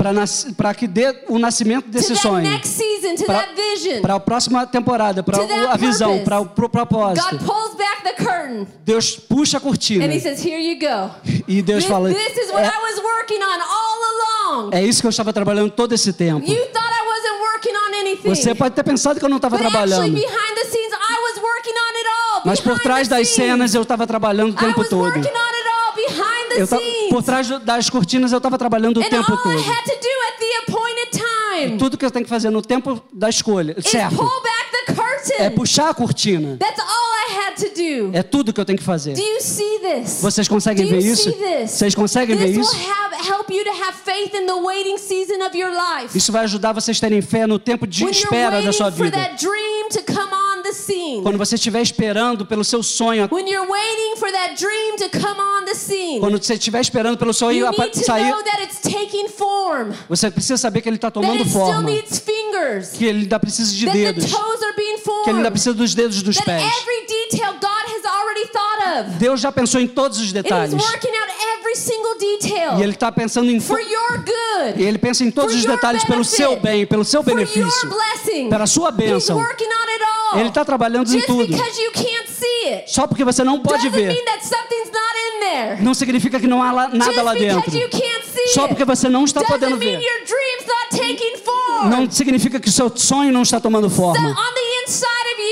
[SPEAKER 1] para que dê o nascimento desse
[SPEAKER 2] to that
[SPEAKER 1] sonho,
[SPEAKER 2] next season, to that vision,
[SPEAKER 1] para a próxima temporada, para
[SPEAKER 2] To that
[SPEAKER 1] a visão,
[SPEAKER 2] purpose.
[SPEAKER 1] para o pro propósito,
[SPEAKER 2] God pulls back the curtain
[SPEAKER 1] Deus puxa a cortina
[SPEAKER 2] and He says, "Here you go.
[SPEAKER 1] e Deus
[SPEAKER 2] This,
[SPEAKER 1] fala:
[SPEAKER 2] this is what I
[SPEAKER 1] é,
[SPEAKER 2] was working on all along.
[SPEAKER 1] é isso que eu estava trabalhando todo esse tempo.
[SPEAKER 2] You thought I wasn't working on anything.
[SPEAKER 1] Você pode ter pensado que eu não estava
[SPEAKER 2] but actually,
[SPEAKER 1] trabalhando,
[SPEAKER 2] behind the scenes, I was working on it all.
[SPEAKER 1] mas por
[SPEAKER 2] behind
[SPEAKER 1] trás
[SPEAKER 2] the
[SPEAKER 1] das
[SPEAKER 2] scenes.
[SPEAKER 1] cenas eu estava trabalhando o
[SPEAKER 2] I
[SPEAKER 1] tempo
[SPEAKER 2] was
[SPEAKER 1] todo.
[SPEAKER 2] working on it all behind the
[SPEAKER 1] Eu ta-
[SPEAKER 2] scenes.
[SPEAKER 1] por trás do- das cortinas eu estava trabalhando o
[SPEAKER 2] and all
[SPEAKER 1] tempo
[SPEAKER 2] I
[SPEAKER 1] todo.
[SPEAKER 2] had to do at the appointed time
[SPEAKER 1] Tudo que eu tenho que fazer no tempo da escolha,
[SPEAKER 2] is
[SPEAKER 1] certo?
[SPEAKER 2] pull back the curtain.
[SPEAKER 1] É puxar a cortina.
[SPEAKER 2] That's all I had to do.
[SPEAKER 1] É tudo que eu tenho que fazer.
[SPEAKER 2] Do you see this?
[SPEAKER 1] Vocês conseguem
[SPEAKER 2] Do you
[SPEAKER 1] ver isso?
[SPEAKER 2] see this?
[SPEAKER 1] Vocês conseguem ver
[SPEAKER 2] This will
[SPEAKER 1] e isso?
[SPEAKER 2] have, help you to have faith in the waiting season of your life.
[SPEAKER 1] Isso vai ajudar vocês terem fé no tempo de
[SPEAKER 2] When you're
[SPEAKER 1] espera
[SPEAKER 2] waiting
[SPEAKER 1] da sua
[SPEAKER 2] for
[SPEAKER 1] vida.
[SPEAKER 2] that dream to come on the scene.
[SPEAKER 1] Quando você estiver esperando pelo seu sonho,
[SPEAKER 2] When you're waiting for that dream to come on the scene.
[SPEAKER 1] quando você estiver esperando pelo sonho
[SPEAKER 2] you
[SPEAKER 1] apa-
[SPEAKER 2] need to
[SPEAKER 1] sair,
[SPEAKER 2] know that it's taking form.
[SPEAKER 1] você precisa saber que ele está
[SPEAKER 2] That
[SPEAKER 1] tomando
[SPEAKER 2] it still
[SPEAKER 1] forma,
[SPEAKER 2] needs fingers.
[SPEAKER 1] que ele ainda precisa de
[SPEAKER 2] that
[SPEAKER 1] dedos,
[SPEAKER 2] the toes are being formed.
[SPEAKER 1] que ele ainda precisa dos dedos dos
[SPEAKER 2] that
[SPEAKER 1] pés.
[SPEAKER 2] every detail God has already thought of.
[SPEAKER 1] Deus já pensou em todos os
[SPEAKER 2] And
[SPEAKER 1] detalhes
[SPEAKER 2] He's working out every single detail.
[SPEAKER 1] e ele está pensando em
[SPEAKER 2] for your good.
[SPEAKER 1] e ele pensa em todos
[SPEAKER 2] for
[SPEAKER 1] os
[SPEAKER 2] your
[SPEAKER 1] detalhes pelo
[SPEAKER 2] benefit,
[SPEAKER 1] seu bem, pelo seu
[SPEAKER 2] for your
[SPEAKER 1] benefício,
[SPEAKER 2] blessing.
[SPEAKER 1] pela sua bênção.
[SPEAKER 2] He's working on it all.
[SPEAKER 1] Ele está trabalhando em
[SPEAKER 2] Just
[SPEAKER 1] tudo.
[SPEAKER 2] because you can't see it
[SPEAKER 1] Só porque você não pode
[SPEAKER 2] doesn't
[SPEAKER 1] ver,
[SPEAKER 2] mean that something's not in there.
[SPEAKER 1] não significa que não há lá-
[SPEAKER 2] Just
[SPEAKER 1] nada lá dentro.
[SPEAKER 2] because you can't see
[SPEAKER 1] Só
[SPEAKER 2] it
[SPEAKER 1] porque você não está
[SPEAKER 2] doesn't
[SPEAKER 1] podendo
[SPEAKER 2] mean
[SPEAKER 1] ver.
[SPEAKER 2] your dream's not taking form.
[SPEAKER 1] Não significa que o seu sonho não está tomando
[SPEAKER 2] So
[SPEAKER 1] forma.
[SPEAKER 2] on the inside of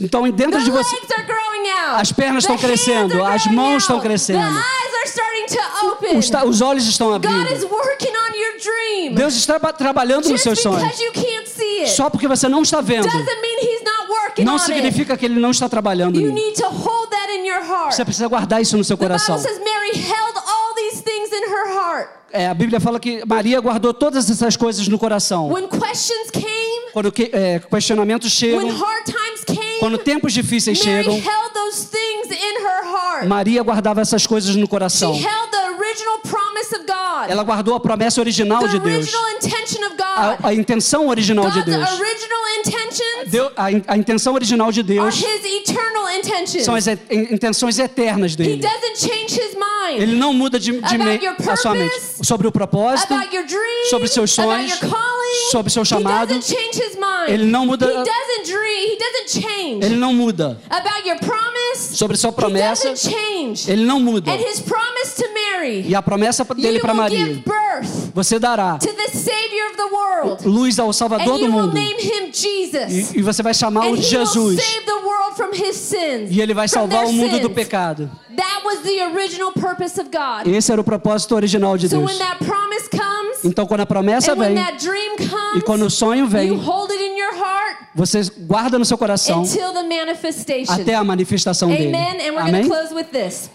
[SPEAKER 2] you,
[SPEAKER 1] Então, em dentro
[SPEAKER 2] the
[SPEAKER 1] de você,
[SPEAKER 2] legs are growing out.
[SPEAKER 1] as pernas estão
[SPEAKER 2] The hands
[SPEAKER 1] crescendo,
[SPEAKER 2] are
[SPEAKER 1] as
[SPEAKER 2] growing
[SPEAKER 1] mãos estão
[SPEAKER 2] out.
[SPEAKER 1] crescendo.
[SPEAKER 2] The eyes are starting to open.
[SPEAKER 1] os, ta- os olhos estão
[SPEAKER 2] God is
[SPEAKER 1] abrindo.
[SPEAKER 2] working on your dream.
[SPEAKER 1] Deus está ba- trabalhando nos
[SPEAKER 2] Just
[SPEAKER 1] seus sonhos.
[SPEAKER 2] because you can't see it
[SPEAKER 1] Só porque você não está vendo,
[SPEAKER 2] doesn't mean he's not working
[SPEAKER 1] não
[SPEAKER 2] on it.
[SPEAKER 1] significa que ele não está trabalhando.
[SPEAKER 2] You
[SPEAKER 1] nisso.
[SPEAKER 2] need to hold that in your heart.
[SPEAKER 1] Você precisa guardar isso no seu
[SPEAKER 2] The Bible
[SPEAKER 1] coração.
[SPEAKER 2] says Mary held all these things in her heart.
[SPEAKER 1] É, a Bíblia fala que Maria guardou todas essas coisas no coração.
[SPEAKER 2] When questions came,
[SPEAKER 1] Quando que- é, questionamentos
[SPEAKER 2] when
[SPEAKER 1] chegam,
[SPEAKER 2] hard times came,
[SPEAKER 1] quando tempos difíceis
[SPEAKER 2] Mary
[SPEAKER 1] chegam,
[SPEAKER 2] held those things in her heart.
[SPEAKER 1] Maria guardava essas coisas no
[SPEAKER 2] she
[SPEAKER 1] coração.
[SPEAKER 2] held the original promise of God.
[SPEAKER 1] Ela guardou a promessa original
[SPEAKER 2] the
[SPEAKER 1] de Deus,
[SPEAKER 2] original intention of God.
[SPEAKER 1] a, a intenção original de
[SPEAKER 2] God's
[SPEAKER 1] Deus.
[SPEAKER 2] original intentions
[SPEAKER 1] Deu- a, in- a intenção original de
[SPEAKER 2] are
[SPEAKER 1] Deus
[SPEAKER 2] his eternal intentions.
[SPEAKER 1] são as e- in- intenções eternas
[SPEAKER 2] He
[SPEAKER 1] dele.
[SPEAKER 2] doesn't change his mind.
[SPEAKER 1] Ele não muda de, de
[SPEAKER 2] About
[SPEAKER 1] me-
[SPEAKER 2] your
[SPEAKER 1] a sua mente
[SPEAKER 2] purpose,
[SPEAKER 1] sobre o propósito,
[SPEAKER 2] about your dream,
[SPEAKER 1] sobre seus
[SPEAKER 2] about
[SPEAKER 1] sonhos,
[SPEAKER 2] your calling.
[SPEAKER 1] sobre seu chamado.
[SPEAKER 2] He doesn't change his mind.
[SPEAKER 1] Ele não muda-
[SPEAKER 2] He doesn't dream. He doesn't change.
[SPEAKER 1] Ele não muda.
[SPEAKER 2] About your promise.
[SPEAKER 1] Sobre sua promessa,
[SPEAKER 2] He doesn't change.
[SPEAKER 1] Ele não muda.
[SPEAKER 2] And his promise to Mary.
[SPEAKER 1] E a promessa dele
[SPEAKER 2] you
[SPEAKER 1] para
[SPEAKER 2] will
[SPEAKER 1] Maria:
[SPEAKER 2] give birth
[SPEAKER 1] você dará
[SPEAKER 2] to the Savior of the world.
[SPEAKER 1] luz ao Salvador
[SPEAKER 2] and
[SPEAKER 1] do
[SPEAKER 2] you will
[SPEAKER 1] mundo
[SPEAKER 2] name him Jesus.
[SPEAKER 1] e, e você vai
[SPEAKER 2] and
[SPEAKER 1] chamá-lo de
[SPEAKER 2] he will
[SPEAKER 1] Jesus
[SPEAKER 2] save the world from his sins.
[SPEAKER 1] e ele vai
[SPEAKER 2] from
[SPEAKER 1] salvar
[SPEAKER 2] their
[SPEAKER 1] o mundo do
[SPEAKER 2] sins.
[SPEAKER 1] pecado.
[SPEAKER 2] That was the original purpose of God.
[SPEAKER 1] Esse era o propósito original de
[SPEAKER 2] so
[SPEAKER 1] Deus.
[SPEAKER 2] when that promise comes,
[SPEAKER 1] Então, quando a promessa
[SPEAKER 2] and when
[SPEAKER 1] vem
[SPEAKER 2] that dream comes,
[SPEAKER 1] e quando o sonho
[SPEAKER 2] you
[SPEAKER 1] vem,
[SPEAKER 2] hold it in your heart
[SPEAKER 1] você guarda no seu coração
[SPEAKER 2] until the manifestation.
[SPEAKER 1] até a manifestação dele.
[SPEAKER 2] Amen. And we're going
[SPEAKER 1] Amém?
[SPEAKER 2] to close with this.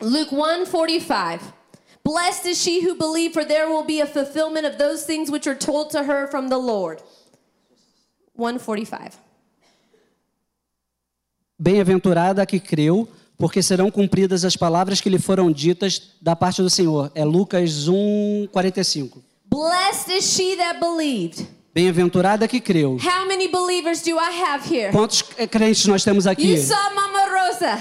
[SPEAKER 2] Luke 1:45. Blessed is she who believed, for there will be a fulfillment of those things which are told to her from the Lord. 145.
[SPEAKER 1] Bem-aventurada a que creu, porque serão cumpridas as palavras que lhe foram ditas da parte do Senhor. É Lucas 1, 45.
[SPEAKER 2] Blessed is she that believed.
[SPEAKER 1] Bem-aventurada a que creu.
[SPEAKER 2] How many believers do I have here?
[SPEAKER 1] Quantos eh, crentes nós temos aqui?
[SPEAKER 2] You saw Mama Rosa.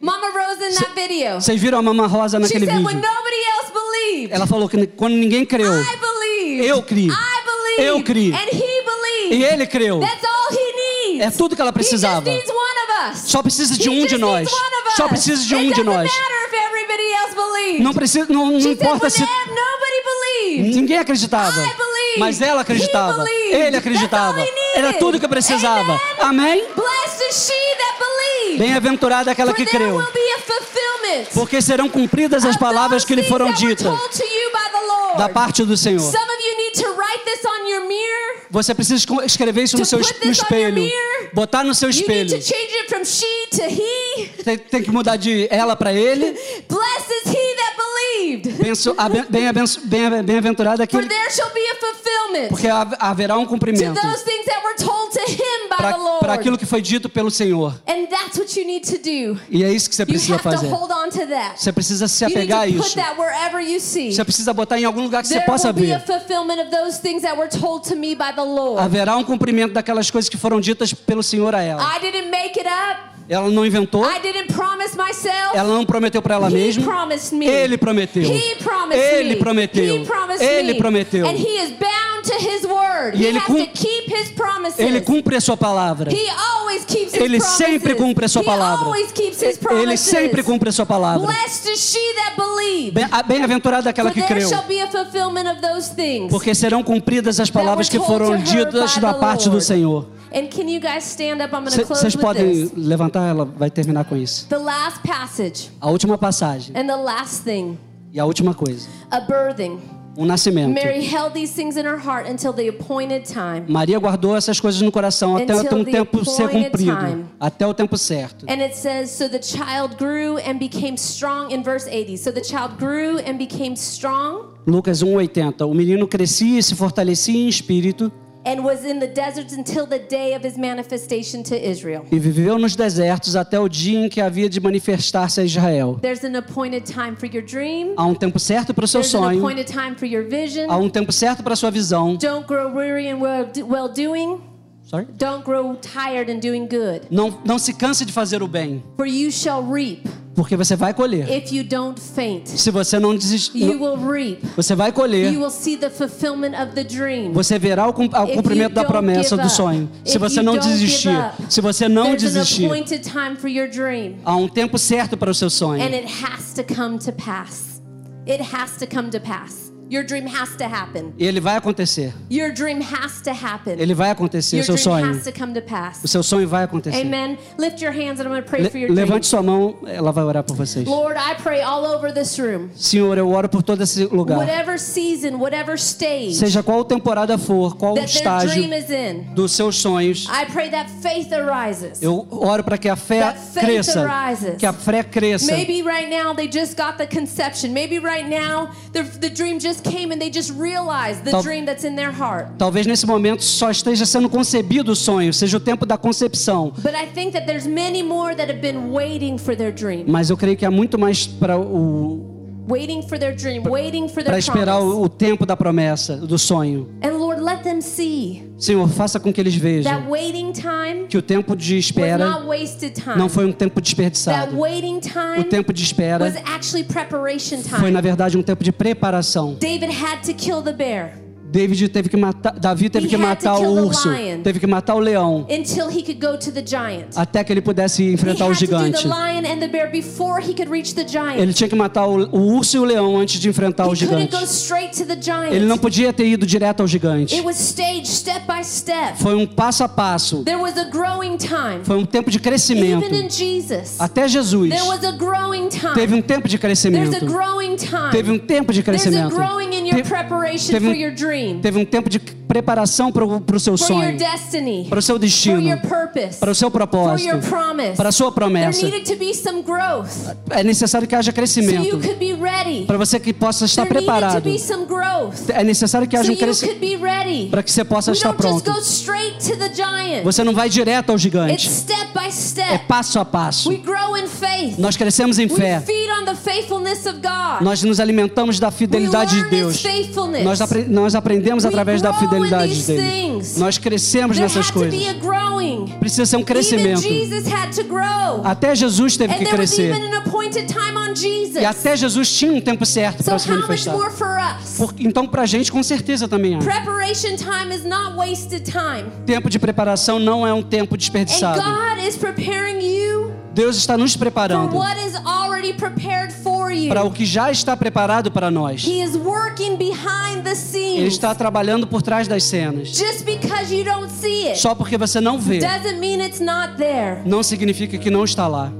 [SPEAKER 2] Mama Rosa in that video.
[SPEAKER 1] Vocês viram a Mama Rosa
[SPEAKER 2] She
[SPEAKER 1] naquele
[SPEAKER 2] said when
[SPEAKER 1] vídeo?
[SPEAKER 2] nobody else believed,
[SPEAKER 1] Ela falou que ni- quando ninguém creu,
[SPEAKER 2] I believe.
[SPEAKER 1] Eu criei.
[SPEAKER 2] I believe.
[SPEAKER 1] Eu criei.
[SPEAKER 2] And he believed.
[SPEAKER 1] e ele creu.
[SPEAKER 2] That's all he needs.
[SPEAKER 1] É tudo que ela precisava.
[SPEAKER 2] He just needs one of us.
[SPEAKER 1] Só precisa de
[SPEAKER 2] He
[SPEAKER 1] um de
[SPEAKER 2] just
[SPEAKER 1] nós.
[SPEAKER 2] needs one of us.
[SPEAKER 1] Só precisa de um
[SPEAKER 2] It
[SPEAKER 1] de
[SPEAKER 2] doesn't
[SPEAKER 1] nós.
[SPEAKER 2] matter if everybody else believes.
[SPEAKER 1] Não precisa, não, não
[SPEAKER 2] She said
[SPEAKER 1] importa
[SPEAKER 2] when
[SPEAKER 1] se
[SPEAKER 2] nobody believed.
[SPEAKER 1] ninguém acreditava,
[SPEAKER 2] I believe.
[SPEAKER 1] mas ela acreditava.
[SPEAKER 2] He believed.
[SPEAKER 1] Ele
[SPEAKER 2] That's
[SPEAKER 1] acreditava.
[SPEAKER 2] all he needed.
[SPEAKER 1] Era tudo que precisava. Amém?
[SPEAKER 2] Blessed is she that believed.
[SPEAKER 1] Bem-aventurada aquela
[SPEAKER 2] For
[SPEAKER 1] que
[SPEAKER 2] there
[SPEAKER 1] creu,
[SPEAKER 2] will be a fulfillment fulfillment
[SPEAKER 1] porque serão cumpridas as palavras que lhe foram ditas
[SPEAKER 2] told to you by the Lord.
[SPEAKER 1] da parte do Senhor.
[SPEAKER 2] Some of you need to write this on your mirror.
[SPEAKER 1] Você precisa esco- escrever isso no
[SPEAKER 2] To
[SPEAKER 1] seu
[SPEAKER 2] put
[SPEAKER 1] es-
[SPEAKER 2] this
[SPEAKER 1] no
[SPEAKER 2] on
[SPEAKER 1] espelho.
[SPEAKER 2] your mirror.
[SPEAKER 1] Botar no seu
[SPEAKER 2] You need
[SPEAKER 1] espelho.
[SPEAKER 2] to change it from she to he.
[SPEAKER 1] Tem, tem que mudar de ela para ele.
[SPEAKER 2] Blessed is he that believed,
[SPEAKER 1] Benço- aben- bem abenço- bem- Bem-aventurado
[SPEAKER 2] for
[SPEAKER 1] aquele.
[SPEAKER 2] there shall be a fulfillment
[SPEAKER 1] Porque ha- haverá um
[SPEAKER 2] to
[SPEAKER 1] cumprimento
[SPEAKER 2] those things that were told to him by the Lord.
[SPEAKER 1] para aquilo que foi dito pelo Senhor.
[SPEAKER 2] And that's what you need to do.
[SPEAKER 1] E é isso que você
[SPEAKER 2] You
[SPEAKER 1] precisa
[SPEAKER 2] have to
[SPEAKER 1] fazer.
[SPEAKER 2] hold on to that.
[SPEAKER 1] Você precisa se
[SPEAKER 2] You need
[SPEAKER 1] apegar a
[SPEAKER 2] to put
[SPEAKER 1] isso.
[SPEAKER 2] that wherever you see.
[SPEAKER 1] Você precisa botar em algum lugar que você
[SPEAKER 2] There
[SPEAKER 1] possa
[SPEAKER 2] will be a
[SPEAKER 1] ver.
[SPEAKER 2] fulfillment of those things that were told to me by the Lord.
[SPEAKER 1] Haverá um cumprimento daquelas coisas que foram ditas pelo Senhor a ela.
[SPEAKER 2] I didn't make it up.
[SPEAKER 1] Ela não inventou,
[SPEAKER 2] I didn't promise myself.
[SPEAKER 1] Oh. ela não prometeu para ela
[SPEAKER 2] He
[SPEAKER 1] mesma.
[SPEAKER 2] promised me.
[SPEAKER 1] Ele prometeu.
[SPEAKER 2] He promised
[SPEAKER 1] Ele
[SPEAKER 2] me.
[SPEAKER 1] prometeu.
[SPEAKER 2] He promised
[SPEAKER 1] Ele
[SPEAKER 2] me.
[SPEAKER 1] prometeu.
[SPEAKER 2] And he is bound to his word.
[SPEAKER 1] E
[SPEAKER 2] he
[SPEAKER 1] ele
[SPEAKER 2] has
[SPEAKER 1] cum-
[SPEAKER 2] to keep his promises.
[SPEAKER 1] Ele cumpre a sua palavra.
[SPEAKER 2] He always keeps his
[SPEAKER 1] Ele
[SPEAKER 2] promises.
[SPEAKER 1] sempre cumpre a sua
[SPEAKER 2] He
[SPEAKER 1] palavra.
[SPEAKER 2] always keeps his
[SPEAKER 1] Ele
[SPEAKER 2] promises.
[SPEAKER 1] sempre cumpre a sua palavra.
[SPEAKER 2] Blessed is she that believed.
[SPEAKER 1] Bem- a- Bem-aventurada aquela
[SPEAKER 2] For
[SPEAKER 1] que
[SPEAKER 2] there
[SPEAKER 1] creu.
[SPEAKER 2] shall be a fulfillment of those things.
[SPEAKER 1] Porque serão cumpridas as palavras que
[SPEAKER 2] That were
[SPEAKER 1] foram
[SPEAKER 2] told to her
[SPEAKER 1] ditas
[SPEAKER 2] by
[SPEAKER 1] da
[SPEAKER 2] the
[SPEAKER 1] parte do
[SPEAKER 2] Lord.
[SPEAKER 1] Senhor.
[SPEAKER 2] And can you guys stand up? I'm going
[SPEAKER 1] C-
[SPEAKER 2] to close
[SPEAKER 1] Vocês
[SPEAKER 2] with
[SPEAKER 1] podem
[SPEAKER 2] this.
[SPEAKER 1] levantar, ela vai terminar com isso.
[SPEAKER 2] The last passage
[SPEAKER 1] A última passagem
[SPEAKER 2] and the last thing,
[SPEAKER 1] e a última coisa.
[SPEAKER 2] a birthing.
[SPEAKER 1] Um nascimento.
[SPEAKER 2] Mary held these things in her heart until the appointed time.
[SPEAKER 1] Maria guardou essas coisas no coração até
[SPEAKER 2] Until
[SPEAKER 1] um
[SPEAKER 2] the
[SPEAKER 1] tempo ser
[SPEAKER 2] appointed
[SPEAKER 1] cumprido,
[SPEAKER 2] time.
[SPEAKER 1] até o tempo certo.
[SPEAKER 2] And it says, so the child grew and became strong in verse 80. So the child grew and became strong
[SPEAKER 1] Lucas 1:80. O menino crescia e se fortalecia em espírito
[SPEAKER 2] and was in the deserts until the day of his manifestation to Israel.
[SPEAKER 1] e viveu nos desertos até o dia em que havia de manifestar-se a Israel.
[SPEAKER 2] There's an appointed time for your dream.
[SPEAKER 1] Há um tempo certo para o seu
[SPEAKER 2] There's an
[SPEAKER 1] sonho,
[SPEAKER 2] appointed time for your vision.
[SPEAKER 1] há um tempo certo para a sua visão.
[SPEAKER 2] Don't grow weary in well doing.
[SPEAKER 1] Sorry?
[SPEAKER 2] Don't grow tired in doing good.
[SPEAKER 1] Não, não se canse de fazer o bem,
[SPEAKER 2] For you shall reap
[SPEAKER 1] porque você vai colher.
[SPEAKER 2] if you don't faint.
[SPEAKER 1] Se você não desistir,
[SPEAKER 2] You will reap.
[SPEAKER 1] você vai
[SPEAKER 2] You
[SPEAKER 1] colher.
[SPEAKER 2] will see the fulfillment of the dream.
[SPEAKER 1] Você verá o, cum- o
[SPEAKER 2] If
[SPEAKER 1] cumprimento
[SPEAKER 2] you
[SPEAKER 1] da
[SPEAKER 2] don't
[SPEAKER 1] promessa
[SPEAKER 2] give
[SPEAKER 1] do
[SPEAKER 2] up,
[SPEAKER 1] sonho. Se
[SPEAKER 2] if
[SPEAKER 1] você
[SPEAKER 2] you
[SPEAKER 1] não
[SPEAKER 2] don't give
[SPEAKER 1] desistir,
[SPEAKER 2] up,
[SPEAKER 1] se você não
[SPEAKER 2] There's an
[SPEAKER 1] desistir,
[SPEAKER 2] appointed time for your dream,
[SPEAKER 1] há um tempo certo para o seu sonho.
[SPEAKER 2] and it has to come to pass. It has to come to pass. Your dream has to happen.
[SPEAKER 1] E ele vai acontecer.
[SPEAKER 2] Your dream has to happen.
[SPEAKER 1] Ele vai acontecer,
[SPEAKER 2] your
[SPEAKER 1] o seu
[SPEAKER 2] dream
[SPEAKER 1] sonho.
[SPEAKER 2] has to come to
[SPEAKER 1] O
[SPEAKER 2] pass.
[SPEAKER 1] seu sonho vai acontecer.
[SPEAKER 2] Amen. Lift your hands, and I'm going to pray for
[SPEAKER 1] Le
[SPEAKER 2] your dream.
[SPEAKER 1] levante sua mão, ela vai orar por vocês.
[SPEAKER 2] Lord, I pray all over this room.
[SPEAKER 1] Senhor, eu oro por todo esse lugar.
[SPEAKER 2] Whatever season, whatever stage
[SPEAKER 1] Seja qual temporada for, qual
[SPEAKER 2] that their
[SPEAKER 1] estágio
[SPEAKER 2] dream is in,
[SPEAKER 1] dos seus sonhos,
[SPEAKER 2] I pray that faith arises.
[SPEAKER 1] eu oro para que a fé
[SPEAKER 2] That faith
[SPEAKER 1] cresça.
[SPEAKER 2] arises.
[SPEAKER 1] Que a fé cresça.
[SPEAKER 2] Maybe right now they just got the conception. Maybe right now the, the dream just came and they just realized the
[SPEAKER 1] Tal-
[SPEAKER 2] dream that's in their heart.
[SPEAKER 1] Talvez nesse momento só esteja sendo concebido o sonho, seja o tempo da concepção.
[SPEAKER 2] But I think that there's many more that have been waiting for their dream,
[SPEAKER 1] Mas eu creio que há muito mais para o
[SPEAKER 2] waiting for their dream, waiting for
[SPEAKER 1] para
[SPEAKER 2] their
[SPEAKER 1] esperar
[SPEAKER 2] promise.
[SPEAKER 1] o, o tempo da promessa, do sonho.
[SPEAKER 2] And Lord, let them see
[SPEAKER 1] Senhor, faça com que eles
[SPEAKER 2] that
[SPEAKER 1] vejam
[SPEAKER 2] waiting time
[SPEAKER 1] que o tempo de
[SPEAKER 2] was
[SPEAKER 1] espera
[SPEAKER 2] not wasted time.
[SPEAKER 1] não foi um tempo
[SPEAKER 2] that
[SPEAKER 1] desperdiçado.
[SPEAKER 2] waiting
[SPEAKER 1] O
[SPEAKER 2] time
[SPEAKER 1] tempo de espera
[SPEAKER 2] was actually preparation
[SPEAKER 1] foi, na
[SPEAKER 2] time.
[SPEAKER 1] verdade, um tempo de preparação.
[SPEAKER 2] David had to kill the bear
[SPEAKER 1] David teve que matar, Davi teve
[SPEAKER 2] He
[SPEAKER 1] que
[SPEAKER 2] had to
[SPEAKER 1] matar
[SPEAKER 2] kill
[SPEAKER 1] o
[SPEAKER 2] the
[SPEAKER 1] urso,
[SPEAKER 2] lion.
[SPEAKER 1] teve que matar o leão,
[SPEAKER 2] until he could go to the giant.
[SPEAKER 1] até que ele pudesse
[SPEAKER 2] He
[SPEAKER 1] enfrentar o
[SPEAKER 2] had to do
[SPEAKER 1] gigante.
[SPEAKER 2] the lion and the bear before he could reach the giant.
[SPEAKER 1] Ele tinha que matar o, o urso e o leão antes de enfrentar o
[SPEAKER 2] He couldn't
[SPEAKER 1] gigante.
[SPEAKER 2] go straight to the giant.
[SPEAKER 1] Ele não podia ter ido direto ao gigante.
[SPEAKER 2] It was staged step by step.
[SPEAKER 1] Foi um passo a passo,
[SPEAKER 2] There was a growing time.
[SPEAKER 1] foi um tempo de crescimento.
[SPEAKER 2] Even in Jesus,
[SPEAKER 1] Até Jesus
[SPEAKER 2] there was a growing time.
[SPEAKER 1] teve um tempo de
[SPEAKER 2] There's a
[SPEAKER 1] crescimento.
[SPEAKER 2] growing time.
[SPEAKER 1] Teve um tempo de
[SPEAKER 2] There's a
[SPEAKER 1] crescimento.
[SPEAKER 2] growing in your
[SPEAKER 1] Teve-
[SPEAKER 2] preparation
[SPEAKER 1] teve um-
[SPEAKER 2] for your dream,
[SPEAKER 1] Teve um tempo de preparação para o seu
[SPEAKER 2] for your
[SPEAKER 1] sonho,
[SPEAKER 2] destiny,
[SPEAKER 1] para o seu
[SPEAKER 2] for your
[SPEAKER 1] destino,
[SPEAKER 2] purpose,
[SPEAKER 1] para o seu
[SPEAKER 2] for your
[SPEAKER 1] propósito,
[SPEAKER 2] promise.
[SPEAKER 1] para a sua
[SPEAKER 2] There
[SPEAKER 1] promessa.
[SPEAKER 2] needed to be some growth
[SPEAKER 1] É necessário que haja
[SPEAKER 2] so you
[SPEAKER 1] crescimento.
[SPEAKER 2] could be ready.
[SPEAKER 1] Para você que possa estar
[SPEAKER 2] There needed to
[SPEAKER 1] preparado.
[SPEAKER 2] be some growth
[SPEAKER 1] É necessário que
[SPEAKER 2] so
[SPEAKER 1] haja um
[SPEAKER 2] you
[SPEAKER 1] crescimento
[SPEAKER 2] could be ready.
[SPEAKER 1] para que você possa
[SPEAKER 2] We
[SPEAKER 1] estar
[SPEAKER 2] don't just
[SPEAKER 1] pronto.
[SPEAKER 2] go straight to the giant.
[SPEAKER 1] Você não vai direto ao
[SPEAKER 2] It's
[SPEAKER 1] gigante.
[SPEAKER 2] step by
[SPEAKER 1] É
[SPEAKER 2] step.
[SPEAKER 1] passo a passo.
[SPEAKER 2] We grow in faith.
[SPEAKER 1] Nós crescemos em
[SPEAKER 2] We
[SPEAKER 1] fé.
[SPEAKER 2] feed on the faithfulness of God.
[SPEAKER 1] Nós nos alimentamos da fidelidade
[SPEAKER 2] We
[SPEAKER 1] de
[SPEAKER 2] learn
[SPEAKER 1] Deus.
[SPEAKER 2] His faithfulness.
[SPEAKER 1] Nós, apre- nós aprendemos
[SPEAKER 2] We
[SPEAKER 1] através da
[SPEAKER 2] grow
[SPEAKER 1] fidelidade
[SPEAKER 2] in these
[SPEAKER 1] dele.
[SPEAKER 2] things.
[SPEAKER 1] Nós crescemos
[SPEAKER 2] There
[SPEAKER 1] nessas
[SPEAKER 2] had to be
[SPEAKER 1] coisas.
[SPEAKER 2] a growing.
[SPEAKER 1] Precisa ser um
[SPEAKER 2] Even
[SPEAKER 1] crescimento.
[SPEAKER 2] Jesus had to grow.
[SPEAKER 1] Até Jesus teve
[SPEAKER 2] And
[SPEAKER 1] que
[SPEAKER 2] there was
[SPEAKER 1] crescer.
[SPEAKER 2] even an appointed time on Jesus.
[SPEAKER 1] E até Jesus tinha um tempo certo
[SPEAKER 2] So
[SPEAKER 1] para se
[SPEAKER 2] how much
[SPEAKER 1] manifestar.
[SPEAKER 2] more for us?
[SPEAKER 1] Por- Então, pra gente, com certeza também há.
[SPEAKER 2] Preparation time is not wasted time.
[SPEAKER 1] Tempo de preparação não é um tempo
[SPEAKER 2] And
[SPEAKER 1] desperdiçado.
[SPEAKER 2] God is preparing you
[SPEAKER 1] Deus está nos
[SPEAKER 2] for
[SPEAKER 1] preparando
[SPEAKER 2] what is already prepared for you.
[SPEAKER 1] para o que já está preparado para nós.
[SPEAKER 2] He is working behind the
[SPEAKER 1] Ele
[SPEAKER 2] scenes.
[SPEAKER 1] está trabalhando por trás das cenas.
[SPEAKER 2] Just because you don't see it
[SPEAKER 1] Só porque você não vê,
[SPEAKER 2] doesn't mean it's not there.
[SPEAKER 1] não significa que não está lá.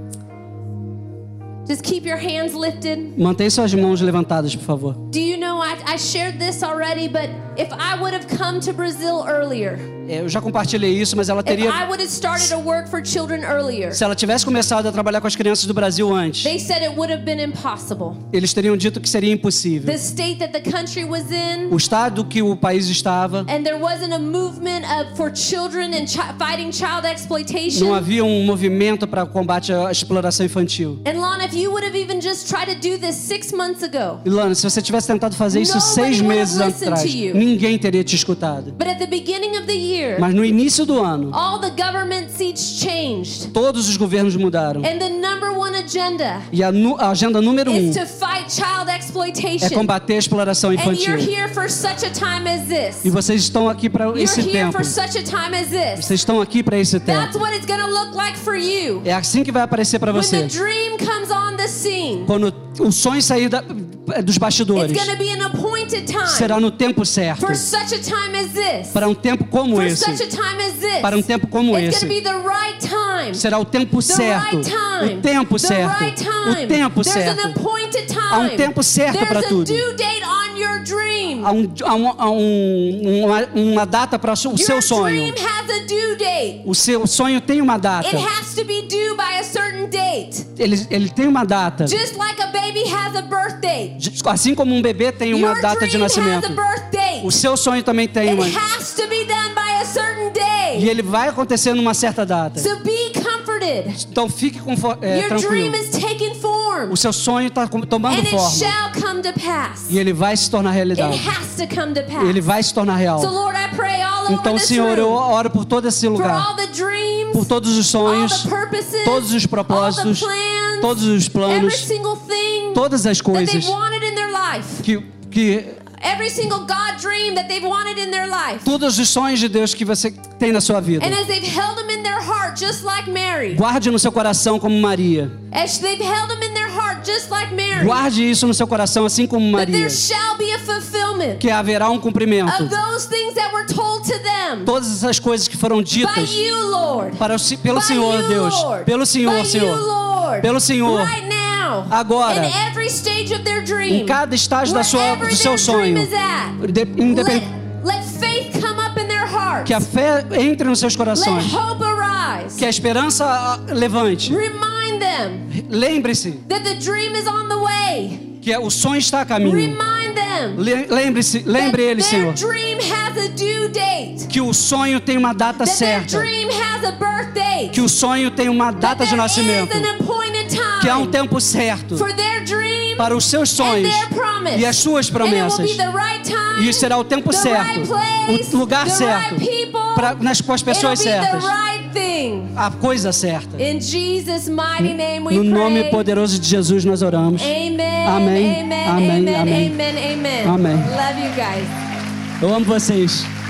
[SPEAKER 2] Just keep your hands lifted.
[SPEAKER 1] Mantém suas mãos levantadas, por favor.
[SPEAKER 2] Do you know, I, I shared this already, but if I would have come to Brazil earlier,
[SPEAKER 1] É, Eu já compartilhei isso, mas ela
[SPEAKER 2] if I
[SPEAKER 1] teria.
[SPEAKER 2] would have started to work for children earlier,
[SPEAKER 1] Se ela tivesse começado a trabalhar com as crianças do Brasil antes,
[SPEAKER 2] they said it would have been impossible.
[SPEAKER 1] eles teriam dito que seria impossível.
[SPEAKER 2] The state that the country was in,
[SPEAKER 1] O estado que o país estava,
[SPEAKER 2] and there wasn't a movement of, for children and chi- fighting child exploitation.
[SPEAKER 1] não havia um movimento para combate à exploração infantil.
[SPEAKER 2] And Lon, if you would have even just tried to do this six months ago,
[SPEAKER 1] Ilana, se você tivesse tentado fazer isso
[SPEAKER 2] Nobody
[SPEAKER 1] seis
[SPEAKER 2] would have
[SPEAKER 1] meses
[SPEAKER 2] listened
[SPEAKER 1] atrás,
[SPEAKER 2] to you.
[SPEAKER 1] ninguém teria te escutado.
[SPEAKER 2] but at the beginning of the year,
[SPEAKER 1] Mas no início do ano,
[SPEAKER 2] all the government seats changed.
[SPEAKER 1] todos os governos mudaram.
[SPEAKER 2] And the number one agenda
[SPEAKER 1] E a, nu- a agenda número um
[SPEAKER 2] is to fight child
[SPEAKER 1] é
[SPEAKER 2] exploitation.
[SPEAKER 1] combater a exploração
[SPEAKER 2] And
[SPEAKER 1] infantil.
[SPEAKER 2] you're here for such a time as this.
[SPEAKER 1] E vocês estão aqui para
[SPEAKER 2] You're
[SPEAKER 1] esse
[SPEAKER 2] here
[SPEAKER 1] tempo.
[SPEAKER 2] for such a time as this.
[SPEAKER 1] Vocês estão aqui para esse
[SPEAKER 2] That's
[SPEAKER 1] tempo.
[SPEAKER 2] what it's gonna look like for you.
[SPEAKER 1] É assim que vai aparecer para
[SPEAKER 2] When
[SPEAKER 1] você.
[SPEAKER 2] the dream comes on the scene,
[SPEAKER 1] Quando o sonho sair da- é, dos
[SPEAKER 2] it's
[SPEAKER 1] bastidores,
[SPEAKER 2] gonna be an appointed
[SPEAKER 1] será
[SPEAKER 2] time
[SPEAKER 1] no tempo certo.
[SPEAKER 2] for such a time as this.
[SPEAKER 1] Para um tempo como
[SPEAKER 2] For
[SPEAKER 1] esse.
[SPEAKER 2] such a time as this.
[SPEAKER 1] Para um tempo como
[SPEAKER 2] It's
[SPEAKER 1] esse.
[SPEAKER 2] gonna be the right time.
[SPEAKER 1] Será o tempo
[SPEAKER 2] The
[SPEAKER 1] certo.
[SPEAKER 2] right time.
[SPEAKER 1] O tempo
[SPEAKER 2] The
[SPEAKER 1] certo.
[SPEAKER 2] right time.
[SPEAKER 1] O tempo
[SPEAKER 2] There's an
[SPEAKER 1] certo.
[SPEAKER 2] appointed time.
[SPEAKER 1] Há um tempo certo
[SPEAKER 2] There's
[SPEAKER 1] pra
[SPEAKER 2] a
[SPEAKER 1] tudo.
[SPEAKER 2] due date on your dream.
[SPEAKER 1] Há, um- há um- há um- uma, uma data para o seu- o seu
[SPEAKER 2] your
[SPEAKER 1] sonho.
[SPEAKER 2] dream has a due date.
[SPEAKER 1] O seu sonho tem uma data.
[SPEAKER 2] It has to be due by a certain date.
[SPEAKER 1] Ele, ele tem uma data.
[SPEAKER 2] Just like a baby has a birth date.
[SPEAKER 1] Assim como um bebê tem uma
[SPEAKER 2] your
[SPEAKER 1] data de
[SPEAKER 2] dream
[SPEAKER 1] nascimento.
[SPEAKER 2] has a birth date.
[SPEAKER 1] O seu sonho também tem uma.
[SPEAKER 2] It has to be done by a certain
[SPEAKER 1] E
[SPEAKER 2] day.
[SPEAKER 1] ele vai acontecer numa certa data.
[SPEAKER 2] So be comforted.
[SPEAKER 1] Então fique confo- é,
[SPEAKER 2] your dream
[SPEAKER 1] tranquilo.
[SPEAKER 2] is taking form.
[SPEAKER 1] O seu sonho está tomando
[SPEAKER 2] And it
[SPEAKER 1] forma.
[SPEAKER 2] shall come to pass.
[SPEAKER 1] E ele vai se tornar
[SPEAKER 2] It
[SPEAKER 1] realidade.
[SPEAKER 2] has to come to pass.
[SPEAKER 1] Ele vai se tornar real.
[SPEAKER 2] So Lord, I pray all over
[SPEAKER 1] Então,
[SPEAKER 2] this
[SPEAKER 1] Senhor, eu
[SPEAKER 2] room
[SPEAKER 1] oro por todo esse
[SPEAKER 2] for
[SPEAKER 1] lugar.
[SPEAKER 2] all the dreams,
[SPEAKER 1] Por todos os sonhos,
[SPEAKER 2] all the purposes,
[SPEAKER 1] todos os propósitos,
[SPEAKER 2] all the plans,
[SPEAKER 1] todos os
[SPEAKER 2] every
[SPEAKER 1] planos,
[SPEAKER 2] single thing
[SPEAKER 1] todas as
[SPEAKER 2] that
[SPEAKER 1] coisas
[SPEAKER 2] they've wanted in their life,
[SPEAKER 1] que, que
[SPEAKER 2] every single God dream that they've wanted in their life.
[SPEAKER 1] todos os sonhos de Deus que você tem na sua vida.
[SPEAKER 2] And as they've held them in their heart, just like Mary,
[SPEAKER 1] Guarde no seu coração como Maria.
[SPEAKER 2] as they've held them in their heart, just like Mary,
[SPEAKER 1] Guarde isso no seu coração assim como
[SPEAKER 2] that
[SPEAKER 1] Maria,
[SPEAKER 2] there shall be a fulfillment
[SPEAKER 1] que haverá um cumprimento.
[SPEAKER 2] of those things that were told to them
[SPEAKER 1] Todas essas coisas que foram
[SPEAKER 2] by
[SPEAKER 1] ditas
[SPEAKER 2] you, Lord.
[SPEAKER 1] para o, se- pelo
[SPEAKER 2] By
[SPEAKER 1] Senhor
[SPEAKER 2] you,
[SPEAKER 1] Deus,
[SPEAKER 2] Lord.
[SPEAKER 1] pelo
[SPEAKER 2] By
[SPEAKER 1] Senhor,
[SPEAKER 2] you,
[SPEAKER 1] Senhor.
[SPEAKER 2] Lord.
[SPEAKER 1] Pelo Senhor.
[SPEAKER 2] Right now.
[SPEAKER 1] Agora.
[SPEAKER 2] In every stage of their dream.
[SPEAKER 1] Em cada estágio da sua,
[SPEAKER 2] Wherever
[SPEAKER 1] do seu
[SPEAKER 2] their
[SPEAKER 1] sonho,
[SPEAKER 2] dream is at,
[SPEAKER 1] de-
[SPEAKER 2] Let,
[SPEAKER 1] independ-
[SPEAKER 2] let faith come up in their hearts.
[SPEAKER 1] que a fé entre nos seus
[SPEAKER 2] Let
[SPEAKER 1] corações,
[SPEAKER 2] hope arise.
[SPEAKER 1] que a esperança ah, levante.
[SPEAKER 2] Remind them
[SPEAKER 1] Lembre-se
[SPEAKER 2] that the dream is on the way.
[SPEAKER 1] que é o sonho está a caminho.
[SPEAKER 2] Remind them
[SPEAKER 1] Le- Lembre-se, lembre
[SPEAKER 2] that
[SPEAKER 1] ele,
[SPEAKER 2] their
[SPEAKER 1] Senhor,
[SPEAKER 2] dream has a due date.
[SPEAKER 1] que o sonho tem uma data
[SPEAKER 2] That their
[SPEAKER 1] certa,
[SPEAKER 2] dream has a birth date.
[SPEAKER 1] que o sonho tem uma
[SPEAKER 2] That
[SPEAKER 1] data de
[SPEAKER 2] there
[SPEAKER 1] nascimento,
[SPEAKER 2] is an appointed time
[SPEAKER 1] que há um tempo certo
[SPEAKER 2] for their dream
[SPEAKER 1] para os seus
[SPEAKER 2] and
[SPEAKER 1] sonhos
[SPEAKER 2] their promise.
[SPEAKER 1] e as suas
[SPEAKER 2] And it
[SPEAKER 1] promessas.
[SPEAKER 2] will be the right time,
[SPEAKER 1] E isso será o tempo
[SPEAKER 2] the
[SPEAKER 1] certo,
[SPEAKER 2] right place,
[SPEAKER 1] o lugar
[SPEAKER 2] the
[SPEAKER 1] certo,
[SPEAKER 2] right people.
[SPEAKER 1] pra, nas, com as pessoas
[SPEAKER 2] It'll be
[SPEAKER 1] certas,
[SPEAKER 2] The right thing.
[SPEAKER 1] a coisa certa.
[SPEAKER 2] In Jesus' mighty name we
[SPEAKER 1] No nome
[SPEAKER 2] pray.
[SPEAKER 1] poderoso de Jesus nós oramos.
[SPEAKER 2] Amen.
[SPEAKER 1] Amém,
[SPEAKER 2] Amen.
[SPEAKER 1] amém,
[SPEAKER 2] Amen.
[SPEAKER 1] amém.
[SPEAKER 2] Amen. Amen.
[SPEAKER 1] Amém.
[SPEAKER 2] Love you guys.
[SPEAKER 1] Eu amo vocês.